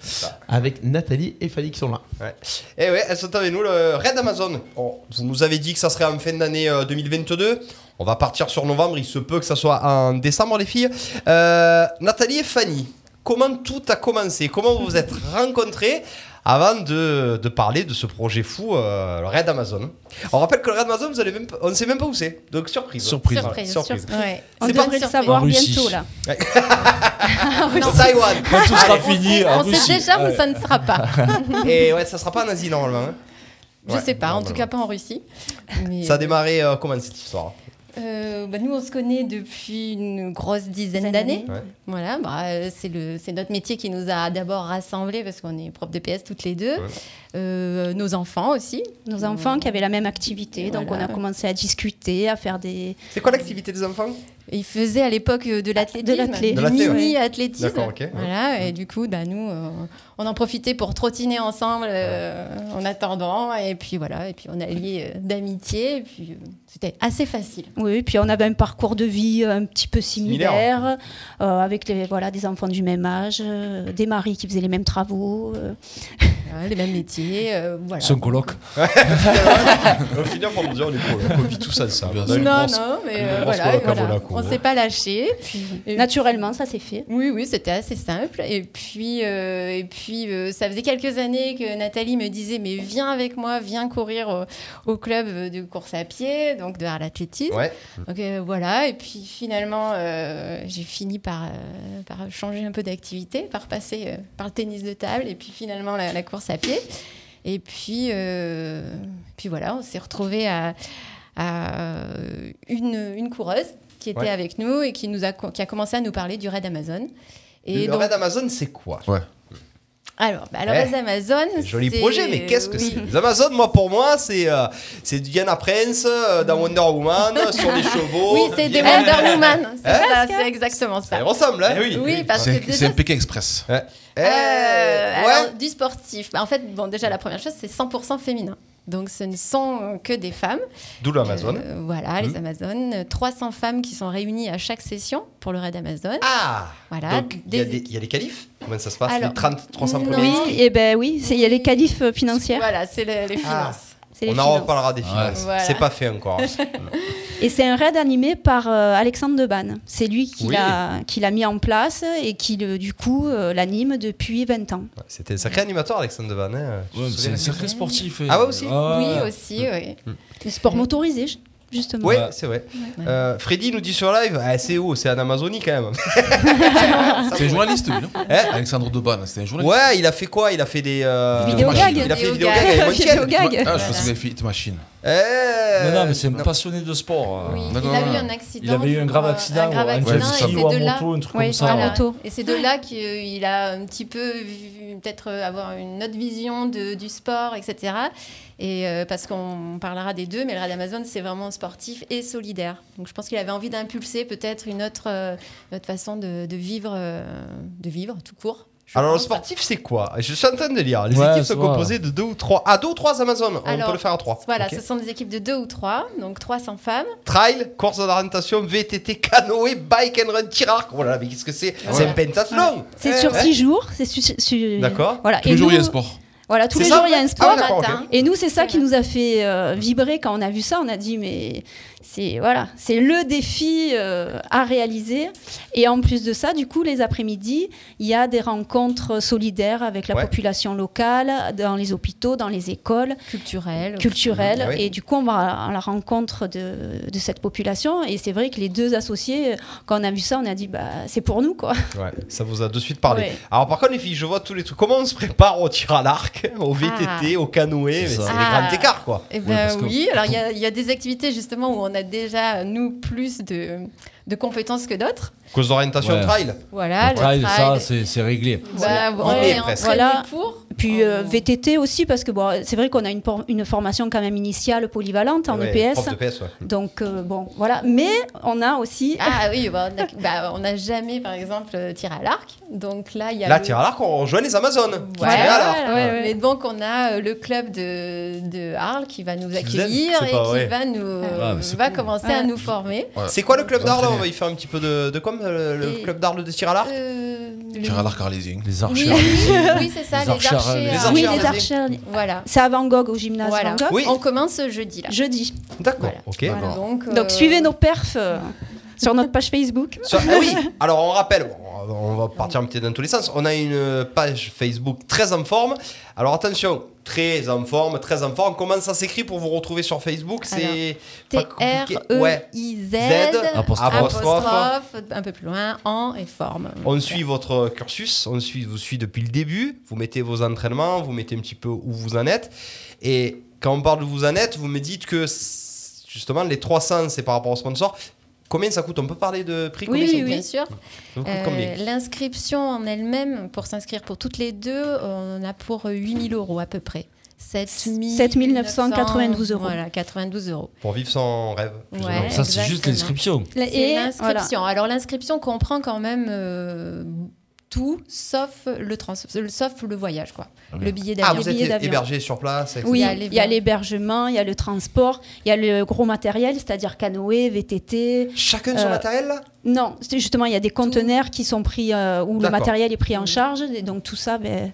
Speaker 2: avec Nathalie et Fanny qui sont là.
Speaker 4: Ouais. Et Eh ouais, elles sont avec nous, le Red Amazon. Oh, vous nous avez dit que ça serait en fin d'année euh, 2022. On va partir sur novembre, il se peut que ça soit en décembre, les filles. Euh, Nathalie et Fanny, comment tout a commencé Comment vous vous êtes rencontrées avant de, de parler de ce projet fou, euh, le Red Amazon On rappelle que le Red Amazon, vous allez même, pas- on ne sait même pas où c'est. Donc surprise.
Speaker 7: Surprise.
Speaker 4: Voilà,
Speaker 7: Surprise, surprise. Ouais. On
Speaker 4: C'est
Speaker 7: devrait
Speaker 4: pas-
Speaker 7: le savoir En Russie. bientôt, là.
Speaker 4: Ouais.
Speaker 7: Non.
Speaker 4: Taïwan.
Speaker 7: Quand tout sera
Speaker 4: Allez.
Speaker 7: fini, On en sait Russie. déjà où Ouais. ça ne sera pas.
Speaker 4: Et ouais, ça sera pas en Asie normalement. hein.
Speaker 6: Je
Speaker 4: Ouais,
Speaker 6: sais pas, en tout
Speaker 4: normalement.
Speaker 6: cas pas en Russie. Mais,
Speaker 4: Ça a démarré euh, comment cette histoire
Speaker 6: euh, bah, nous, on se connaît depuis une grosse dizaine d'années.
Speaker 4: Ouais.
Speaker 6: Voilà, bah, euh, c'est le- c'est notre métier qui nous a d'abord rassemblés parce qu'on est prof de PS toutes les deux.
Speaker 7: Ouais.
Speaker 6: Euh, nos enfants aussi. Euh,
Speaker 7: Nos enfants qui avaient la même activité, donc
Speaker 6: Voilà.
Speaker 7: on a commencé à discuter, à faire des.
Speaker 4: C'est quoi l'activité des enfants
Speaker 6: Ils faisaient à l'époque euh, de l'athlétisme,
Speaker 7: l'athlé.
Speaker 6: du
Speaker 7: De l'athlé, ouais.
Speaker 6: mini-athlétisme.
Speaker 7: D'accord, ok, ouais.
Speaker 6: Voilà, et du coup, bah, nous, euh, on en profitait pour trottiner ensemble euh, en attendant. Et puis voilà, et puis on a lié euh, d'amitié. Et puis euh, c'était assez facile.
Speaker 7: Oui, puis on avait un parcours de vie euh, un petit peu similaire, euh, avec les, voilà, des enfants du même âge, euh, des maris qui faisaient les mêmes travaux. euh.
Speaker 6: Voilà, les mêmes métiers. euh, voilà.
Speaker 9: Son coloc.
Speaker 4: Au final, pour me dire, on est pro, on vit tout ça, ça.
Speaker 6: Non, non, mais euh, voilà, et voilà. on s'est pas lâché.
Speaker 7: Naturellement, ça s'est fait.
Speaker 6: Oui, oui, c'était assez simple. Et puis, euh, et puis euh, ça faisait quelques années que Nathalie me disait Mais viens avec moi, viens courir au, au club de course à pied, donc de l'athlétisme.
Speaker 4: Ouais.
Speaker 6: Donc euh, voilà, et puis finalement, euh, j'ai fini par, euh, par changer un peu d'activité, par passer euh, par le tennis de table et puis finalement la, la course à pied. Et puis, euh, puis voilà, on s'est retrouvés à, à euh, une, une coureuse qui était
Speaker 4: Ouais.
Speaker 6: avec nous et qui, nous a, co- qui a commencé à nous parler du raid Amazon.
Speaker 4: Et le raid Amazon, c'est quoi
Speaker 6: Alors, bah, le
Speaker 4: Ouais.
Speaker 6: raid Amazon.
Speaker 4: Eh, Joli
Speaker 6: c'est-
Speaker 4: projet, mais qu'est-ce que
Speaker 6: oui.
Speaker 4: c'est Les Amazones, moi, pour moi, c'est euh, c'est Diana Prince euh, dans Wonder Woman, sur les chevaux.
Speaker 6: Oui, c'est des
Speaker 4: Oh, bien-
Speaker 6: Wonder Woman. C'est
Speaker 4: Hein
Speaker 6: ça, c'est exactement ça.
Speaker 4: Elles ressemblent, hein Eh,
Speaker 6: Oui, parce que déjà,
Speaker 4: Pékin Express.
Speaker 6: Euh, alors, du sportif. Bah, en fait, bon, déjà, la première chose, c'est 100% féminin. Donc, ce ne sont euh, que des femmes.
Speaker 4: D'où l'Amazon.
Speaker 6: Euh, voilà, les
Speaker 4: Mhm.
Speaker 6: Amazones. Euh, 300 femmes qui sont réunies à chaque session pour le raid Amazon.
Speaker 4: Ah
Speaker 6: Voilà.
Speaker 4: Donc, il y, a des- il y a les qualifs Comment ça se passe
Speaker 6: Alors,
Speaker 4: Les 30, 300
Speaker 6: non.
Speaker 4: premiers
Speaker 7: Oui, et ben oui, c'est- il y a les qualifs euh, financiers.
Speaker 6: Voilà, c'est le- les
Speaker 7: Ah.
Speaker 6: finances.
Speaker 7: C'est les
Speaker 4: On en
Speaker 7: finances.
Speaker 4: reparlera des finances.
Speaker 7: Voilà.
Speaker 4: C'est pas fait encore.
Speaker 7: Et c'est un raid animé par euh, Alexandre Deban. C'est lui qui
Speaker 4: Oui.
Speaker 7: l'a qui l'a mis en place et qui, le- du coup, euh, l'anime depuis 20 ans.
Speaker 4: C'était un sacré animateur, Alexandre Devan. hein. Tu te
Speaker 9: Ouais, mais
Speaker 4: souviens
Speaker 9: eh. c'est un sacré sportif.
Speaker 4: Ah ouais, aussi
Speaker 6: Oui, aussi, oui.
Speaker 7: Le sport motorisé, je, justement.
Speaker 4: Oui,
Speaker 7: Ouais.
Speaker 4: c'est vrai.
Speaker 7: Ouais.
Speaker 4: Euh, Freddy nous dit sur live, ah, c'est où C'est en Amazonie quand même. Ah.
Speaker 3: C'est un journaliste, lui, non
Speaker 4: Eh.
Speaker 3: Alexandre Deban, c'était un journaliste.
Speaker 4: Ouais, il a fait quoi Il a fait des. euh,
Speaker 3: Vidéo
Speaker 4: machines.
Speaker 3: gag.
Speaker 4: Il a fait des
Speaker 3: Vidéo
Speaker 4: vidéos gags avec
Speaker 3: gag.
Speaker 4: Monkey.
Speaker 6: Vidéo gag.
Speaker 3: Ah, je pensais qu'il avait fait Hit Machine.
Speaker 4: Eh,
Speaker 9: non, non, mais c'est un passionné de sport. hein.
Speaker 6: Oui,
Speaker 3: D'accord.
Speaker 6: il a eu un accident.
Speaker 9: Il avait eu un grave accident,
Speaker 6: Un grave
Speaker 9: ouais,
Speaker 6: accident,
Speaker 9: ouais,
Speaker 6: et
Speaker 9: c'est
Speaker 6: c'est
Speaker 9: ça. Ou en
Speaker 6: de là.
Speaker 9: moto, un truc
Speaker 6: Ouais,
Speaker 9: comme ça,
Speaker 6: voilà.
Speaker 9: ouais.
Speaker 7: moto.
Speaker 6: Et c'est de là qu'il a un petit peu vu- peut-être euh, avoir une autre vision de- du sport, etc. Et euh, parce qu'on parlera des deux, mais le Rad Amazon c'est vraiment sportif et solidaire. Donc je pense qu'il avait envie d'impulser peut-être une autre, euh, une autre façon de, de vivre, euh, de vivre tout court. je
Speaker 4: Alors, le
Speaker 6: pense.
Speaker 4: sportif, c'est quoi Je suis en train de lire. Les
Speaker 9: Ouais,
Speaker 4: équipes
Speaker 9: c'est
Speaker 4: sont
Speaker 9: vrai.
Speaker 4: composées de deux ou trois. Ah, deux ou trois Amazon. On
Speaker 6: Alors,
Speaker 4: peut le faire à trois.
Speaker 6: Voilà,
Speaker 4: Ok.
Speaker 6: ce sont des équipes de deux ou trois, donc 300 femmes.
Speaker 4: Trail, course d'orientation, VTT, canoë, bike and run, tir arc. Oh là là, mais qu'est-ce que c'est C'est un pentathlon.
Speaker 7: Ah, C'est
Speaker 4: Eh,
Speaker 7: sur
Speaker 4: ouais.
Speaker 7: 6 jours. C'est su- su-
Speaker 4: D'accord.
Speaker 7: Voilà.
Speaker 3: Tous
Speaker 7: Et
Speaker 3: les jours, il y a
Speaker 7: nous-
Speaker 3: un sport.
Speaker 7: Voilà, tous
Speaker 4: C'est
Speaker 7: les
Speaker 4: ça
Speaker 7: jours, il y a un sport.
Speaker 4: Ah, d'accord, ok.
Speaker 7: Et nous, c'est ça qui nous a fait euh, vibrer quand on a vu ça. On a dit, mais c'est voilà, c'est le défi euh, à réaliser. Et en plus de ça, du coup, les après-midi, il y a des rencontres solidaires avec la
Speaker 6: Ouais.
Speaker 7: population locale, dans les hôpitaux, dans les écoles
Speaker 6: Culturelles.
Speaker 7: culturelle.
Speaker 6: Ah oui.
Speaker 7: Et du coup, on va à la rencontre de, de cette population. Et c'est vrai que les deux associés, quand on a vu ça, on a dit, bah, c'est pour nous, quoi.
Speaker 4: Ouais, ça vous a de suite parlé.
Speaker 7: Ouais.
Speaker 4: Alors par contre les filles, je vois tous les trucs. Comment on se prépare au tir à l'arc, au VTT, au canoë Mais
Speaker 9: C'est
Speaker 4: c'est
Speaker 9: ça.
Speaker 4: les
Speaker 6: Ah.
Speaker 4: grands écarts quoi.
Speaker 6: Eh ben oui, alors il y, a- il y a des activités justement où on a déjà, nous, plus de, de compétences que d'autres.
Speaker 4: Cause d'orientation
Speaker 9: Ouais.
Speaker 4: trail.
Speaker 6: Voilà,
Speaker 9: Le trail, ça, c'est c'est réglé.
Speaker 6: Bah,
Speaker 7: Voilà.
Speaker 6: on
Speaker 7: Ouais,
Speaker 6: est
Speaker 7: presque.
Speaker 6: entraîné
Speaker 7: Voilà.
Speaker 6: pour.
Speaker 7: Puis euh, VTT aussi, parce que bon, c'est vrai qu'on a une, por- une formation quand même initiale polyvalente en
Speaker 4: Ouais,
Speaker 7: EPS.
Speaker 4: prof d'EPS, ouais.
Speaker 7: Donc, euh, bon, voilà. Mais on a aussi.
Speaker 6: Ah oui, bah, on a- bah, on n'a jamais, par exemple, euh, tiré à l'arc. Donc là, il y a.
Speaker 4: Là
Speaker 6: le-
Speaker 4: tir à l'arc, on rejoint les Amazones. qui
Speaker 6: Ouais,
Speaker 4: tirent à l'arc.
Speaker 6: voilà. Mais donc, on a euh, le club de, de Arles qui va nous
Speaker 4: Qui vous aime,
Speaker 6: accueillir
Speaker 4: c'est
Speaker 6: et
Speaker 4: pas
Speaker 6: qui
Speaker 4: vrai.
Speaker 6: va, nous, euh,
Speaker 4: Ah, mais c'est
Speaker 6: va commencer à nous former.
Speaker 3: Ouais.
Speaker 4: C'est quoi le club d'Arles
Speaker 3: Entraîner.
Speaker 4: On va y faire un petit peu de, de com, le, le
Speaker 6: Et-
Speaker 4: club d'Arles de tir à l'arc.
Speaker 6: Euh, le-
Speaker 3: Tirez à l'arc arlésien.
Speaker 9: Les
Speaker 6: Oui,
Speaker 9: archers.
Speaker 6: oui, c'est ça,
Speaker 9: Les
Speaker 6: les
Speaker 9: archères,
Speaker 6: archers.
Speaker 9: les
Speaker 6: euh,
Speaker 4: archères,
Speaker 7: Ah, oui,
Speaker 4: vas-y.
Speaker 7: les archers.
Speaker 6: Voilà.
Speaker 7: C'est à Van Gogh, au gymnase
Speaker 6: Voilà.
Speaker 7: Van Gogh.
Speaker 4: Oui.
Speaker 6: On commence ce jeudi-là.
Speaker 7: Jeudi.
Speaker 4: D'accord. Ok.
Speaker 6: Voilà, donc, euh,
Speaker 7: Donc, suivez nos perfs euh, sur notre page Facebook.
Speaker 4: Sur- ah oui, alors on rappelle, on va- on va partir un petit dans tous les sens. On a une page Facebook très en forme. Alors attention, très en forme, très en forme. Comment ça s'écrit pour vous retrouver sur Facebook C'est pas compliqué.
Speaker 6: E
Speaker 4: Ouais.
Speaker 6: T-R-E-I-Z, Ah,
Speaker 4: apostrophe.
Speaker 6: E apostrophe, un peu plus loin, en et forme.
Speaker 4: On suit votre cursus, on suit, vous suit depuis le début. Vous mettez vos entraînements, vous mettez un petit peu où vous en êtes. Et quand on parle de vous en êtes, vous me dites que c- justement les 300 c'est par rapport au sponsor. Combien ça coûte On peut parler de prix
Speaker 6: Oui,
Speaker 4: combien ça
Speaker 6: oui,
Speaker 4: coûte
Speaker 6: bien sûr.
Speaker 4: Ça vous coûte
Speaker 6: Euh,
Speaker 4: combien
Speaker 6: L'inscription en elle-même, pour s'inscrire pour toutes les deux, on a pour 8000 euros à peu près. 7992
Speaker 7: 7992 euros.
Speaker 6: Voilà, 92 euros.
Speaker 4: Pour vivre son rêve. plus ou
Speaker 6: Ouais,
Speaker 4: moins.
Speaker 9: Donc ça, c'est juste
Speaker 6: exactement.
Speaker 9: l'inscription.
Speaker 7: Et
Speaker 6: C'est
Speaker 7: voilà.
Speaker 6: l'inscription. Alors l'inscription comprend quand même euh, tout, sauf le, trans- le- sauf le voyage, quoi. Le billet
Speaker 4: Ah,
Speaker 6: d'avion.
Speaker 4: vous
Speaker 7: Les billets
Speaker 4: êtes
Speaker 7: d'avion.
Speaker 4: hébergé sur place etc.
Speaker 7: Oui,
Speaker 6: Il y a
Speaker 7: il y a l'hébergement, il y a le transport, il y a le gros matériel, c'est-à-dire canoë, VTT.
Speaker 4: Chacun son
Speaker 7: Euh,
Speaker 4: matériel là
Speaker 7: Non, c'est justement, il y a des conteneurs qui sont pris, euh, où le
Speaker 4: D'accord.
Speaker 7: matériel est pris en charge. Et donc tout ça, ben,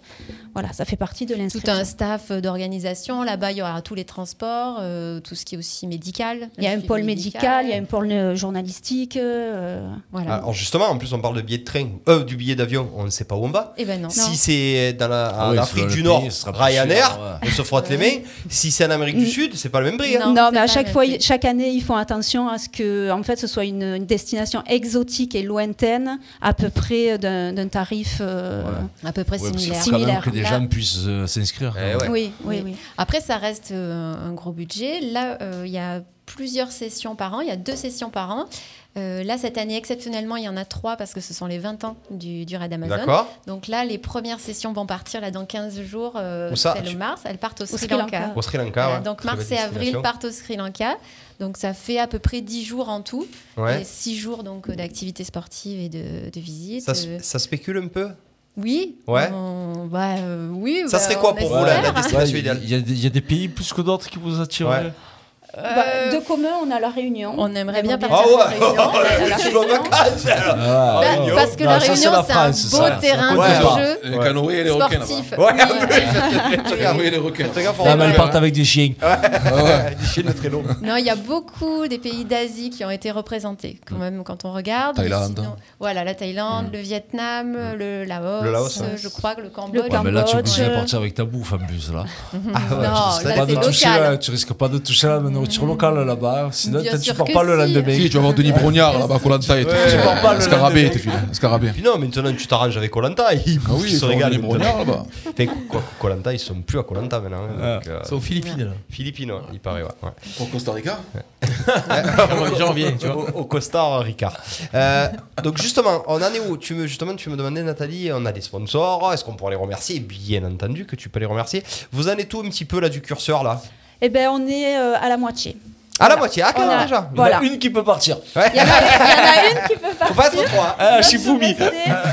Speaker 7: voilà, ça fait partie de
Speaker 6: Mmh. tout
Speaker 7: l'inscription.
Speaker 6: un staff d'organisation. Là-bas, il y aura tous les transports, euh, tout ce qui est aussi médical.
Speaker 7: Il y a
Speaker 6: Le
Speaker 7: un
Speaker 6: suivi
Speaker 7: pôle médical, il y a un pôle euh, journalistique. euh,
Speaker 6: Voilà.
Speaker 4: Ah, Alors justement, en plus on parle de billet de train, euh, du billet d'avion, on ne sait pas où on va.
Speaker 6: Eh ben non.
Speaker 4: Si
Speaker 6: Non.
Speaker 4: c'est dans la-
Speaker 9: Ah
Speaker 4: en
Speaker 9: oui,
Speaker 4: Afrique
Speaker 9: selon le
Speaker 4: du
Speaker 9: pays,
Speaker 4: Nord,
Speaker 9: ce sera plus
Speaker 4: Ryanair,
Speaker 9: cher, hein. ouais.
Speaker 4: on se frotte les mains. Si c'est en Amérique du Sud, c'est pas le même prix. hein.
Speaker 6: Non,
Speaker 7: Non,
Speaker 6: c'est
Speaker 7: mais
Speaker 6: pas
Speaker 7: à
Speaker 6: le
Speaker 7: chaque
Speaker 6: même
Speaker 7: fois,
Speaker 6: prix.
Speaker 7: chaque année, ils font attention à ce que, en fait, ce soit une, une destination exotique et lointaine, à peu près euh, d'un d'un tarif. euh,
Speaker 9: Ouais.
Speaker 6: À peu près
Speaker 9: Ouais, parce qu'il
Speaker 6: similaire.
Speaker 9: faut quand même
Speaker 7: Similaire.
Speaker 9: que des
Speaker 6: Là-
Speaker 9: gens puissent euh, s'inscrire.
Speaker 4: Eh ouais.
Speaker 7: Oui, oui, oui.
Speaker 6: Après, ça reste euh, un gros budget. Là, euh, il y a plusieurs sessions par an. Il y a deux sessions par an. Euh, là, cette année, exceptionnellement, il y en a trois parce que ce sont les 20 ans du, du Raid Amazon.
Speaker 4: D'accord.
Speaker 6: Donc là, les premières sessions vont partir là, dans 15 jours. euh,
Speaker 4: Où ça
Speaker 6: c'est le
Speaker 4: Tu-
Speaker 6: mars. Elles partent au Sri,
Speaker 7: Sri
Speaker 6: Lanka.
Speaker 7: Lanka.
Speaker 4: Au Sri Lanka.
Speaker 6: Voilà,
Speaker 4: ouais.
Speaker 6: donc
Speaker 4: Très belle
Speaker 6: mars et avril
Speaker 4: destination.
Speaker 6: partent au Sri Lanka. Donc ça fait à peu près 10 jours en tout.
Speaker 4: Ouais.
Speaker 6: Et 6 jours donc euh, d'activités sportives et de, de visites.
Speaker 4: Ça, se-
Speaker 6: Euh,
Speaker 4: ça spécule un peu
Speaker 6: Oui.
Speaker 4: Ouais.
Speaker 6: on- bah, euh, oui.
Speaker 4: Ça
Speaker 6: bah,
Speaker 4: serait quoi
Speaker 6: on
Speaker 4: pour vous, là,
Speaker 6: espère.
Speaker 4: la
Speaker 9: Ouais,
Speaker 4: destination
Speaker 9: Il
Speaker 4: idéale
Speaker 9: y, a des- il y a des pays plus que d'autres qui vous attirent.
Speaker 4: Ouais.
Speaker 7: Bah, de commun, on a la réunion.
Speaker 6: Euh, On aimerait bien
Speaker 4: Ah
Speaker 6: partir à la
Speaker 4: ouais
Speaker 6: Réunion.
Speaker 4: Je me cache alors.
Speaker 9: Ah,
Speaker 6: Bah,
Speaker 9: ouais.
Speaker 6: parce que
Speaker 9: Non,
Speaker 6: la
Speaker 9: ça, c'est
Speaker 6: Réunion,
Speaker 9: la
Speaker 6: c'est un
Speaker 9: France,
Speaker 6: beau
Speaker 9: ça. Ça
Speaker 6: terrain
Speaker 9: compte
Speaker 6: de
Speaker 9: pas.
Speaker 6: jeu
Speaker 3: Les canoës et les requins là-bas.
Speaker 6: sportif.
Speaker 4: Ouais,
Speaker 6: Oui,
Speaker 4: en plus,
Speaker 3: Les canoës et les requins.
Speaker 4: Fais gaffe, on
Speaker 9: Ah, mais elles
Speaker 4: rigole,
Speaker 9: partent avec des chiens.
Speaker 4: hein. Les chiens de très longs.
Speaker 6: Non, il y a beaucoup des pays d'Asie qui ont été représentés, quand même, quand on regarde. mais
Speaker 3: Thaïlande.
Speaker 6: voilà, la Thaïlande, le Vietnam, le Laos,
Speaker 4: Le Laos, ouais.
Speaker 6: euh, je crois que le Cambodge.
Speaker 9: Ouais, mais là, tu es obligé de
Speaker 7: Cambodge.
Speaker 9: partir avec ta bouffe en plus. Là.
Speaker 6: non,
Speaker 9: Tu risques
Speaker 6: là,
Speaker 9: pas de
Speaker 6: c'est
Speaker 9: toucher,
Speaker 6: local.
Speaker 9: là, tu risques pas de toucher la mano nourriture locale là-bas. Sinon,
Speaker 6: Bien
Speaker 9: peut-être tu
Speaker 6: sûr
Speaker 9: pars
Speaker 6: que
Speaker 9: pas le
Speaker 6: si.
Speaker 9: lendemain.
Speaker 3: Si, tu vas voir Denis Brognard là-bas, qu'on l'entaille.
Speaker 4: Ouais.
Speaker 3: Tu pars pas le Scarabée, t'es fini. Scarabée.
Speaker 4: Puis non, maintenant tu t'arranges avec Colanta, ils,
Speaker 3: Ah oui,
Speaker 4: ils se
Speaker 3: ils
Speaker 4: régalent.
Speaker 3: ont des brognards, là-bas.
Speaker 4: Colanta, ils sont plus à Colanta maintenant. hein,
Speaker 2: Ah.
Speaker 4: donc, euh,
Speaker 2: Ils sont aux Philippines, là.
Speaker 4: Philippines, ouais, il paraît, ouais. ouais.
Speaker 3: Pour Costa Rica
Speaker 2: J'en reviens, tu vois.
Speaker 4: Au, au costard Ricard. Euh, donc justement, on en est où tu me, Justement, tu me demandais, Nathalie, on a des sponsors, est-ce qu'on pourrait les remercier Bien entendu que tu peux les remercier. Vous en êtes où un petit peu là du curseur là
Speaker 7: Eh ben, on est euh, à la moitié.
Speaker 4: À la moitié, ah,
Speaker 7: On
Speaker 4: carrément
Speaker 7: a-
Speaker 4: déjà
Speaker 7: Voilà.
Speaker 9: Une qui peut partir.
Speaker 4: Ouais. Faut pas être trois. Ah,
Speaker 7: Shifumi.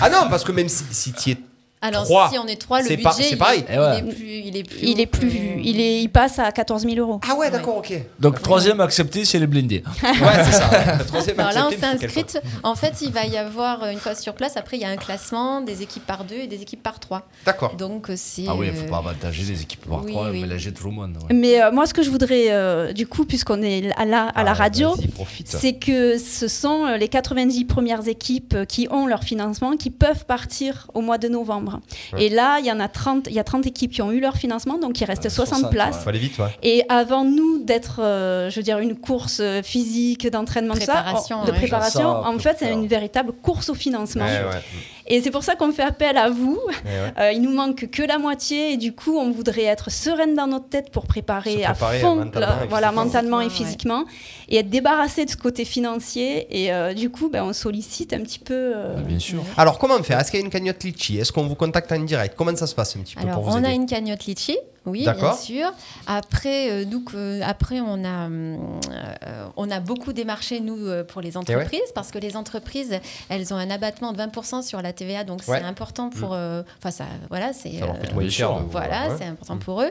Speaker 4: Ah non, parce que même si, si tu es.
Speaker 6: Alors,
Speaker 4: Trois.
Speaker 6: si on est trois, le
Speaker 4: C'est
Speaker 6: budget,
Speaker 4: pas- c'est
Speaker 6: il,
Speaker 4: pareil.
Speaker 6: il
Speaker 9: Eh ouais.
Speaker 6: est plus, il est plus.
Speaker 7: Il est plus, il est, il passe à 14 000 euros.
Speaker 4: Ah ouais, d'accord, ok.
Speaker 9: Donc, troisième accepté, c'est les blindés.
Speaker 4: Ouais, c'est ça. La troisième
Speaker 6: Alors là, on
Speaker 4: acceptée,
Speaker 6: s'est
Speaker 4: il faut qu'elle
Speaker 6: inscrite. En fait, il va y avoir euh, une fois sur place. Après, il y a un classement des équipes par deux et des équipes par trois.
Speaker 4: soit- D'accord.
Speaker 6: Donc, euh, c'est.
Speaker 9: Ah oui, il
Speaker 6: euh,
Speaker 9: faut pas avantager les équipes par
Speaker 6: oui,
Speaker 9: trois,
Speaker 6: oui.
Speaker 9: mélanger tout le monde. ouais.
Speaker 7: Mais euh, moi, ce que je voudrais, euh, du coup, puisqu'on est là- à la, à la radio,
Speaker 4: Ah, vas-y, profite.
Speaker 7: c'est que ce sont euh, les 90 premières équipes euh, qui ont leur financement qui peuvent partir au mois de novembre.
Speaker 4: Ouais.
Speaker 7: Et là, il y en a 30, il y a 30 équipes qui ont eu leur financement, donc il reste 60,
Speaker 9: 60,
Speaker 7: places.
Speaker 4: Faut aller vite, ouais.
Speaker 7: Et avant nous d'être, euh, je veux dire, une course euh, physique, d'entraînement, tout ça,
Speaker 6: Préparation,
Speaker 7: en- de
Speaker 6: ouais.
Speaker 7: préparation,
Speaker 9: Ça,
Speaker 7: en
Speaker 9: faut
Speaker 7: fait, c'est
Speaker 9: faire.
Speaker 7: une véritable course au financement.
Speaker 4: Ouais, ouais.
Speaker 7: Et c'est pour ça qu'on fait appel à vous.
Speaker 4: Ouais, ouais.
Speaker 7: Euh, il nous manque que la moitié et du coup, on voudrait être sereine dans notre tête pour préparer,
Speaker 4: Se préparer
Speaker 7: à fond,
Speaker 4: mentalement
Speaker 7: là,
Speaker 4: et
Speaker 7: voilà,
Speaker 4: physiquement.
Speaker 7: mentalement et
Speaker 6: Ouais.
Speaker 7: physiquement, et être débarrassé de ce côté financier. Et euh, du coup, ben, on sollicite un petit peu. euh,
Speaker 9: Bien sûr.
Speaker 4: Alors, comment faire Est-ce qu'il y a une cagnotte Litchi Est-ce qu'on vous contacte en direct Comment ça se passe un petit peu
Speaker 6: Alors,
Speaker 4: pour vous
Speaker 6: on
Speaker 4: aider
Speaker 6: a une cagnotte litchi, oui, bien
Speaker 4: D'accord.
Speaker 6: sûr. Après, euh, donc, euh, après on, a, hum, euh, on a beaucoup démarché, nous, euh, pour
Speaker 4: Eh
Speaker 6: les entreprises, parce que les entreprises, elles ont un abattement de 20% sur la TVA, donc
Speaker 4: Ouais. Mm.
Speaker 6: c'est important pour. euh, Enfin, ça, voilà, c'est.
Speaker 4: Ça leur
Speaker 6: euh,
Speaker 4: coûte moins cher, de vous
Speaker 6: Voilà,
Speaker 4: voir, ouais. Mm.
Speaker 6: c'est important pour eux.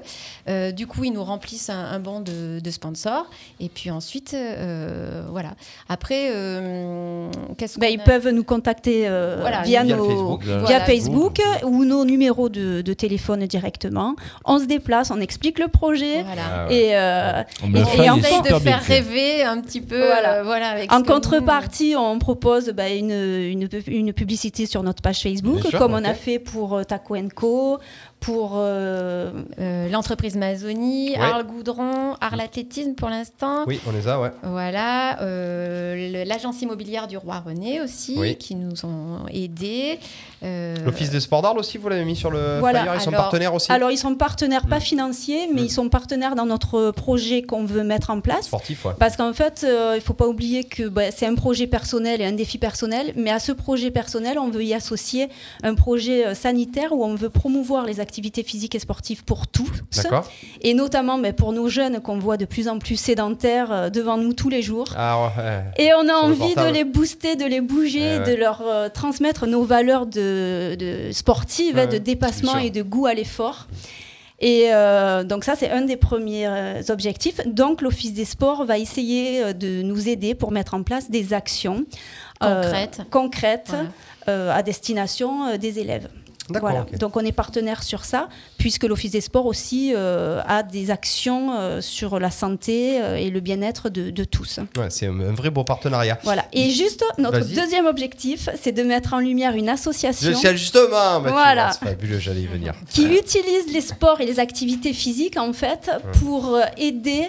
Speaker 6: Euh, du coup, ils nous remplissent un, un banc de, de sponsors. Et puis ensuite, euh, voilà. Après, euh, qu'est-ce
Speaker 7: ben,
Speaker 6: qu'on
Speaker 7: ils
Speaker 6: a
Speaker 7: peuvent nous contacter euh,
Speaker 6: Voilà,
Speaker 7: via,
Speaker 4: Via le
Speaker 7: nos-
Speaker 4: Facebook.
Speaker 9: Via
Speaker 7: via
Speaker 6: Voilà.
Speaker 7: Facebook ou nos numéros de, de téléphone directement. On se déplace, on explique le projet.
Speaker 6: Voilà.
Speaker 4: Ah ouais.
Speaker 7: Et, euh,
Speaker 9: On me
Speaker 7: Et-
Speaker 9: le
Speaker 7: et
Speaker 9: fait, il est
Speaker 7: en fait,
Speaker 6: essaye
Speaker 9: super
Speaker 6: de
Speaker 9: bien
Speaker 6: faire
Speaker 9: fait.
Speaker 6: rêver un petit peu.
Speaker 7: Voilà.
Speaker 6: euh, voilà avec
Speaker 7: En
Speaker 6: ce que nous-
Speaker 7: contrepartie, on propose bah, une, une, une publicité sur notre page Facebook,
Speaker 4: Bien sûr,
Speaker 7: comme
Speaker 4: ok.
Speaker 7: on a fait pour euh, Taco Co, pour... euh,
Speaker 6: Euh, l'entreprise Mazzoni,
Speaker 4: Ouais.
Speaker 6: Arles Goudron, Arles Athlétisme pour l'instant.
Speaker 4: Oui, on les a, ouais.
Speaker 6: Voilà, euh, le- l'agence immobilière du roi René aussi,
Speaker 4: Oui.
Speaker 6: qui nous ont aidés. Euh,
Speaker 4: L'Office des sports d'Arles aussi, vous l'avez mis sur le
Speaker 7: Voilà,
Speaker 4: flyer, ils sont
Speaker 6: alors-
Speaker 4: partenaires aussi
Speaker 7: alors, ils sont partenaires, pas
Speaker 4: Hmm.
Speaker 7: financiers, mais ils sont partenaires dans notre projet qu'on veut mettre en place.
Speaker 4: Sportifs, ouais.
Speaker 7: Parce qu'en fait, euh, il ne faut pas oublier que bah, c'est un projet personnel et un défi personnel, mais à ce projet personnel, on veut y associer un projet euh, sanitaire où on veut promouvoir les activités physiques et sportives pour tous.
Speaker 4: D'accord.
Speaker 7: et notamment mais pour nos jeunes qu'on voit de plus en plus sédentaires euh, devant nous tous les jours.
Speaker 4: Ah ouais.
Speaker 7: Et on a
Speaker 4: Sur le
Speaker 7: envie de
Speaker 4: portable.
Speaker 7: les booster, de les bouger,
Speaker 4: Ouais, ouais.
Speaker 7: de leur euh, transmettre nos valeurs de, de sportives,
Speaker 4: Eh Ouais,
Speaker 7: hein, de
Speaker 4: ouais,
Speaker 7: dépassement
Speaker 4: bien sûr.
Speaker 7: et de goût à l'effort. Et euh, donc ça, c'est un des premiers euh, objectifs. Donc l'Office des sports va essayer euh, de nous aider pour mettre en place des actions euh,
Speaker 6: Concrètes.
Speaker 7: concrètes,
Speaker 6: Voilà.
Speaker 7: euh, à destination euh, des élèves.
Speaker 4: D'accord,
Speaker 7: Voilà.
Speaker 4: ok.
Speaker 7: Donc on est partenaire sur ça, puisque l'Office des sports aussi euh, a des actions euh, sur la santé euh, et le bien-être de, de tous.
Speaker 4: Ouais, c'est un un vrai beau partenariat.
Speaker 7: Voilà. Et juste, notre
Speaker 4: Vas-y.
Speaker 7: deuxième objectif, c'est de mettre en lumière une
Speaker 4: Je
Speaker 7: association
Speaker 4: sais justement, bah, tu
Speaker 7: Voilà.
Speaker 4: vois, c'est fabuleux, j'allais y venir.
Speaker 7: qui utilise les sports et les activités physiques, en fait, pour euh, aider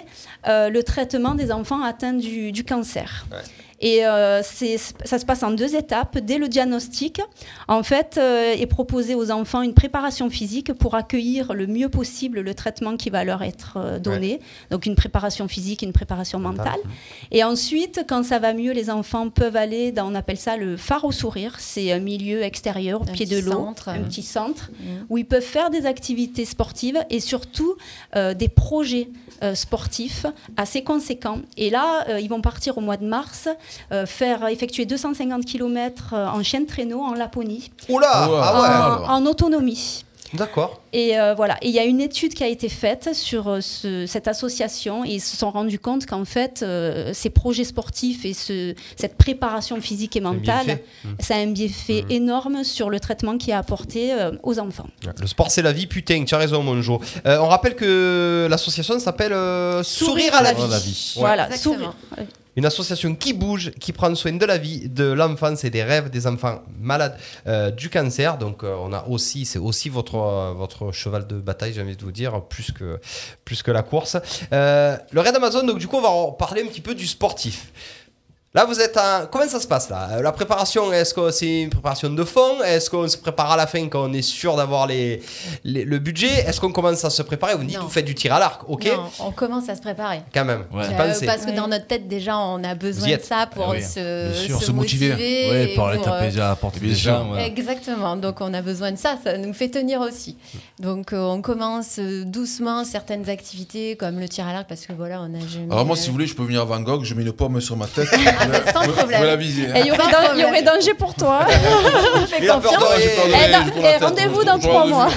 Speaker 7: euh, le traitement des enfants atteints du, du cancer.
Speaker 4: Ouais.
Speaker 7: Et euh, c'est- ça se passe en deux étapes. Dès le diagnostic, en fait, euh, est proposé aux enfants une préparation physique pour accueillir le mieux possible le traitement qui va leur être euh, donné. Donc une préparation physique, et une préparation mentale. Et ensuite, quand ça va mieux, les enfants peuvent aller dans, on appelle ça le phare au sourire. C'est un milieu extérieur, au
Speaker 6: Un
Speaker 7: pied
Speaker 6: petit
Speaker 7: de l'eau,
Speaker 6: centre.
Speaker 7: un
Speaker 4: Mm.
Speaker 6: Mhm.
Speaker 7: petit centre,
Speaker 6: Mhm.
Speaker 7: où ils peuvent faire des activités sportives et surtout euh, des projets euh, sportifs assez conséquents. Et là, euh, ils vont partir au mois de mars, euh, faire effectuer 250 km euh, en chaîne traîneau en Laponie,
Speaker 4: Oula
Speaker 3: Ouah.
Speaker 4: Ah
Speaker 7: en,
Speaker 4: ouais
Speaker 3: alors.
Speaker 7: en autonomie.
Speaker 4: D'accord.
Speaker 7: Et euh, voilà, Et il y a une étude qui a été faite sur euh, ce- cette association et ils se sont rendus compte qu'en fait, euh, ces projets sportifs et ce- cette préparation physique et
Speaker 4: un Mmh.
Speaker 7: mentale,
Speaker 4: bienfait.
Speaker 7: ça a un bienfait énorme sur le traitement qui est apporté euh, aux enfants.
Speaker 4: Ouais, Le sport, c'est la vie, putain, tu as raison, Monjo. Euh, on rappelle que l'association s'appelle euh, Sourire à la vie.
Speaker 7: Voilà,
Speaker 6: Exactement.
Speaker 7: sourire.
Speaker 4: Une association qui bouge, qui prend soin de la vie, de l'enfance et des rêves des enfants malades euh, du cancer. Donc euh, on a aussi, c'est aussi votre, euh, votre cheval de bataille, j'ai envie de vous dire, plus que, plus que la course. Euh, le Raid Amazon, donc du coup on va parler un petit peu du sportif. Là, vous êtes en... Comment ça se passe là Euh, La préparation, est-ce que c'est une préparation de fond Est-ce qu'on se prépare à la fin quand on est sûr d'avoir les... les- le budget Est-ce qu'on commence à se préparer Vous me dites,
Speaker 6: Non.
Speaker 4: vous faites du tir à l'arc, ok Bah,
Speaker 6: Non, on commence à se préparer.
Speaker 4: Quand même. j'y
Speaker 6: Euh,
Speaker 4: pensais.
Speaker 6: parce que dans notre tête, déjà, on a
Speaker 4: Vous y
Speaker 6: besoin de
Speaker 4: êtes.
Speaker 6: ça pour
Speaker 4: Ah oui,
Speaker 6: se,
Speaker 4: bien sûr,
Speaker 6: se
Speaker 4: se motiver.
Speaker 6: motiver.
Speaker 9: Ouais,
Speaker 6: et
Speaker 9: pour aller
Speaker 6: euh,
Speaker 9: taper à la porte
Speaker 3: Bien
Speaker 9: des
Speaker 3: sûr.
Speaker 9: gens. ouais.
Speaker 6: Exactement, donc on a besoin de ça, ça nous fait tenir aussi. Donc euh, on commence euh, doucement certaines activités comme le tir à l'arc parce que voilà, on a jamais.
Speaker 3: Alors moi,
Speaker 6: euh,
Speaker 3: si vous voulez, je peux venir à Van Gogh, je mets une pomme sur ma tête.
Speaker 6: sans
Speaker 3: Vous-
Speaker 6: problème.
Speaker 3: Vous la visez. hein.
Speaker 7: Et il y, aurait
Speaker 6: Sans
Speaker 7: dan- il y
Speaker 6: problème.
Speaker 7: aurait danger pour toi. Fais
Speaker 3: Il a peur de-
Speaker 7: confiance.
Speaker 3: j'ai peur de-
Speaker 7: Eh,
Speaker 3: j'ai peur
Speaker 7: dans-
Speaker 3: de
Speaker 7: eh,
Speaker 3: la tête,
Speaker 7: Rendez-vous
Speaker 3: je-
Speaker 7: dans
Speaker 3: je-
Speaker 7: trois
Speaker 3: je-
Speaker 7: mois.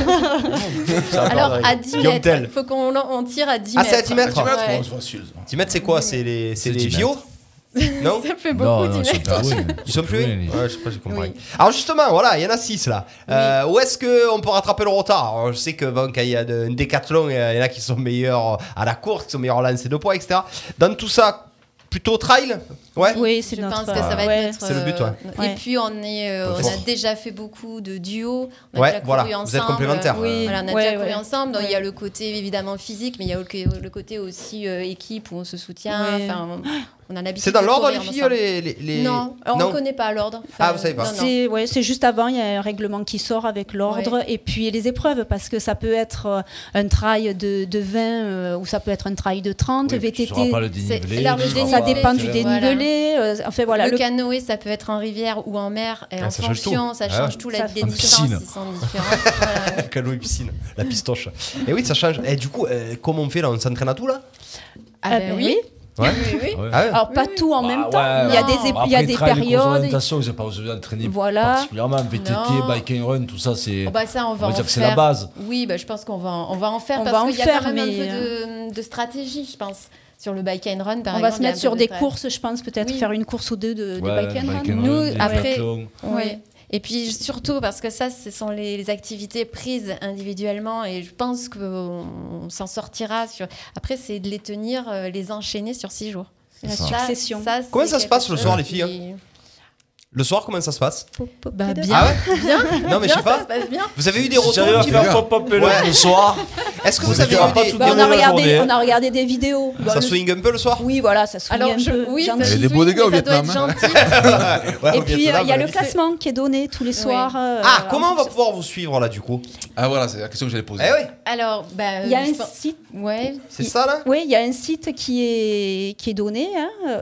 Speaker 7: Alors
Speaker 4: pareil.
Speaker 6: à 10
Speaker 4: Guillaume
Speaker 6: mètres,
Speaker 4: Tell.
Speaker 6: il faut qu'on l'en- on tire à 10
Speaker 4: Ah,
Speaker 6: mètres.
Speaker 4: c'est à 10 mètres
Speaker 6: Ouais.
Speaker 3: Oh, c'est facile.
Speaker 4: 10 mètres, c'est quoi C'est les, c'est les
Speaker 9: 10
Speaker 4: JO Non
Speaker 6: Ça fait
Speaker 9: Non,
Speaker 6: beaucoup 10
Speaker 9: non, c'est
Speaker 6: mètres.
Speaker 9: pas oui.
Speaker 4: Ils sont plus
Speaker 9: Oui,
Speaker 4: hauts
Speaker 9: les-
Speaker 4: Ouais, je sais pas, j'ai compris.
Speaker 6: Oui.
Speaker 4: Alors justement, voilà, il y en a 6 là. Euh, où est-ce qu'on peut rattraper le retard Alors, Je sais que bon, quand il y a de- un décathlon, il y en a qui sont meilleurs à la course, qui sont meilleurs au lancer de poids, etc. Dans tout ça, plutôt trail Ouais
Speaker 7: Oui, c'est
Speaker 6: Je pense
Speaker 7: notre.
Speaker 6: que ça va
Speaker 7: ouais.
Speaker 6: être notre.
Speaker 4: C'est le but, ouais.
Speaker 6: euh,
Speaker 7: Ouais.
Speaker 6: Et puis on est, euh, on a déjà fait beaucoup de duos. On a
Speaker 4: Ouais,
Speaker 6: déjà couru
Speaker 4: voilà, vous êtes
Speaker 6: ensemble.
Speaker 4: complémentaires.
Speaker 7: Oui,
Speaker 6: Voilà, on a
Speaker 7: ouais,
Speaker 6: déjà couru
Speaker 7: ouais.
Speaker 6: ensemble. Donc, Il y a
Speaker 7: Ouais.
Speaker 6: le côté évidemment physique, mais il y a le, le côté aussi euh, équipe où on se soutient.
Speaker 7: Ouais.
Speaker 6: Enfin, on, on a l'habitude.
Speaker 4: C'est dans
Speaker 6: de
Speaker 4: l'ordre, les
Speaker 6: courir
Speaker 4: filles
Speaker 6: ensemble.
Speaker 4: les, les, les-
Speaker 6: Non, alors, on ne connaît pas l'ordre. Enfin,
Speaker 4: Ah, vous savez pas.
Speaker 6: non, non.
Speaker 7: C'est ouais, c'est juste avant, il y a un règlement qui sort avec l'ordre et puis les épreuves parce que ça peut être euh, un trail de, de 20 euh, ou ça peut être un trail de 30,
Speaker 9: Oui,
Speaker 7: VTT.
Speaker 9: Tu sauras pas le dénivelé.
Speaker 6: alors, le
Speaker 9: tu sauras
Speaker 7: Ça
Speaker 6: dénivelé,
Speaker 9: pas-
Speaker 7: dépend du
Speaker 6: Voilà.
Speaker 7: dénivelé. euh, enfin voilà,
Speaker 6: le,
Speaker 7: le,
Speaker 6: canoë, ça peut être en rivière ou en mer. Et
Speaker 4: Ah,
Speaker 6: en
Speaker 4: ça change
Speaker 6: fonction, ça
Speaker 4: Ah
Speaker 6: change
Speaker 4: ouais.
Speaker 6: tout. La,
Speaker 7: Ça Ah,
Speaker 6: les
Speaker 7: fait-
Speaker 6: distances,
Speaker 9: Piscine.
Speaker 6: ils sont différents.
Speaker 4: Canoë piscine, la pistoche. Et oui, ça change. Et du coup, euh, comment on fait là On s'entraîne à tout là
Speaker 7: Ah ben oui.
Speaker 4: Ouais.
Speaker 6: oui, oui.
Speaker 9: Ouais.
Speaker 4: Ah ouais
Speaker 7: alors pas tout en
Speaker 9: Bah,
Speaker 7: même
Speaker 9: ouais,
Speaker 7: temps. il y a
Speaker 6: non.
Speaker 7: des, ép- il y a
Speaker 9: Après,
Speaker 7: des
Speaker 9: trail, course
Speaker 7: périodes.
Speaker 9: d'orientation, vous n'avez pas besoin d'entraîner
Speaker 7: Voilà.
Speaker 9: particulièrement. VTT,
Speaker 6: Non.
Speaker 9: bike and run, tout ça, c'est.
Speaker 6: Oh, bah, ça, on va
Speaker 9: On va
Speaker 6: en
Speaker 9: dire que c'est
Speaker 6: faire.
Speaker 9: la base.
Speaker 6: Oui, bah, je pense qu'on va, en- on va en faire
Speaker 7: On va en
Speaker 6: parce qu'il y a
Speaker 7: faire,
Speaker 6: quand même un
Speaker 7: mais, euh,
Speaker 6: peu de, de stratégie, je pense, sur le bike and run. Par
Speaker 7: On
Speaker 6: exemple,
Speaker 7: va se
Speaker 6: il y a un
Speaker 7: mettre
Speaker 6: peu
Speaker 7: sur
Speaker 6: de
Speaker 7: des
Speaker 6: tra-
Speaker 7: courses, je pense, peut-être
Speaker 6: Oui.
Speaker 7: faire une course ou deux de, de
Speaker 9: Ouais,
Speaker 7: bike and run.
Speaker 9: bike and
Speaker 6: Nous,
Speaker 9: run, des
Speaker 6: après-
Speaker 9: biathlons.
Speaker 6: Oui.
Speaker 7: Ouais.
Speaker 6: Et puis surtout parce que ça, ce sont les, les activités prises individuellement et je pense qu'on on s'en sortira. Sur... Après, c'est de les tenir, euh, les enchaîner sur six jours.
Speaker 7: La succession.
Speaker 6: ça, c'est
Speaker 4: Comment ça se
Speaker 6: quelque
Speaker 4: passe le
Speaker 6: chose
Speaker 4: soir, les filles, hein
Speaker 6: qui-
Speaker 4: Le soir, comment ça se passe
Speaker 6: Bah, bien,
Speaker 4: Ah ouais Non, mais je sais
Speaker 6: bien, ça se
Speaker 4: pas.
Speaker 6: passe bien.
Speaker 4: Vous avez eu des
Speaker 5: Si j'arrive
Speaker 4: retours
Speaker 5: à
Speaker 4: un petit peu
Speaker 5: faire pop-up et
Speaker 4: Ouais.
Speaker 5: le le soir,
Speaker 4: Est-ce que vous,
Speaker 5: Vous
Speaker 4: avez
Speaker 5: verrez
Speaker 4: eu
Speaker 5: pas
Speaker 4: des...
Speaker 5: tout
Speaker 7: Bah, on,
Speaker 5: Déroule
Speaker 7: a
Speaker 5: la journée,
Speaker 7: regardé,
Speaker 5: hein.
Speaker 7: on a regardé des vidéos. Bah,
Speaker 4: Ça
Speaker 7: le-
Speaker 4: swing un peu le soir
Speaker 7: Oui, voilà, ça swing
Speaker 6: Alors,
Speaker 7: un
Speaker 6: je,
Speaker 7: peu.
Speaker 6: oui,
Speaker 7: gentil.
Speaker 6: ça
Speaker 3: Il y a des beaux
Speaker 6: suit,
Speaker 3: dégâts au
Speaker 6: mais ça doit être
Speaker 3: Vietnam,
Speaker 6: gentil.
Speaker 4: Ouais,
Speaker 7: Et
Speaker 4: au
Speaker 7: puis, euh, il
Speaker 4: Vietnam,
Speaker 7: y a le
Speaker 4: ouais.
Speaker 7: classement qui est donné tous les soirs. euh,
Speaker 4: Ah,
Speaker 7: en
Speaker 4: comment on va
Speaker 7: fonction-
Speaker 4: pouvoir vous suivre là du coup
Speaker 3: Ah voilà, c'est la question que j'allais poser.
Speaker 4: Eh oui,
Speaker 6: Alors, bah,
Speaker 7: Il y a
Speaker 6: je
Speaker 7: un
Speaker 6: pense-
Speaker 7: site.
Speaker 6: Ouais,
Speaker 4: c'est ça là
Speaker 7: Oui, il y a un site qui est, qui est donné, hein, euh,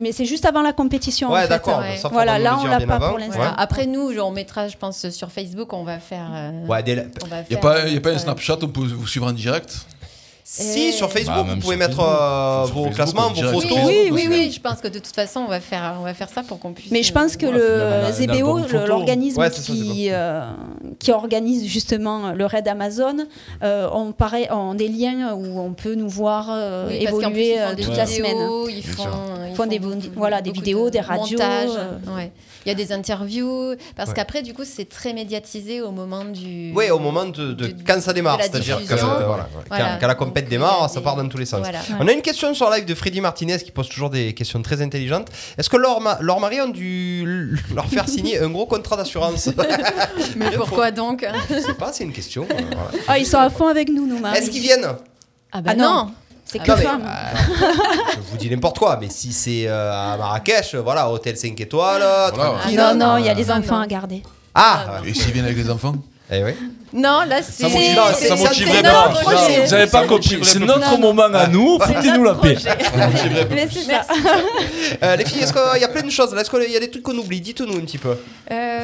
Speaker 7: mais c'est juste avant la compétition. en
Speaker 4: Ouais,
Speaker 7: fait.
Speaker 4: d'accord.
Speaker 6: ouais.
Speaker 4: ça, faut
Speaker 7: Voilà,
Speaker 4: nous
Speaker 7: là,
Speaker 4: le
Speaker 7: on
Speaker 4: dire
Speaker 7: l'a
Speaker 4: bien
Speaker 7: pas
Speaker 4: avant.
Speaker 7: pour l'instant.
Speaker 6: Voilà.
Speaker 7: Ouais.
Speaker 6: Après, nous, genre, on mettra, je pense, sur Facebook, on va faire. euh,
Speaker 4: Ouais, dès la-
Speaker 6: on va
Speaker 3: Il n'y a
Speaker 6: faire,
Speaker 3: pas, y a pas
Speaker 6: euh,
Speaker 3: un Snapchat, on peut vous suivre en direct
Speaker 4: Si,
Speaker 6: Et-
Speaker 4: sur Facebook,
Speaker 9: Bah,
Speaker 4: vous
Speaker 9: même
Speaker 4: pouvez
Speaker 9: sur
Speaker 4: mettre
Speaker 9: Facebook.
Speaker 4: euh,
Speaker 3: Sur
Speaker 4: vos
Speaker 3: Facebook,
Speaker 4: classements,
Speaker 3: on
Speaker 4: vos
Speaker 3: dirait que
Speaker 6: Oui,
Speaker 4: photos.
Speaker 3: Facebook,
Speaker 6: oui,
Speaker 3: aussi,
Speaker 6: oui,
Speaker 3: ouais.
Speaker 6: oui, je pense que de toute façon, on va faire, on va faire ça pour qu'on puisse. euh,
Speaker 7: Mais je pense que
Speaker 9: Ouais,
Speaker 7: le
Speaker 9: finalement, un album
Speaker 7: ZBO,
Speaker 9: photo.
Speaker 7: le- l'organisme
Speaker 4: Ouais, c'est ça,
Speaker 7: qui, euh, qui organise justement le raid Amazon, euh, on, paraît, on des liens où on peut nous voir euh,
Speaker 6: Oui, parce qu'en plus,
Speaker 7: évoluer
Speaker 6: ils font
Speaker 7: euh,
Speaker 6: des
Speaker 7: toute la
Speaker 6: vidéos,
Speaker 7: semaine.
Speaker 6: Ils
Speaker 9: Bien
Speaker 6: font,
Speaker 9: sûr.
Speaker 6: euh, ils
Speaker 7: Font des
Speaker 6: beaucoup-
Speaker 7: vo- voilà, des
Speaker 6: beaucoup
Speaker 7: vidéos,
Speaker 6: de
Speaker 7: des radios,
Speaker 6: montages,
Speaker 7: euh.
Speaker 6: ouais. Il y a des interviews. Parce
Speaker 4: Ouais.
Speaker 6: qu'après, du coup, c'est très médiatisé au moment du.
Speaker 4: Oui, au moment de, de-
Speaker 6: de-
Speaker 4: quand ça démarre,
Speaker 6: de la
Speaker 4: c'est-à-dire que,
Speaker 6: diffusion.
Speaker 4: euh, voilà, quand,
Speaker 6: Ah, Voilà.
Speaker 4: quand la compète
Speaker 6: Donc, il y
Speaker 4: démarre,
Speaker 6: a
Speaker 4: ça
Speaker 6: des-
Speaker 4: part dans tous les sens.
Speaker 6: Voilà.
Speaker 4: On a une question sur live de Freddy Martinez qui pose toujours des questions très intelligentes. Est-ce que leur, ma- leur mari ont dû leur faire signer un gros contrat d'assurance
Speaker 6: Mais pourquoi donc Ah,
Speaker 4: Je sais pas, c'est une question. euh, voilà.
Speaker 7: Ah, ils sont à fond avec nous, nos maris.
Speaker 4: Est-ce qu'ils viennent
Speaker 6: Ah
Speaker 7: bah non. C'est que
Speaker 4: Non, mais,
Speaker 7: femmes.
Speaker 4: Je vous dis n'importe quoi, mais si c'est euh, à Marrakech, voilà, hôtel 5 étoiles, euh,
Speaker 7: Ah
Speaker 4: tranquille.
Speaker 7: non, non, il y a les
Speaker 6: Ah,
Speaker 7: enfants
Speaker 6: non.
Speaker 7: à garder.
Speaker 4: Ah,
Speaker 3: Et s'ils viennent avec les enfants
Speaker 4: eh oui.
Speaker 6: Non, là, c'est.
Speaker 4: motive- non, ça
Speaker 6: c'est-
Speaker 4: motive
Speaker 6: c'est
Speaker 4: vraiment.
Speaker 6: notre
Speaker 4: Non,
Speaker 6: projet.
Speaker 4: non,
Speaker 9: Vous n'avez pas
Speaker 4: Ça
Speaker 9: compris,
Speaker 4: motiverait
Speaker 9: c'est
Speaker 4: plus.
Speaker 9: notre moment à nous,
Speaker 6: C'est
Speaker 9: foutez-nous la
Speaker 6: notre
Speaker 9: paix.
Speaker 6: projet.
Speaker 4: Ah,
Speaker 7: Mais c'est ça.
Speaker 4: Euh, les filles, est-ce qu'il y a plein de choses là Est-ce qu'il y a des trucs qu'on oublie Dites-nous un petit peu.
Speaker 6: Euh,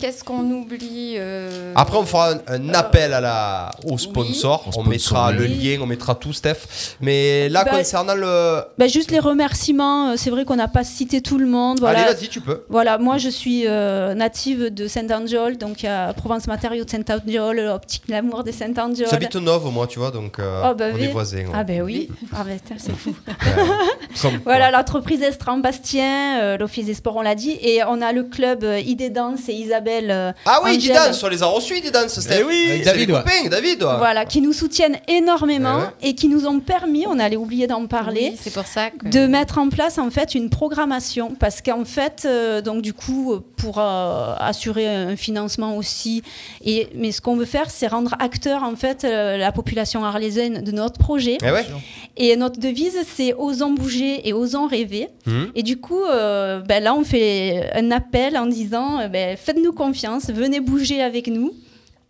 Speaker 6: Qu'est-ce qu'on oublie euh,
Speaker 4: Après, on fera un, un appel à la, au sponsor.
Speaker 9: Au
Speaker 4: On
Speaker 9: sponsor,
Speaker 4: mettra
Speaker 9: oui.
Speaker 4: le lien, on mettra tout, Steph. Mais là,
Speaker 7: Bah,
Speaker 4: concernant le.
Speaker 7: Bah, juste les remerciements, euh, c'est vrai qu'on n'a pas cité tout le monde. Voilà.
Speaker 4: Allez, vas-y, tu peux.
Speaker 7: Voilà, moi je suis euh, native de Saint-Angeol, donc à Provence Matériaux de Saint-Angeol, Optique L'amour de Saint-Angeol.
Speaker 4: Ça habite au Nov, moi, tu vois, donc euh,
Speaker 7: Oh, bah
Speaker 4: on
Speaker 7: oui.
Speaker 4: est voisins. ouais.
Speaker 7: Ah ben oui, ah, ben, putain, c'est fou.
Speaker 4: Comme quoi.
Speaker 7: Voilà, l'entreprise Estran Bastien, euh, l'Office des Sports, on l'a dit, et on a le club euh, Idée Danse et Is Isabelle. euh,
Speaker 4: Ah oui,
Speaker 7: Angel.
Speaker 4: dis danse, on les a reçus, dis danse, Steph.
Speaker 7: oui,
Speaker 4: Avec
Speaker 2: David,
Speaker 4: les
Speaker 2: ouais.
Speaker 4: copains, David. ouais.
Speaker 7: Voilà, qui nous soutiennent énormément
Speaker 4: Ah. Eh ouais.
Speaker 7: et qui nous ont permis, on allait oublier d'en parler,
Speaker 6: c'est pour ça que-
Speaker 7: de mettre en place en fait une programmation parce qu'en fait euh, donc du coup pour euh, assurer un financement aussi et mais ce qu'on veut faire c'est rendre acteur en fait euh, la population arlésienne de notre projet.
Speaker 4: Eh ouais.
Speaker 7: Et notre devise c'est osons bouger et osons rêver.
Speaker 4: Mhm.
Speaker 7: Et du coup euh, ben là on fait un appel en disant euh, ben, faites-nous confiance, venez bouger avec nous.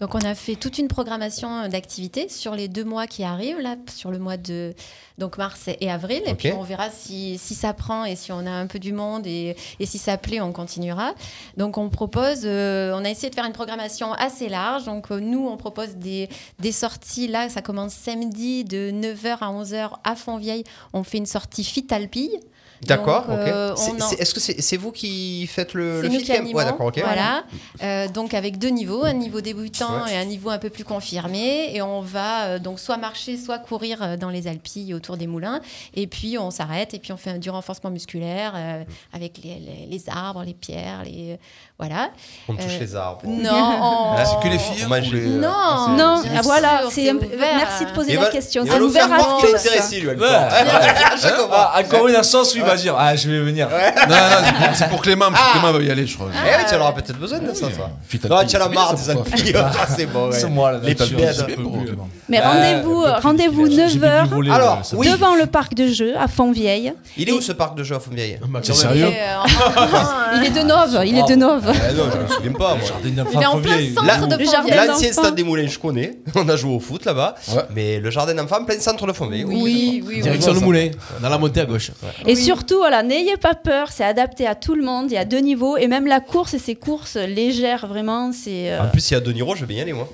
Speaker 6: Donc on a fait toute une programmation euh, d'activités sur les deux mois qui arrivent, là, sur le mois de donc mars et avril. Et
Speaker 7: Ok.
Speaker 6: puis on verra si, si ça prend et si on a un peu du monde et, et si ça plaît, on continuera. Donc on propose, euh, on a essayé de faire une programmation assez large. Donc euh, nous, on propose des, des sorties. Là, ça commence samedi de 9h à 11h à Fontvieille. On fait une sortie fit alpille.
Speaker 4: D'accord,
Speaker 6: Donc, euh,
Speaker 4: ok.
Speaker 6: on
Speaker 4: C'est-
Speaker 6: en-
Speaker 4: c'est- Est-ce que c'est c'est vous qui faites le,
Speaker 6: c'est
Speaker 4: le
Speaker 6: nous
Speaker 4: fit
Speaker 6: qui
Speaker 4: camp
Speaker 6: animons,
Speaker 4: Ouais, d'accord, ok.
Speaker 6: Voilà. Euh, donc avec deux niveaux, un niveau débutant
Speaker 4: Ouais.
Speaker 6: et un niveau un peu plus confirmé. Et on va euh, donc soit marcher, soit courir euh, dans les Alpilles autour des moulins. Et puis on s'arrête et puis on fait un- du renforcement musculaire euh, avec les, les- les arbres, les pierres, les euh, voilà.
Speaker 4: On touche
Speaker 6: Euh,
Speaker 4: les arbres.
Speaker 6: Non. on-
Speaker 4: Hein, c'est que les filles,
Speaker 6: on
Speaker 4: ou
Speaker 6: mange
Speaker 4: les-
Speaker 6: Non.
Speaker 4: Ah, c'est-
Speaker 7: Non,
Speaker 6: bien
Speaker 7: ah, voilà,
Speaker 6: sûr,
Speaker 7: c'est un peu-
Speaker 6: ouvert
Speaker 7: merci de
Speaker 6: à-
Speaker 7: poser
Speaker 4: Il
Speaker 7: la
Speaker 4: va-
Speaker 7: question.
Speaker 4: il
Speaker 7: C'est
Speaker 4: va nous
Speaker 7: ouvert
Speaker 4: faire
Speaker 7: à
Speaker 4: croire
Speaker 7: tous.
Speaker 4: qu'il est intéressé, lui, à le
Speaker 9: Ouais.
Speaker 4: temps. À chaque fois.
Speaker 9: Ah, encore une instance où il va dire Ah, je vais venir.
Speaker 3: Non, non, c'est pour- c'est pour Clément,
Speaker 6: Ah.
Speaker 3: parce que Clément va y aller, je crois.
Speaker 4: Eh oui, tu en auras peut-être besoin de ça, toi. Non, tu en as marre des alpilles. Ah, C'est bon, ouais.
Speaker 9: C'est moi, là,
Speaker 4: Les
Speaker 9: là-dessus, je
Speaker 4: bêtes.
Speaker 9: peux plus.
Speaker 7: Mais
Speaker 5: Euh,
Speaker 9: Ah,
Speaker 7: rendez-vous, euh,
Speaker 9: un peu plus
Speaker 7: rendez-vous
Speaker 9: clair. J'ai
Speaker 7: 9
Speaker 9: dû
Speaker 7: h
Speaker 9: voler,
Speaker 4: Alors,
Speaker 9: euh, ça.
Speaker 4: oui.
Speaker 7: devant le parc de jeux à Fontvieille.
Speaker 4: Il est où ce parc de jeux à Fontvieille
Speaker 5: Ah, bah,
Speaker 2: Ah,
Speaker 9: T'es sérieux
Speaker 6: Et, euh, en-
Speaker 7: Il est de Nove, il est de Nove.
Speaker 4: Eh Non, je me souviens pas, moi.
Speaker 9: Jardin d'enfants
Speaker 6: Il est en plein
Speaker 9: Fontvieille.
Speaker 6: centre
Speaker 4: La-
Speaker 6: de
Speaker 7: Le
Speaker 6: Fontvieille.
Speaker 7: jardin
Speaker 4: L'ancien
Speaker 7: d'enfants.
Speaker 4: stade des Moulins, je connais. On a joué au foot là-bas. Mais le jardin d'enfants, plein centre de Fontvieille.
Speaker 6: Oui, oui, oui.
Speaker 2: Direction le moulet, dans la montée à gauche.
Speaker 7: Et surtout, voilà, n'ayez pas peur, c'est adapté à tout le monde, il y a deux niveaux, et même la course, et ces courses légères, vraiment, c'est... euh,
Speaker 4: En plus, il y a Denis Roche, je vais y aller, moi.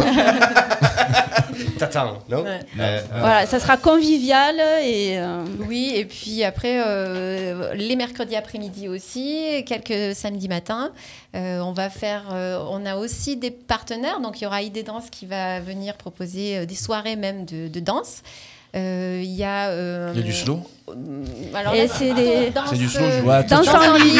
Speaker 4: T'attends, non
Speaker 6: Ouais.
Speaker 4: Euh, euh,
Speaker 7: Voilà, ça sera convivial, et... euh,
Speaker 6: Oui, et puis après, euh, les mercredis après-midi aussi, quelques samedis matins, euh, on va faire. euh, on a aussi des partenaires, donc il y aura ID Danse qui va venir proposer euh, des soirées même de, de danse. Euh, Il y a. euh, mm,
Speaker 3: Il y a du slow.
Speaker 6: alors
Speaker 7: Et
Speaker 6: là,
Speaker 7: c'est des-
Speaker 6: danse,
Speaker 3: C'est du slow, je
Speaker 6: euh,
Speaker 3: vois.
Speaker 7: Danse en ligne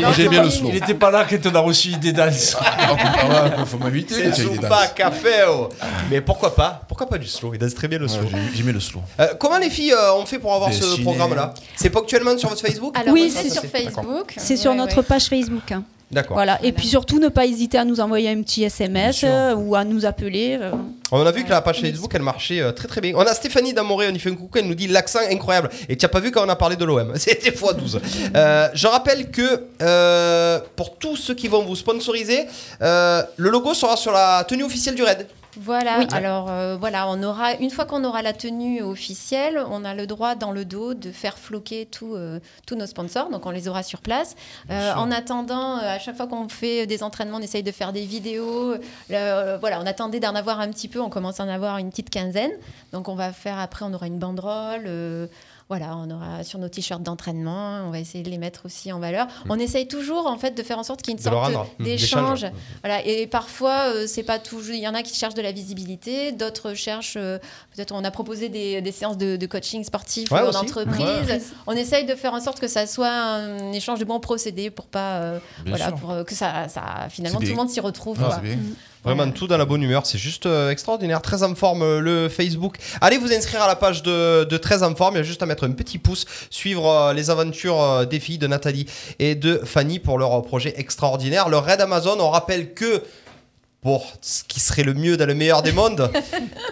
Speaker 6: Danse
Speaker 3: J'ai
Speaker 6: en
Speaker 3: bien le
Speaker 6: ligne.
Speaker 3: slow.
Speaker 9: Il était pas là quand on a reçu l'idée d'Alice.
Speaker 3: Ah ouais, faut m'inviter.
Speaker 4: C'est
Speaker 3: les Jay
Speaker 4: Zumba
Speaker 3: Dance.
Speaker 4: Café. oh. Mais pourquoi pas Pourquoi pas du slow Il danse très bien le slow.
Speaker 3: Ouais, j'ai- J'aimais le slow.
Speaker 4: Euh, comment les filles euh, ont fait pour avoir ce
Speaker 3: Dessiner.
Speaker 4: programme-là C'est pas actuellement sur votre Facebook
Speaker 6: Alors,
Speaker 7: Oui,
Speaker 6: on est
Speaker 7: c'est
Speaker 6: sur
Speaker 4: sur-
Speaker 6: Facebook.
Speaker 7: C'est sur
Speaker 6: Ouais,
Speaker 7: notre
Speaker 6: ouais.
Speaker 7: page Facebook. hein.
Speaker 4: D'accord.
Speaker 7: Voilà. Et puis surtout, ne pas hésiter à nous envoyer un petit SMS euh, ou à nous appeler. euh.
Speaker 4: On a vu que la page Facebook, elle marchait euh, très très bien. On a Stéphanie Damoré, on y fait un coucou, elle nous dit l'accent incroyable. Et tu as pas vu quand on a parlé de l'OM. C'était x12. Euh, je rappelle que euh, pour tous ceux qui vont vous sponsoriser, euh, le logo sera sur la tenue officielle du Raid.
Speaker 6: Voilà, alors euh, voilà, on aura, une fois qu'on aura la tenue officielle, on a le droit dans le dos de faire floquer tout, euh, tous nos sponsors, donc on les aura sur place. Euh, en attendant, euh, à chaque fois qu'on fait des entraînements, on essaye de faire des vidéos. Euh, voilà, on attendait d'en avoir un petit peu, on commence à en avoir une petite quinzaine. Donc on va faire, après, on aura une banderole. euh, voilà, on aura sur nos t-shirts d'entraînement, on va essayer de les mettre aussi en valeur. On essaye toujours en fait de faire en sorte qu'il y ait une
Speaker 4: Hmm. De leur
Speaker 6: sorte
Speaker 4: rendre. Mmh.
Speaker 6: d'échange.
Speaker 4: D'échange.
Speaker 6: Voilà, et parfois, euh, c'est pas toujours. Il y en a qui cherchent de la visibilité, d'autres cherchent. euh, Peut-être on a proposé des, des séances de, de coaching sportif
Speaker 4: Ouais,
Speaker 6: euh,
Speaker 4: aussi.
Speaker 6: en entreprise. On essaye de faire en sorte que ça soit un échange de bons procédés pour pas. euh,
Speaker 3: Bien
Speaker 6: voilà,
Speaker 3: sûr.
Speaker 6: pour euh, que ça, ça finalement
Speaker 3: C'est
Speaker 6: tout le
Speaker 3: bien.
Speaker 6: monde s'y retrouve.
Speaker 3: Ah,
Speaker 6: quoi.
Speaker 3: c'est bien.
Speaker 4: Vraiment tout dans la bonne humeur, c'est juste euh, extraordinaire. Très en forme euh, le Facebook. Allez vous inscrire à la page de, de Très en forme. Il y a juste à mettre un petit pouce, suivre euh, les aventures euh, des filles de Nathalie et de Fanny pour leur euh, projet extraordinaire. Le raid Amazon, on rappelle que pour ce qui serait le mieux dans le meilleur des mondes,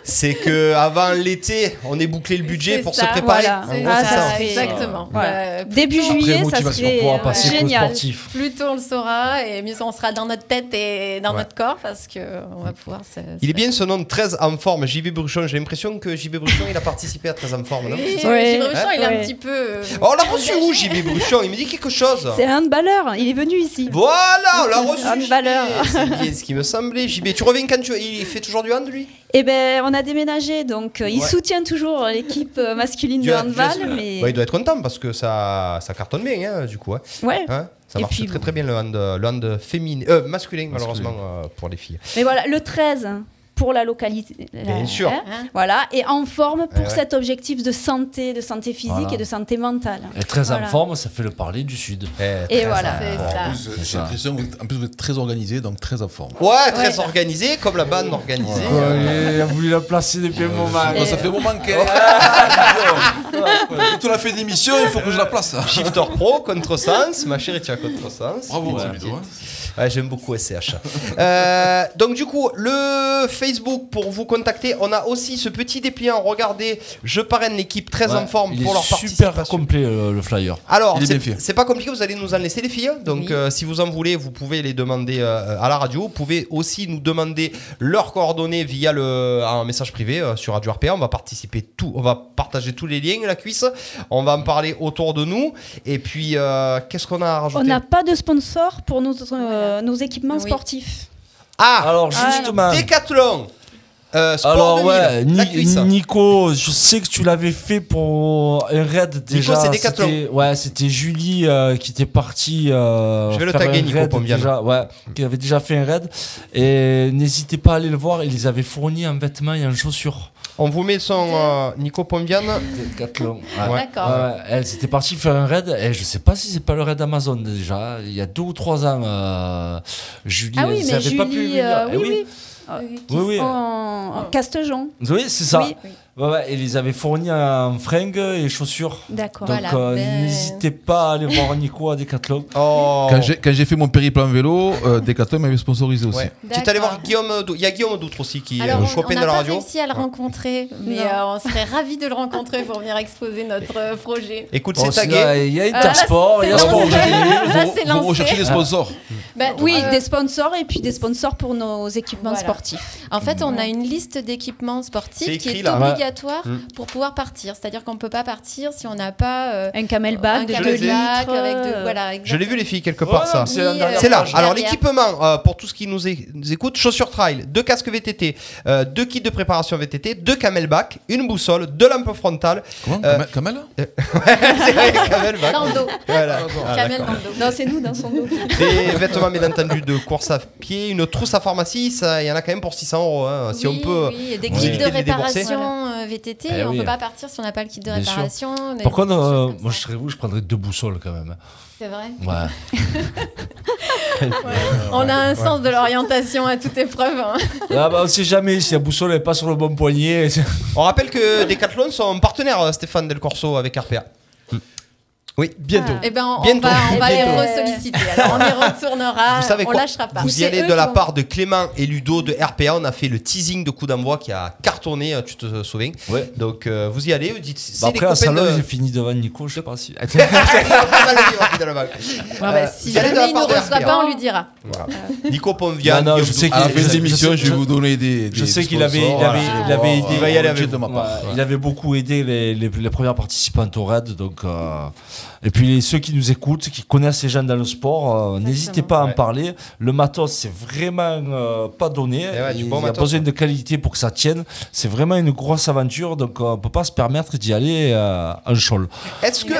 Speaker 4: c'est que avant l'été, on ait bouclé le budget
Speaker 6: C'est
Speaker 4: pour
Speaker 6: ça,
Speaker 4: se préparer.
Speaker 7: voilà.
Speaker 4: En
Speaker 6: C'est
Speaker 4: gros,
Speaker 7: Ah,
Speaker 4: c'est
Speaker 7: ça
Speaker 4: ça.
Speaker 7: serait-
Speaker 6: exactement.
Speaker 7: Voilà.
Speaker 6: Euh,
Speaker 7: Début
Speaker 9: Après,
Speaker 7: juillet, ça
Speaker 9: motivation
Speaker 7: serait
Speaker 9: pour
Speaker 7: euh,
Speaker 9: un passer qu'au
Speaker 7: génial.
Speaker 9: sportif.
Speaker 6: Plus tôt on le saura, et mieux on sera dans notre tête et dans
Speaker 4: Ouais.
Speaker 6: notre corps parce qu'on va pouvoir. se-
Speaker 4: Il est bien ce nom de 13 en forme, JB Bruchon. J'ai l'impression que JB Bruchon, il a participé à 13 en forme, non
Speaker 6: Oui,
Speaker 7: Ouais.
Speaker 6: Gilles Rochon, il est
Speaker 7: Ouais.
Speaker 6: un petit peu. euh,
Speaker 4: Oh, on l'a reçu où, JB Bruchon Il me dit quelque chose.
Speaker 7: C'est un handballeur, il est venu ici.
Speaker 4: Voilà, on l'a reçu.
Speaker 7: Homme
Speaker 4: JB.
Speaker 7: valeur.
Speaker 4: C'est bien ce qui me semblait. JB, tu reviens quand tu veux. Il fait toujours du hand, lui
Speaker 7: Eh ben, on a déménagé, donc euh, il
Speaker 4: Ouais.
Speaker 7: soutient toujours l'équipe euh, masculine
Speaker 4: Du
Speaker 7: de
Speaker 4: hand,
Speaker 7: handball,
Speaker 4: j'espère.
Speaker 7: mais
Speaker 4: Bah, Il doit être content parce que ça, ça cartonne bien, hein, du coup. hein.
Speaker 7: ouais.
Speaker 4: Hein ça
Speaker 7: Et
Speaker 4: marche
Speaker 7: puis,
Speaker 4: très
Speaker 7: bon.
Speaker 4: très bien le hand, le hand féminin, euh, masculin, malheureusement euh, pour les filles.
Speaker 7: Mais voilà, le 13. hein, pour la localité. euh, hein.
Speaker 4: Bien sûr.
Speaker 6: Hein.
Speaker 7: Voilà, et en forme pour
Speaker 9: Eh ouais.
Speaker 7: cet objectif de santé, de santé physique
Speaker 9: Voilà.
Speaker 7: et de santé mentale.
Speaker 9: Et très
Speaker 7: Voilà.
Speaker 9: en forme, ça fait le parler du Sud.
Speaker 4: Eh,
Speaker 7: Et très voilà. en C'est
Speaker 4: Ah,
Speaker 7: forme.
Speaker 9: Ah.
Speaker 7: ça.
Speaker 15: En plus, j'ai l'impression que vous êtes- en plus, vous êtes très organisé, donc très en forme.
Speaker 4: Ouais, très organisé, comme la bande organisée.
Speaker 9: il a voulu la placer depuis un moment.
Speaker 4: Et-
Speaker 15: Euh, ça fait moment qu'elle est
Speaker 4: Tout la fait d'émission, il faut que je la place. Shifter Pro, Contresens, ma chérie, tu as Contresens.
Speaker 15: Bravo,
Speaker 4: Petite,
Speaker 15: Timido,
Speaker 3: hein.
Speaker 4: petite. Ouais, J'aime beaucoup SCH. Euh, donc, du coup, le Facebook pour vous contacter, on a aussi ce petit dépliant. Regardez, je parraine l'équipe très
Speaker 9: Ouais,
Speaker 4: en forme
Speaker 9: il
Speaker 4: pour
Speaker 9: est
Speaker 4: leur participation.
Speaker 9: super complet euh, le flyer.
Speaker 4: Alors,
Speaker 9: il est
Speaker 4: c'est-
Speaker 9: bien fait.
Speaker 4: c'est pas compliqué, vous allez nous en laisser les filles. Donc, euh, si vous en voulez, vous pouvez les demander euh, à la radio. Vous pouvez aussi nous demander leurs coordonnées via le, un message privé euh, sur Radio RPA. On va participer tout, on va partager tous les liens, la cuisse. On va en parler autour de nous. Et puis, euh, qu'est-ce qu'on a à
Speaker 7: On
Speaker 4: rajouter
Speaker 7: n'a pas de sponsor pour nos, euh, nos équipements sportifs.
Speaker 4: Ah Alors,
Speaker 5: justement.
Speaker 4: Décathlon euh, Sport
Speaker 5: Alors
Speaker 4: 2000,
Speaker 5: ouais,
Speaker 4: la
Speaker 5: Ni-
Speaker 4: cuisse.
Speaker 5: Nico, je sais que tu l'avais fait pour un raid déjà.
Speaker 4: c'est Decathlon.
Speaker 5: c'était- Ouais, c'était Julie euh, qui était partie. euh,
Speaker 4: Je vais le
Speaker 5: faire
Speaker 4: taguer,
Speaker 5: un
Speaker 4: Nico
Speaker 5: raid
Speaker 4: Pombiano.
Speaker 5: déjà, ouais, qui avait déjà fait un raid. Et n'hésitez pas à aller le voir. Il les avait fournis en vêtements et en chaussures.
Speaker 4: On vous met son euh, Nico Pombian.
Speaker 5: Décathlon.
Speaker 4: Ouais.
Speaker 5: Ouais, ouais. elle s'était partie faire un raid et je sais pas si c'est pas le raid Amazon déjà. Il y a deux ou trois ans, euh, Julie,
Speaker 7: Ah oui,
Speaker 5: elle
Speaker 7: mais
Speaker 5: savait pas pu
Speaker 7: Julie,
Speaker 5: venir.
Speaker 7: euh,
Speaker 5: Eh
Speaker 7: oui, oui.
Speaker 5: Oui, oui.
Speaker 7: En, en castejon.
Speaker 5: Oui, c'est ça.
Speaker 7: Oui.
Speaker 5: Ouais, ouais, et les avait fournis en fringues et chaussures.
Speaker 7: D'accord.
Speaker 5: Donc
Speaker 7: Voilà,
Speaker 5: euh,
Speaker 7: ben-
Speaker 5: n'hésitez pas à aller voir Nico à Decathlon.
Speaker 4: Oh.
Speaker 15: Quand j'ai- quand j'ai fait mon périple en vélo, euh, Decathlon m'avait sponsorisé aussi.
Speaker 4: Ouais. Tu es allé voir Guillaume, Dou- il y a Guillaume Doutre aussi qui euh, est
Speaker 6: Alors,
Speaker 4: le
Speaker 6: on- on
Speaker 4: copain
Speaker 6: n'a
Speaker 4: de la
Speaker 6: pas
Speaker 4: radio. Ah.
Speaker 6: réussi à le rencontrer, mais
Speaker 7: Non.
Speaker 6: euh, on serait ravis de le rencontrer pour venir exposer notre euh, projet.
Speaker 4: Écoute,
Speaker 5: Oh,
Speaker 4: c'est
Speaker 5: c'est
Speaker 4: tagué.
Speaker 5: là, il y a Intersport,
Speaker 6: Ah, là,
Speaker 5: il y a
Speaker 6: c'est
Speaker 5: Sport
Speaker 6: lancé.
Speaker 5: Aujourd.
Speaker 6: Là, c'est lancé.
Speaker 15: Ah.
Speaker 6: Ben,
Speaker 7: Bah oui,
Speaker 6: euh,
Speaker 7: des sponsors et puis des sponsors pour nos équipements
Speaker 6: Voilà.
Speaker 7: sportifs.
Speaker 6: En fait, on a une liste d'équipements sportifs
Speaker 7: C'est
Speaker 6: qui
Speaker 7: écrit,
Speaker 6: est
Speaker 7: là.
Speaker 6: obligatoire
Speaker 7: Ouais. Mm.
Speaker 6: pour pouvoir partir. C'est-à-dire qu'on ne peut pas partir si on n'a pas euh,
Speaker 7: un camelback
Speaker 4: de
Speaker 6: camelback
Speaker 4: deux
Speaker 6: avec
Speaker 7: litres,
Speaker 6: de,
Speaker 7: euh,
Speaker 6: voilà, exact-
Speaker 4: Je l'ai vu les filles quelque
Speaker 6: Ouais,
Speaker 4: part ça.
Speaker 6: oui, euh, c'est la dernière
Speaker 4: C'est là.
Speaker 6: page.
Speaker 4: Alors
Speaker 6: Derrière.
Speaker 4: l'équipement euh, pour tout ce qui nous, é- nous écoute, chaussures trail, deux casques VTT, euh, deux kits de préparation VTT, deux camelback, une boussole, deux lampes frontales.
Speaker 15: Comment Camel- Camel
Speaker 4: Euh, ouais, c'est vrai, camelback.
Speaker 7: Dans le dos.
Speaker 4: Voilà. Ah, d'accord.
Speaker 7: Non, c'est nous dans son dos.
Speaker 4: Des vêtements, bien entendu, de course à pied, une trousse à pharmacie, ça, il y en a quand même pour 600 euros. hein, si
Speaker 6: Oui,
Speaker 4: on peut.
Speaker 6: oui, et des
Speaker 4: vous
Speaker 6: kits de
Speaker 4: éviter les débourser.
Speaker 6: réparation euh, VTT,
Speaker 9: Eh
Speaker 6: on
Speaker 9: oui.
Speaker 6: peut pas partir si on n'a pas le kit de
Speaker 9: Bien sûr.
Speaker 6: réparation. des-
Speaker 9: Par contre, euh, moi je serais vous, je prendrais deux boussoles quand même.
Speaker 6: C'est vrai
Speaker 9: Ouais.
Speaker 6: On a un sens de l'orientation à toute épreuve. hein.
Speaker 5: Ah bah on sait jamais si la boussole est pas sur le bon poignet. Bah,
Speaker 4: On rappelle que Decathlon sont partenaires, euh, Stéphane Del Corso, avec RPA.
Speaker 5: Mm.
Speaker 4: Oui, bientôt.
Speaker 6: Eh ben, on, on
Speaker 4: Bientôt.
Speaker 6: va, on va les
Speaker 4: Bientôt.
Speaker 6: ressolliciter. Alors, on y retournera.
Speaker 4: Vous savez
Speaker 6: on
Speaker 4: quoi
Speaker 6: lâchera pas.
Speaker 4: Vous y allez de la part de Clément et Ludo de RPA. On a fait le teasing de coup d'envoi qui a cartonné, euh, tu te souviens. Donc euh, vous y allez, vous dites c'est
Speaker 5: Bah
Speaker 4: les
Speaker 5: après à
Speaker 4: copains
Speaker 5: salon,
Speaker 4: de-
Speaker 5: j'ai fini devant Nico, je sais pas si.
Speaker 4: Pas mal de vivre, finalement.
Speaker 6: Ah
Speaker 4: Euh,
Speaker 6: bah, si
Speaker 4: vous y allez de
Speaker 6: jamais
Speaker 4: la
Speaker 6: il
Speaker 4: part
Speaker 6: nous
Speaker 4: de
Speaker 6: reçoit
Speaker 4: RPA.
Speaker 6: pas, on lui dira.
Speaker 4: Voilà. Nico Ponvia,
Speaker 5: Non, non, je sais
Speaker 15: À la
Speaker 5: qu'il-
Speaker 15: fin
Speaker 5: je-
Speaker 15: des émissions,
Speaker 5: je-
Speaker 15: je vais
Speaker 5: je-
Speaker 15: vous donner des.
Speaker 5: Je sais qu'il avait, il avait, il avait aidé.
Speaker 15: Il va y aller avec. De ma
Speaker 5: Ouais,
Speaker 15: part.
Speaker 5: Euh, Il avait beaucoup aidé les, les- les premières participantes au raid. Donc, euh, et puis les- ceux qui nous écoutent, qui connaissent les gens dans le sport, euh, n'hésitez pas à en parler. Le matos, c'est vraiment euh, pas donné.
Speaker 4: Eh ouais, du
Speaker 5: il
Speaker 4: bon
Speaker 5: y a
Speaker 4: matos, hein.
Speaker 5: besoin de qualité pour que ça tienne. C'est vraiment une grosse aventure. Donc euh, on peut pas se permettre d'y aller euh, en chôle.
Speaker 4: Est-ce que.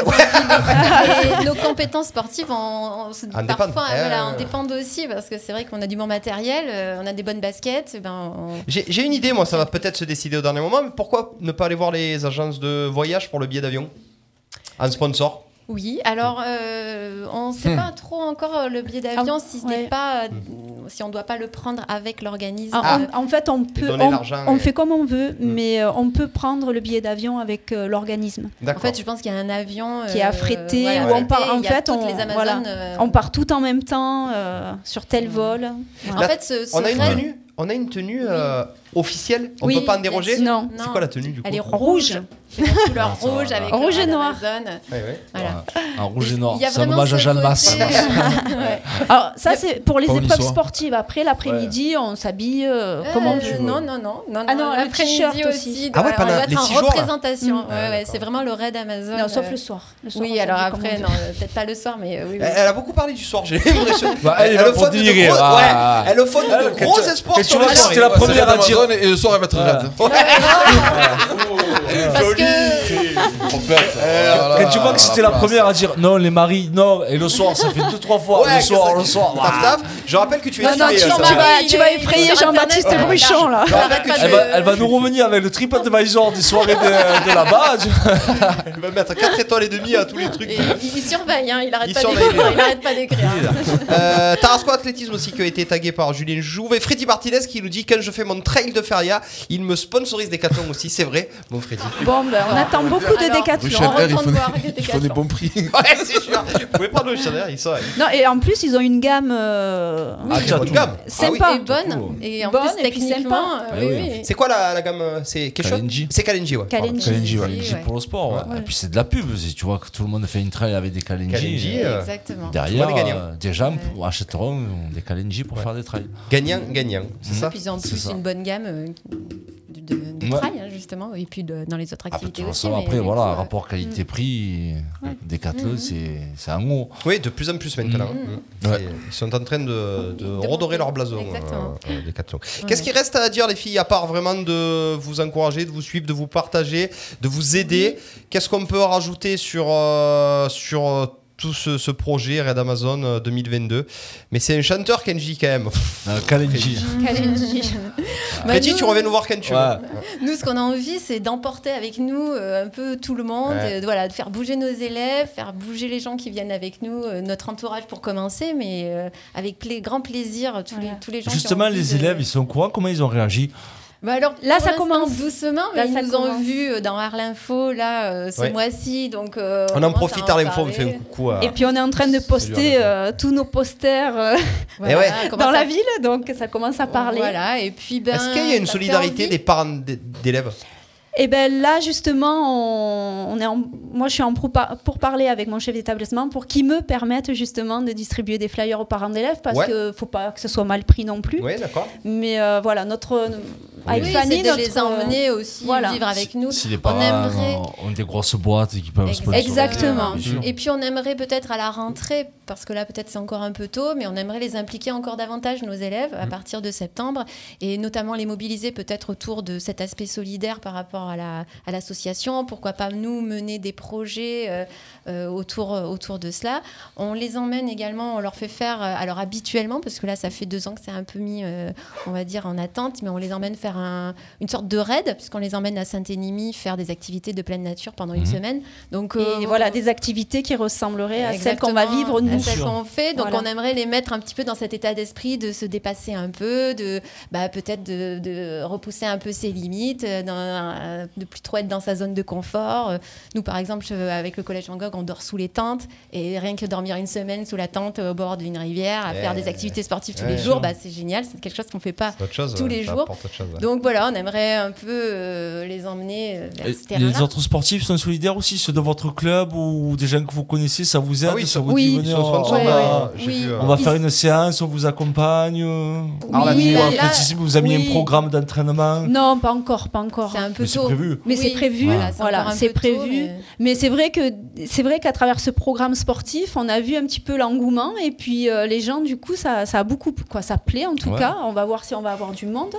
Speaker 6: Et nos compétences sportives, on, on se-
Speaker 4: Ah,
Speaker 5: En
Speaker 6: parfois,
Speaker 5: dépendent.
Speaker 6: voilà,
Speaker 4: Euh.
Speaker 6: en dépendent aussi parce que c'est vrai qu'on a du bon matériel, euh, on a des bonnes baskets. eh Ben, on-
Speaker 4: J'ai j'ai une idée, moi, ça va peut-être se décider au dernier moment, mais pourquoi ne pas aller voir les agences de voyage pour le billet d'avion En sponsor
Speaker 6: Oui, alors euh, on ne sait
Speaker 4: Hmm.
Speaker 6: pas trop encore euh, le billet d'avion
Speaker 7: Ah,
Speaker 6: si ce n'est pas, euh, si on ne doit pas le prendre avec l'organisme.
Speaker 7: En- en, en fait, Ah, on peut,
Speaker 4: donner
Speaker 7: on,
Speaker 4: l'argent
Speaker 7: on
Speaker 4: et-
Speaker 7: fait comme on veut, mais euh, on peut prendre le billet d'avion avec euh, l'organisme.
Speaker 4: Ah,
Speaker 6: En fait, je pense qu'il y a un avion
Speaker 7: qui est
Speaker 6: euh,
Speaker 7: affrété,
Speaker 6: voilà,
Speaker 7: où on part,
Speaker 6: affrété,
Speaker 7: en
Speaker 6: il y a
Speaker 7: fait,
Speaker 6: toutes
Speaker 7: on,
Speaker 6: les Amazones,
Speaker 7: voilà,
Speaker 6: euh,
Speaker 7: on part tout en même temps euh, sur tel
Speaker 6: Mm.
Speaker 7: vol.
Speaker 4: La-
Speaker 7: Voilà.
Speaker 4: on, a une tenue, on a une tenue euh, officielle On
Speaker 7: Oui,
Speaker 4: peut pas en
Speaker 7: bien
Speaker 4: déroger
Speaker 7: sûr. Non.
Speaker 4: C'est quoi la tenue du coup
Speaker 6: Elle est rouge. C'est la couleur rouge avec le
Speaker 7: Rouge et
Speaker 6: ras
Speaker 7: noir.
Speaker 6: d'Amazon.
Speaker 4: Ouais, ouais.
Speaker 6: Voilà.
Speaker 9: Un rouge et noir.
Speaker 6: Il y a
Speaker 9: C'est un
Speaker 6: vraiment
Speaker 9: hommage à
Speaker 6: ce
Speaker 9: Jeanne Masse.
Speaker 6: côté, euh, ouais.
Speaker 7: Alors, Ah, ça, c'est pour les
Speaker 9: Pas une
Speaker 7: épreuves
Speaker 9: histoire.
Speaker 7: sportives. Après, l'après-midi, on s'habille euh, comme on
Speaker 6: Euh,
Speaker 7: veut.
Speaker 6: Non, non, non. non
Speaker 7: Ah
Speaker 6: non,
Speaker 7: non, le
Speaker 6: l'après-midi
Speaker 7: t-shirt aussi.
Speaker 6: aussi.
Speaker 7: Ah ouais,
Speaker 6: voilà,
Speaker 7: pendant
Speaker 6: on doit
Speaker 7: les
Speaker 6: être en
Speaker 7: six jours, là.
Speaker 6: représentation.
Speaker 7: Mm.
Speaker 6: Ouais, ouais, c'est vraiment le raid Amazon.
Speaker 7: Non, sauf
Speaker 6: euh,
Speaker 7: le soir. Le soir, on
Speaker 6: oui, alors
Speaker 7: s'habille comme
Speaker 6: après,
Speaker 7: on
Speaker 6: non,
Speaker 7: veut.
Speaker 6: euh, peut-être pas le soir, mais euh, oui. oui.
Speaker 4: Elle a beaucoup parlé du soir, j'ai l'impression.
Speaker 9: Bah, elle est là
Speaker 4: le
Speaker 9: pour
Speaker 4: fonde de gros,
Speaker 9: délirer, ah,
Speaker 4: ouais,
Speaker 9: ah,
Speaker 4: elle offre
Speaker 9: ah,
Speaker 4: de
Speaker 9: que
Speaker 4: gros
Speaker 9: tu-
Speaker 4: espoirs
Speaker 9: que tu
Speaker 4: sur
Speaker 9: vois,
Speaker 4: la
Speaker 9: c'était la
Speaker 4: soirée.
Speaker 9: première à dire.
Speaker 15: Et le soir, elle va être raide.
Speaker 4: Ouais.
Speaker 6: Parce que
Speaker 3: Oh,
Speaker 9: Et tu vois que c'était la première à dire non, les maris, non, et le soir, ça fait deux, trois fois,
Speaker 4: Ouais,
Speaker 9: le soir,
Speaker 4: que-
Speaker 9: le soir.
Speaker 4: Taf, taf. Je rappelle que tu es
Speaker 7: Non, non,
Speaker 4: filé,
Speaker 7: tu
Speaker 4: ça.
Speaker 7: vas- tu vas- tu vas effrayer Jean-Baptiste Bruchon, là.
Speaker 4: Je rappelle que tu
Speaker 9: Elle va,
Speaker 4: es-
Speaker 9: elle va nous revenir avec le TripAdvisor des soirées de, de là-bas.
Speaker 4: Elle va mettre 4 étoiles et demie à tous les trucs.
Speaker 6: Il, il surveille, hein, il arrête
Speaker 4: Il
Speaker 6: pas
Speaker 4: surveille,
Speaker 6: d'écrire.
Speaker 4: ouais.
Speaker 6: Il arrête pas d'écrire.
Speaker 4: Euh, Tarasco Athlétisme aussi qui a été tagué par Julien Jouve et Freddy Martinez qui nous dit quand je fais mon trail de feria, il me sponsorise des catons aussi, c'est vrai, mon Freddy.
Speaker 7: Bon, ben, on attend beaucoup de décathlon.
Speaker 3: Richard
Speaker 7: On
Speaker 3: Herr, il
Speaker 7: retourne
Speaker 3: faut,
Speaker 7: voir
Speaker 3: il faut
Speaker 7: Décathlon.
Speaker 3: des bons prix.
Speaker 4: ouais, c'est sûr. Vous pouvez prendre le Chanel, il
Speaker 9: Ah,
Speaker 4: sort.
Speaker 7: Non, et en plus, ils ont une gamme. euh,
Speaker 4: Ah, tiens, tout. gamme.
Speaker 7: Sympa.
Speaker 6: Et bonne. Et en
Speaker 7: Ah Bonne
Speaker 6: plus,
Speaker 7: et puis
Speaker 6: techniquement,
Speaker 7: sympa.
Speaker 6: euh, oui, oui.
Speaker 4: C'est quoi la, la gamme euh, C'est Kesho
Speaker 9: Kalenji.
Speaker 4: C'est Kalenji, ouais. pardon.
Speaker 7: Kalenji. Kalenji, ouais.
Speaker 9: Kalenji pour le sport. ouais.
Speaker 7: Ouais.
Speaker 9: Et puis c'est de la pub aussi, tu vois, que tout le monde fait une trail avec des Kalenji.
Speaker 4: Kalenji,
Speaker 9: Et
Speaker 4: euh,
Speaker 6: Exactement.
Speaker 9: Derrière,
Speaker 4: Tout le monde est gagnant.
Speaker 9: euh, des gens pour- achèteront des Kalenji pour faire des trails.
Speaker 4: Gagnant, gagnant, c'est ça
Speaker 6: Mhm. Puis ils ont en
Speaker 9: C'est
Speaker 6: plus
Speaker 9: ça.
Speaker 6: une bonne gamme euh, de, de- de
Speaker 9: Ouais.
Speaker 6: trail, hein, justement, et puis de- dans les autres
Speaker 9: Ah, bah, de
Speaker 6: activités
Speaker 9: toute
Speaker 6: aussi.
Speaker 9: façon,
Speaker 6: mais
Speaker 9: après,
Speaker 6: du
Speaker 9: voilà,
Speaker 6: coup, euh,
Speaker 9: rapport qualité-prix,
Speaker 4: Mm.
Speaker 9: des
Speaker 6: Mhm.
Speaker 9: c'est c'est un gros.
Speaker 4: Oui, de plus en plus maintenant. hein. C'est- Ils sont en train de, de redorer leur blason.
Speaker 6: Exactement.
Speaker 4: euh, euh, des Decathlon.
Speaker 6: Ouais.
Speaker 4: Qu'est-ce qu'il reste à dire, les filles, à part vraiment de vous encourager, de vous suivre, de vous partager, de vous aider Qu'est-ce qu'on peut rajouter sur, euh, sur euh, tout ce, ce projet Red Amazon euh, 2022 Mais c'est un chanteur, Kenji, quand même.
Speaker 9: Euh, Kalenji.
Speaker 6: Kalenji. Bah,
Speaker 4: Kenji,
Speaker 6: nous-
Speaker 4: Ah, tu reviens nous voir quand tu
Speaker 9: Ouais.
Speaker 4: veux.
Speaker 6: Nous, ce qu'on a envie, c'est d'emporter avec nous euh, un peu tout le monde,
Speaker 4: Ouais.
Speaker 6: euh, de- voilà, de faire bouger nos élèves, faire bouger les gens qui viennent avec nous, euh, notre entourage pour commencer, mais euh, avec pla- grand plaisir, tous, les, tous les gens qui ont
Speaker 9: Justement,
Speaker 6: envie
Speaker 9: les
Speaker 6: de-
Speaker 9: élèves, ils sont au courant Comment ils ont réagi
Speaker 6: Bah alors,
Speaker 7: Là,
Speaker 6: pour
Speaker 7: ça
Speaker 6: l'instant,
Speaker 7: commence.
Speaker 6: doucement, mais
Speaker 7: Là,
Speaker 6: ils
Speaker 7: ça
Speaker 6: nous ont
Speaker 7: commence.
Speaker 6: vus euh, dans Arlinfo là euh, ce
Speaker 4: Ouais.
Speaker 6: mois-ci, donc euh,
Speaker 4: On en
Speaker 6: commence à
Speaker 4: profite à l'info, on
Speaker 6: parler. Eh
Speaker 4: fait un coucou à.
Speaker 7: Et puis, on est en train de poster euh, tous nos posters euh,
Speaker 4: Eh ouais.
Speaker 6: comment
Speaker 7: dans
Speaker 6: ça-
Speaker 7: la ville, donc ça commence à parler.
Speaker 6: Oh, Voilà, et puis ben,
Speaker 4: Est-ce qu'il y a une
Speaker 6: ça fait
Speaker 4: solidarité
Speaker 6: envie.
Speaker 4: des parents d- d'élèves
Speaker 7: Et ben là justement, on, on est en- moi je suis en pourpa- pour parler avec mon chef d'établissement pour qu'il me permette justement de distribuer des flyers aux parents d'élèves parce
Speaker 4: Ouais.
Speaker 7: que faut pas que ce soit mal pris non plus.
Speaker 4: Oui, d'accord.
Speaker 7: Mais euh, voilà notre avec
Speaker 6: Oui,
Speaker 7: Fanny,
Speaker 6: c'est de
Speaker 7: notre- euh,
Speaker 6: les emmener aussi
Speaker 7: voilà.
Speaker 6: vivre avec nous.
Speaker 9: Si les
Speaker 6: on
Speaker 9: parents
Speaker 6: aimerait
Speaker 9: ont- ont euh, des grosses boîtes et qui peuvent sponsoriser,
Speaker 6: Exactement.
Speaker 9: bien sûr.
Speaker 6: Et puis on aimerait peut-être à la rentrée, parce que là peut-être c'est encore un peu tôt, mais on aimerait les impliquer encore davantage, nos élèves,
Speaker 9: Mm.
Speaker 6: à partir de septembre, et notamment les mobiliser peut-être autour de cet aspect solidaire par rapport à la- à l'association. Pourquoi pas nous mener des projets euh, euh, autour, euh, autour de cela. On les emmène également, on leur fait faire, euh, alors habituellement, parce que là ça fait deux ans que c'est un peu mis, euh, on va dire, en attente, mais on les emmène faire un- une sorte de raid, puisqu'on les emmène à Saint-Énimie faire des activités de pleine nature pendant une
Speaker 9: Mhm.
Speaker 6: semaine. Donc euh,
Speaker 7: et voilà des activités qui ressembleraient à celles qu'on va
Speaker 6: exactement,
Speaker 7: vivre
Speaker 6: à
Speaker 7: nous.
Speaker 6: celles qu'on fait. Donc
Speaker 7: Voilà.
Speaker 6: on aimerait les mettre un petit peu dans cet état d'esprit de se dépasser un peu, de bah, peut-être de, de repousser un peu ses limites, euh, dans- euh, de plus trop être dans sa zone de confort. Euh, Nous par exemple je- avec le collège Van Gogh on dort sous les tentes et rien que dormir une semaine sous la tente euh, au bord d'une rivière, à
Speaker 4: Ouais.
Speaker 6: faire des activités sportives tous
Speaker 4: Ouais.
Speaker 6: les jours, bah, c'est génial, c'est quelque chose qu'on fait pas.
Speaker 4: Autre chose, euh,
Speaker 6: Tous les
Speaker 4: ça
Speaker 6: jours.
Speaker 4: apporte autre chose, ouais.
Speaker 6: Donc voilà, on aimerait un peu euh, les emmener euh, vers
Speaker 9: Et
Speaker 6: ce terrain-là.
Speaker 9: les autres sportifs sont solidaires aussi, ceux de votre club ou des gens que vous connaissez, ça vous aide
Speaker 4: Ah oui,
Speaker 9: ça
Speaker 4: ils
Speaker 9: vous
Speaker 4: sont-
Speaker 9: dit,
Speaker 4: ils
Speaker 9: venez,
Speaker 4: sont
Speaker 9: on-
Speaker 4: sponsors,
Speaker 9: on,
Speaker 4: ouais,
Speaker 9: va,
Speaker 4: ouais. j'ai
Speaker 6: Oui.
Speaker 4: vu, euh,
Speaker 9: on va faire une séance, on vous accompagne. euh,
Speaker 4: la
Speaker 9: ou
Speaker 4: vie,
Speaker 9: en
Speaker 6: bah là-
Speaker 9: athlétisme, vous avez mis
Speaker 7: Oui.
Speaker 9: un programme d'entraînement.
Speaker 7: Non, pas encore, pas encore.
Speaker 6: C'est un peu
Speaker 9: Mais c'est
Speaker 6: tôt.
Speaker 9: prévu.
Speaker 7: Mais
Speaker 6: Oui,
Speaker 7: c'est prévu,
Speaker 6: voilà, c'est
Speaker 7: voilà,
Speaker 6: encore un
Speaker 7: c'est
Speaker 6: peu tôt,
Speaker 7: prévu.
Speaker 6: mais-
Speaker 7: mais c'est vrai que c'est vrai qu'à travers ce programme sportif, on a vu un petit peu l'engouement et puis euh, les gens du coup ça, ça a beaucoup quoi, ça plaît en tout
Speaker 9: Ouais.
Speaker 7: cas. On va voir si on va avoir du monde,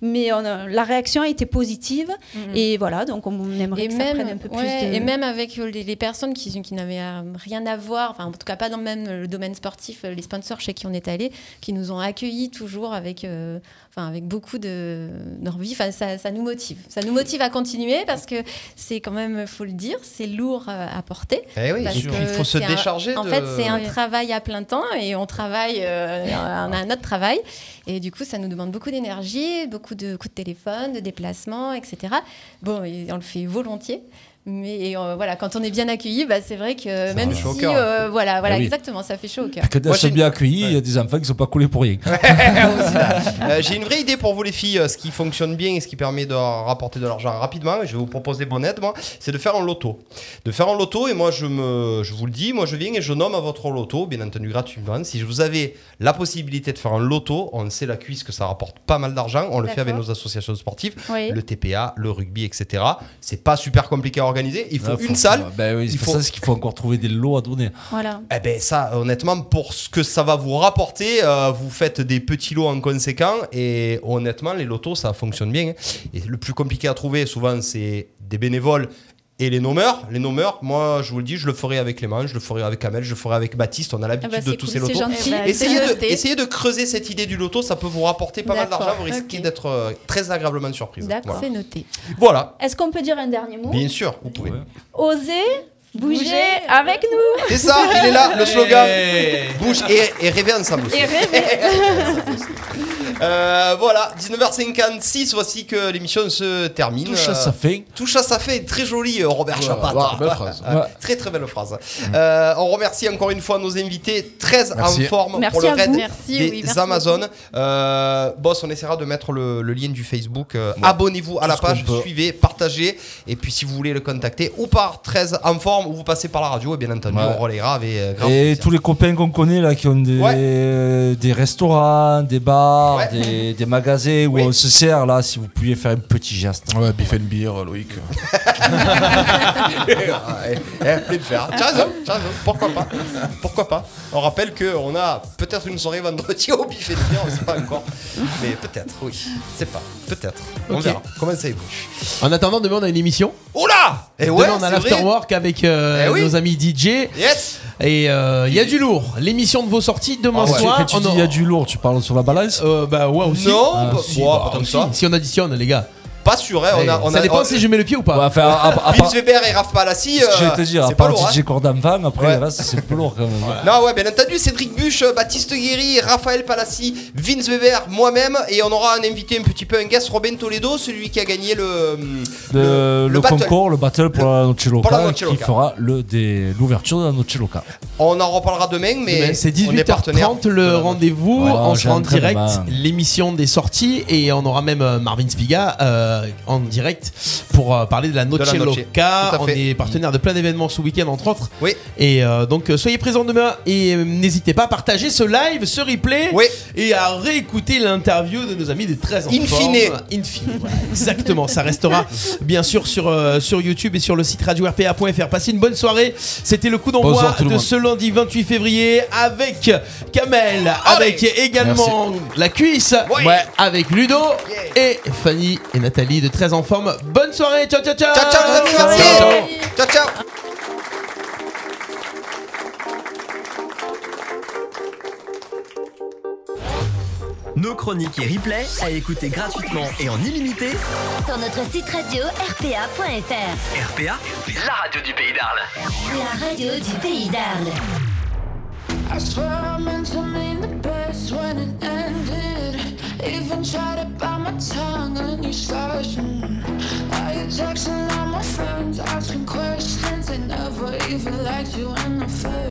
Speaker 7: mais on a- la réaction a été positive et voilà donc on aimerait
Speaker 6: et
Speaker 7: que ça
Speaker 6: même,
Speaker 7: prenne un peu plus
Speaker 6: ouais,
Speaker 7: de.
Speaker 6: et même avec euh, les, les personnes qui, qui n'avaient euh, rien à voir, enfin en tout cas pas dans le même euh, le domaine sportif, euh, les sponsors chez qui on est allé, qui nous ont accueillis toujours avec, euh, enfin avec beaucoup de d'envie. Enfin, ça, ça nous motive, ça nous motive à continuer parce que c'est quand même, faut le dire, c'est lourd euh, à porter.
Speaker 4: Eh oui,
Speaker 6: Parce
Speaker 4: et puis
Speaker 6: que
Speaker 4: il faut se
Speaker 6: c'est un-
Speaker 4: décharger.
Speaker 6: En
Speaker 4: de-
Speaker 6: fait, c'est un travail à plein temps et on travaille, euh, on a un autre travail. Et du coup, ça nous demande beaucoup d'énergie, beaucoup de coups de téléphone, de déplacements, etc. Bon, et on le fait volontiers. Mais euh, voilà, quand on est bien accueilli, bah, c'est vrai que même
Speaker 4: fait chaud au
Speaker 6: si.
Speaker 4: cœur. Bah
Speaker 6: euh, voilà, voilà
Speaker 9: Ah oui.
Speaker 6: exactement, ça fait chaud au cœur.
Speaker 9: Que des
Speaker 4: Moi, j'ai
Speaker 9: sont bien accueillis, il y a des enfants qui sont pas collés pour rien.
Speaker 4: Euh, J'ai une vraie idée pour vous les filles, euh, ce qui fonctionne bien et ce qui permet de rapporter de l'argent rapidement, et je vais vous proposer mon aide, moi, c'est de faire un loto. De faire un loto, et moi je, me, je vous le dis, moi je viens et je nomme à votre loto, bien entendu gratuitement. Si vous avez la possibilité de faire un loto, on sait la cuisse que ça rapporte pas mal d'argent, on le fait
Speaker 7: D'accord.
Speaker 4: avec nos associations sportives,
Speaker 7: Oui.
Speaker 4: le TPA, le rugby, etc. C'est pas super compliqué à organiser, il faut
Speaker 9: Ah,
Speaker 4: une
Speaker 9: faut-
Speaker 4: salle.
Speaker 9: Ben oui, c'est
Speaker 4: il
Speaker 9: pour
Speaker 4: faut-
Speaker 9: ça c'est qu'il faut Ah, encore trouver des lots à donner.
Speaker 7: Voilà.
Speaker 4: Eh ben ça, honnêtement, pour ce que ça va vous rapporter, euh, vous faites des petits lots en conséquent et honnêtement, les lotos, ça fonctionne bien. hein. Et le plus compliqué à trouver, souvent, c'est des bénévoles Et les nommeurs, les nommeurs, moi je vous le dis, je le ferai avec Clément, je le ferai avec Amel, je le ferai avec Baptiste, on a l'habitude
Speaker 17: Ah bah,
Speaker 4: de
Speaker 17: c'est
Speaker 4: tous
Speaker 17: cool,
Speaker 4: ces
Speaker 17: c'est
Speaker 4: lotos.
Speaker 17: gentil. Eh ben,
Speaker 4: essayez,
Speaker 17: c'est
Speaker 4: de,
Speaker 17: noté.
Speaker 4: essayez de creuser cette idée du loto, ça peut vous rapporter pas mal
Speaker 17: D'accord,
Speaker 4: d'argent, vous risquez
Speaker 17: ok.
Speaker 4: d'être euh, très agréablement surprise.
Speaker 7: D'accord.
Speaker 4: Voilà.
Speaker 7: C'est
Speaker 17: noté.
Speaker 4: Voilà,
Speaker 7: Est-ce qu'on peut dire un dernier mot
Speaker 4: bien sûr, vous pouvez.
Speaker 7: Osez bouger, avec nous
Speaker 4: C'est ça, il est là, le slogan.
Speaker 2: Hey.
Speaker 4: Bouge et, et rêvez ensemble.
Speaker 7: Et rêver
Speaker 4: Euh, voilà, 19h56, voici que l'émission se termine. Euh,
Speaker 5: Touche à sa
Speaker 9: euh,
Speaker 5: fin.
Speaker 4: Touche à sa fin, très joli euh, Robert
Speaker 5: Ouais,
Speaker 4: Chapat.
Speaker 5: ouais,
Speaker 4: Ah,
Speaker 5: belle
Speaker 4: ouais.
Speaker 5: phrase.
Speaker 4: Ah,
Speaker 5: Ouais.
Speaker 4: Très très belle phrase. Euh, on remercie encore une fois nos invités, très
Speaker 5: Merci.
Speaker 4: en forme
Speaker 17: Merci
Speaker 4: pour le
Speaker 17: à
Speaker 4: raid
Speaker 17: vous. Merci,
Speaker 4: des
Speaker 17: oui, merci
Speaker 4: Amazones. Euh, boss, on essaiera de mettre le, le lien du Facebook. Euh, Abonnez-vous à la
Speaker 5: ce qu'on
Speaker 4: page,
Speaker 5: peut.
Speaker 4: suivez, partagez. Et puis si vous voulez le contacter, ou par 13 en forme, ou vous passez par la radio, et bien entendu,
Speaker 5: Ouais.
Speaker 4: on relayera avec euh, grand
Speaker 5: Et tous les copains qu'on connaît là qui ont des, des restaurants, des bars, des, des magasins où on se sert là, si vous pouviez faire un petit geste.
Speaker 3: Ouais, beef and beer, Loïc.
Speaker 4: Eh, eh, plus de faire. Tu as raison, tu as raison. Pourquoi pas Pourquoi pas On rappelle qu'on a peut-être une soirée vendredi au buffet de bière, on sait pas encore. Mais peut-être, oui. C'est pas. Peut-être. On
Speaker 2: Ok.
Speaker 4: verra. Comment ça évolue
Speaker 2: En attendant, demain on a une émission.
Speaker 4: Oula Et Eh ouais,
Speaker 2: Demain on a
Speaker 4: c'est vrai.
Speaker 2: l'afterwork avec euh,
Speaker 4: Eh oui.
Speaker 2: nos amis DJ.
Speaker 4: Yes
Speaker 2: Et euh, il y a du lourd. L'émission de vos sorties demain
Speaker 5: Quand tu-
Speaker 2: soir.
Speaker 5: quand tu dis il y a du lourd, tu parles sur la balance
Speaker 2: Euh, Bah ouais aussi.
Speaker 4: Non,
Speaker 2: Ah,
Speaker 4: bah,
Speaker 2: si,
Speaker 4: ouais,
Speaker 2: bah,
Speaker 4: pas tant que
Speaker 2: aussi.
Speaker 4: ça.
Speaker 2: Si on additionne les gars.
Speaker 4: Pas sûr, hein, on a. On
Speaker 2: Eh, ça
Speaker 4: a-
Speaker 2: dépend
Speaker 4: on-
Speaker 2: si je mets le pied ou
Speaker 4: Euh,
Speaker 2: pas.
Speaker 5: enfin, à- à- à
Speaker 4: Vince
Speaker 5: part-
Speaker 4: Weber et Raph Palassi,
Speaker 5: Ce que j'allais
Speaker 4: euh,
Speaker 5: te dire, à
Speaker 4: c'est pas
Speaker 5: part
Speaker 4: lourd. hein.
Speaker 5: DJ Cordanvan, après le reste c'est plus lourd quand même.
Speaker 4: Non, ouais, bien entendu, Cédric Buche, euh, Baptiste Guéry, Raphaël Palassi, Vince Weber, moi-même, et on aura un invité un petit peu, un guest, Robin Toledo, celui qui a gagné le. hum,
Speaker 5: Le, le
Speaker 4: battle.
Speaker 5: concours, le battle pour la Noche
Speaker 4: pour la
Speaker 5: Loca
Speaker 4: Noche
Speaker 5: qui
Speaker 4: Loca.
Speaker 5: fera le des- l'ouverture de la Noche Loca.
Speaker 4: On en reparlera demain, mais.
Speaker 2: Demain, c'est
Speaker 4: on est partenaire.
Speaker 2: 18h30 le rendez-vous.
Speaker 5: Ouais,
Speaker 2: on
Speaker 5: j'ai
Speaker 2: sera en
Speaker 5: un train
Speaker 2: direct
Speaker 5: demain.
Speaker 2: l'émission des sorties et on aura même euh, Marvin Spiga euh, en direct pour euh, parler de la Noche
Speaker 4: la Noche.
Speaker 2: Loca.
Speaker 4: Tout à
Speaker 2: On
Speaker 4: fait.
Speaker 2: est partenaire de plein d'événements ce week-end entre autres.
Speaker 4: Oui.
Speaker 2: Et euh, donc euh, soyez présents demain et euh, n'hésitez pas à partager ce live, ce replay
Speaker 4: Oui.
Speaker 2: et à réécouter l'interview de nos amis des 13 en
Speaker 4: In
Speaker 2: forme.
Speaker 4: fine.
Speaker 2: In fine, voilà, exactement. Ça restera bien sûr sur, euh, sur YouTube et sur le site radio rpa.fr. Passez une bonne soirée. C'était le coup d'envoi
Speaker 3: Bonsoir, tout le
Speaker 2: de
Speaker 3: monde.
Speaker 2: ce lundi 28 février avec Kamel, avec également la cuisse,
Speaker 4: Ouais.
Speaker 2: ouais, avec Ludo et Fanny et Nathalie de 13 en forme. Bonne soirée. Ciao, ciao, ciao.
Speaker 4: Ciao, ciao, les amis, merci.
Speaker 2: Ciao, ciao.
Speaker 4: Ciao, ciao.
Speaker 18: Nos chroniques et replays à écouter gratuitement et en illimité.
Speaker 19: Sur notre site radio rpa.fr.
Speaker 18: RPA, la radio du pays d'Arles.
Speaker 19: La radio du pays d'Arles.
Speaker 6: I swear I meant to mean the best when it ended. Even tried to bite my tongue on your session. Are you texting all my friends, asking questions? They never even liked you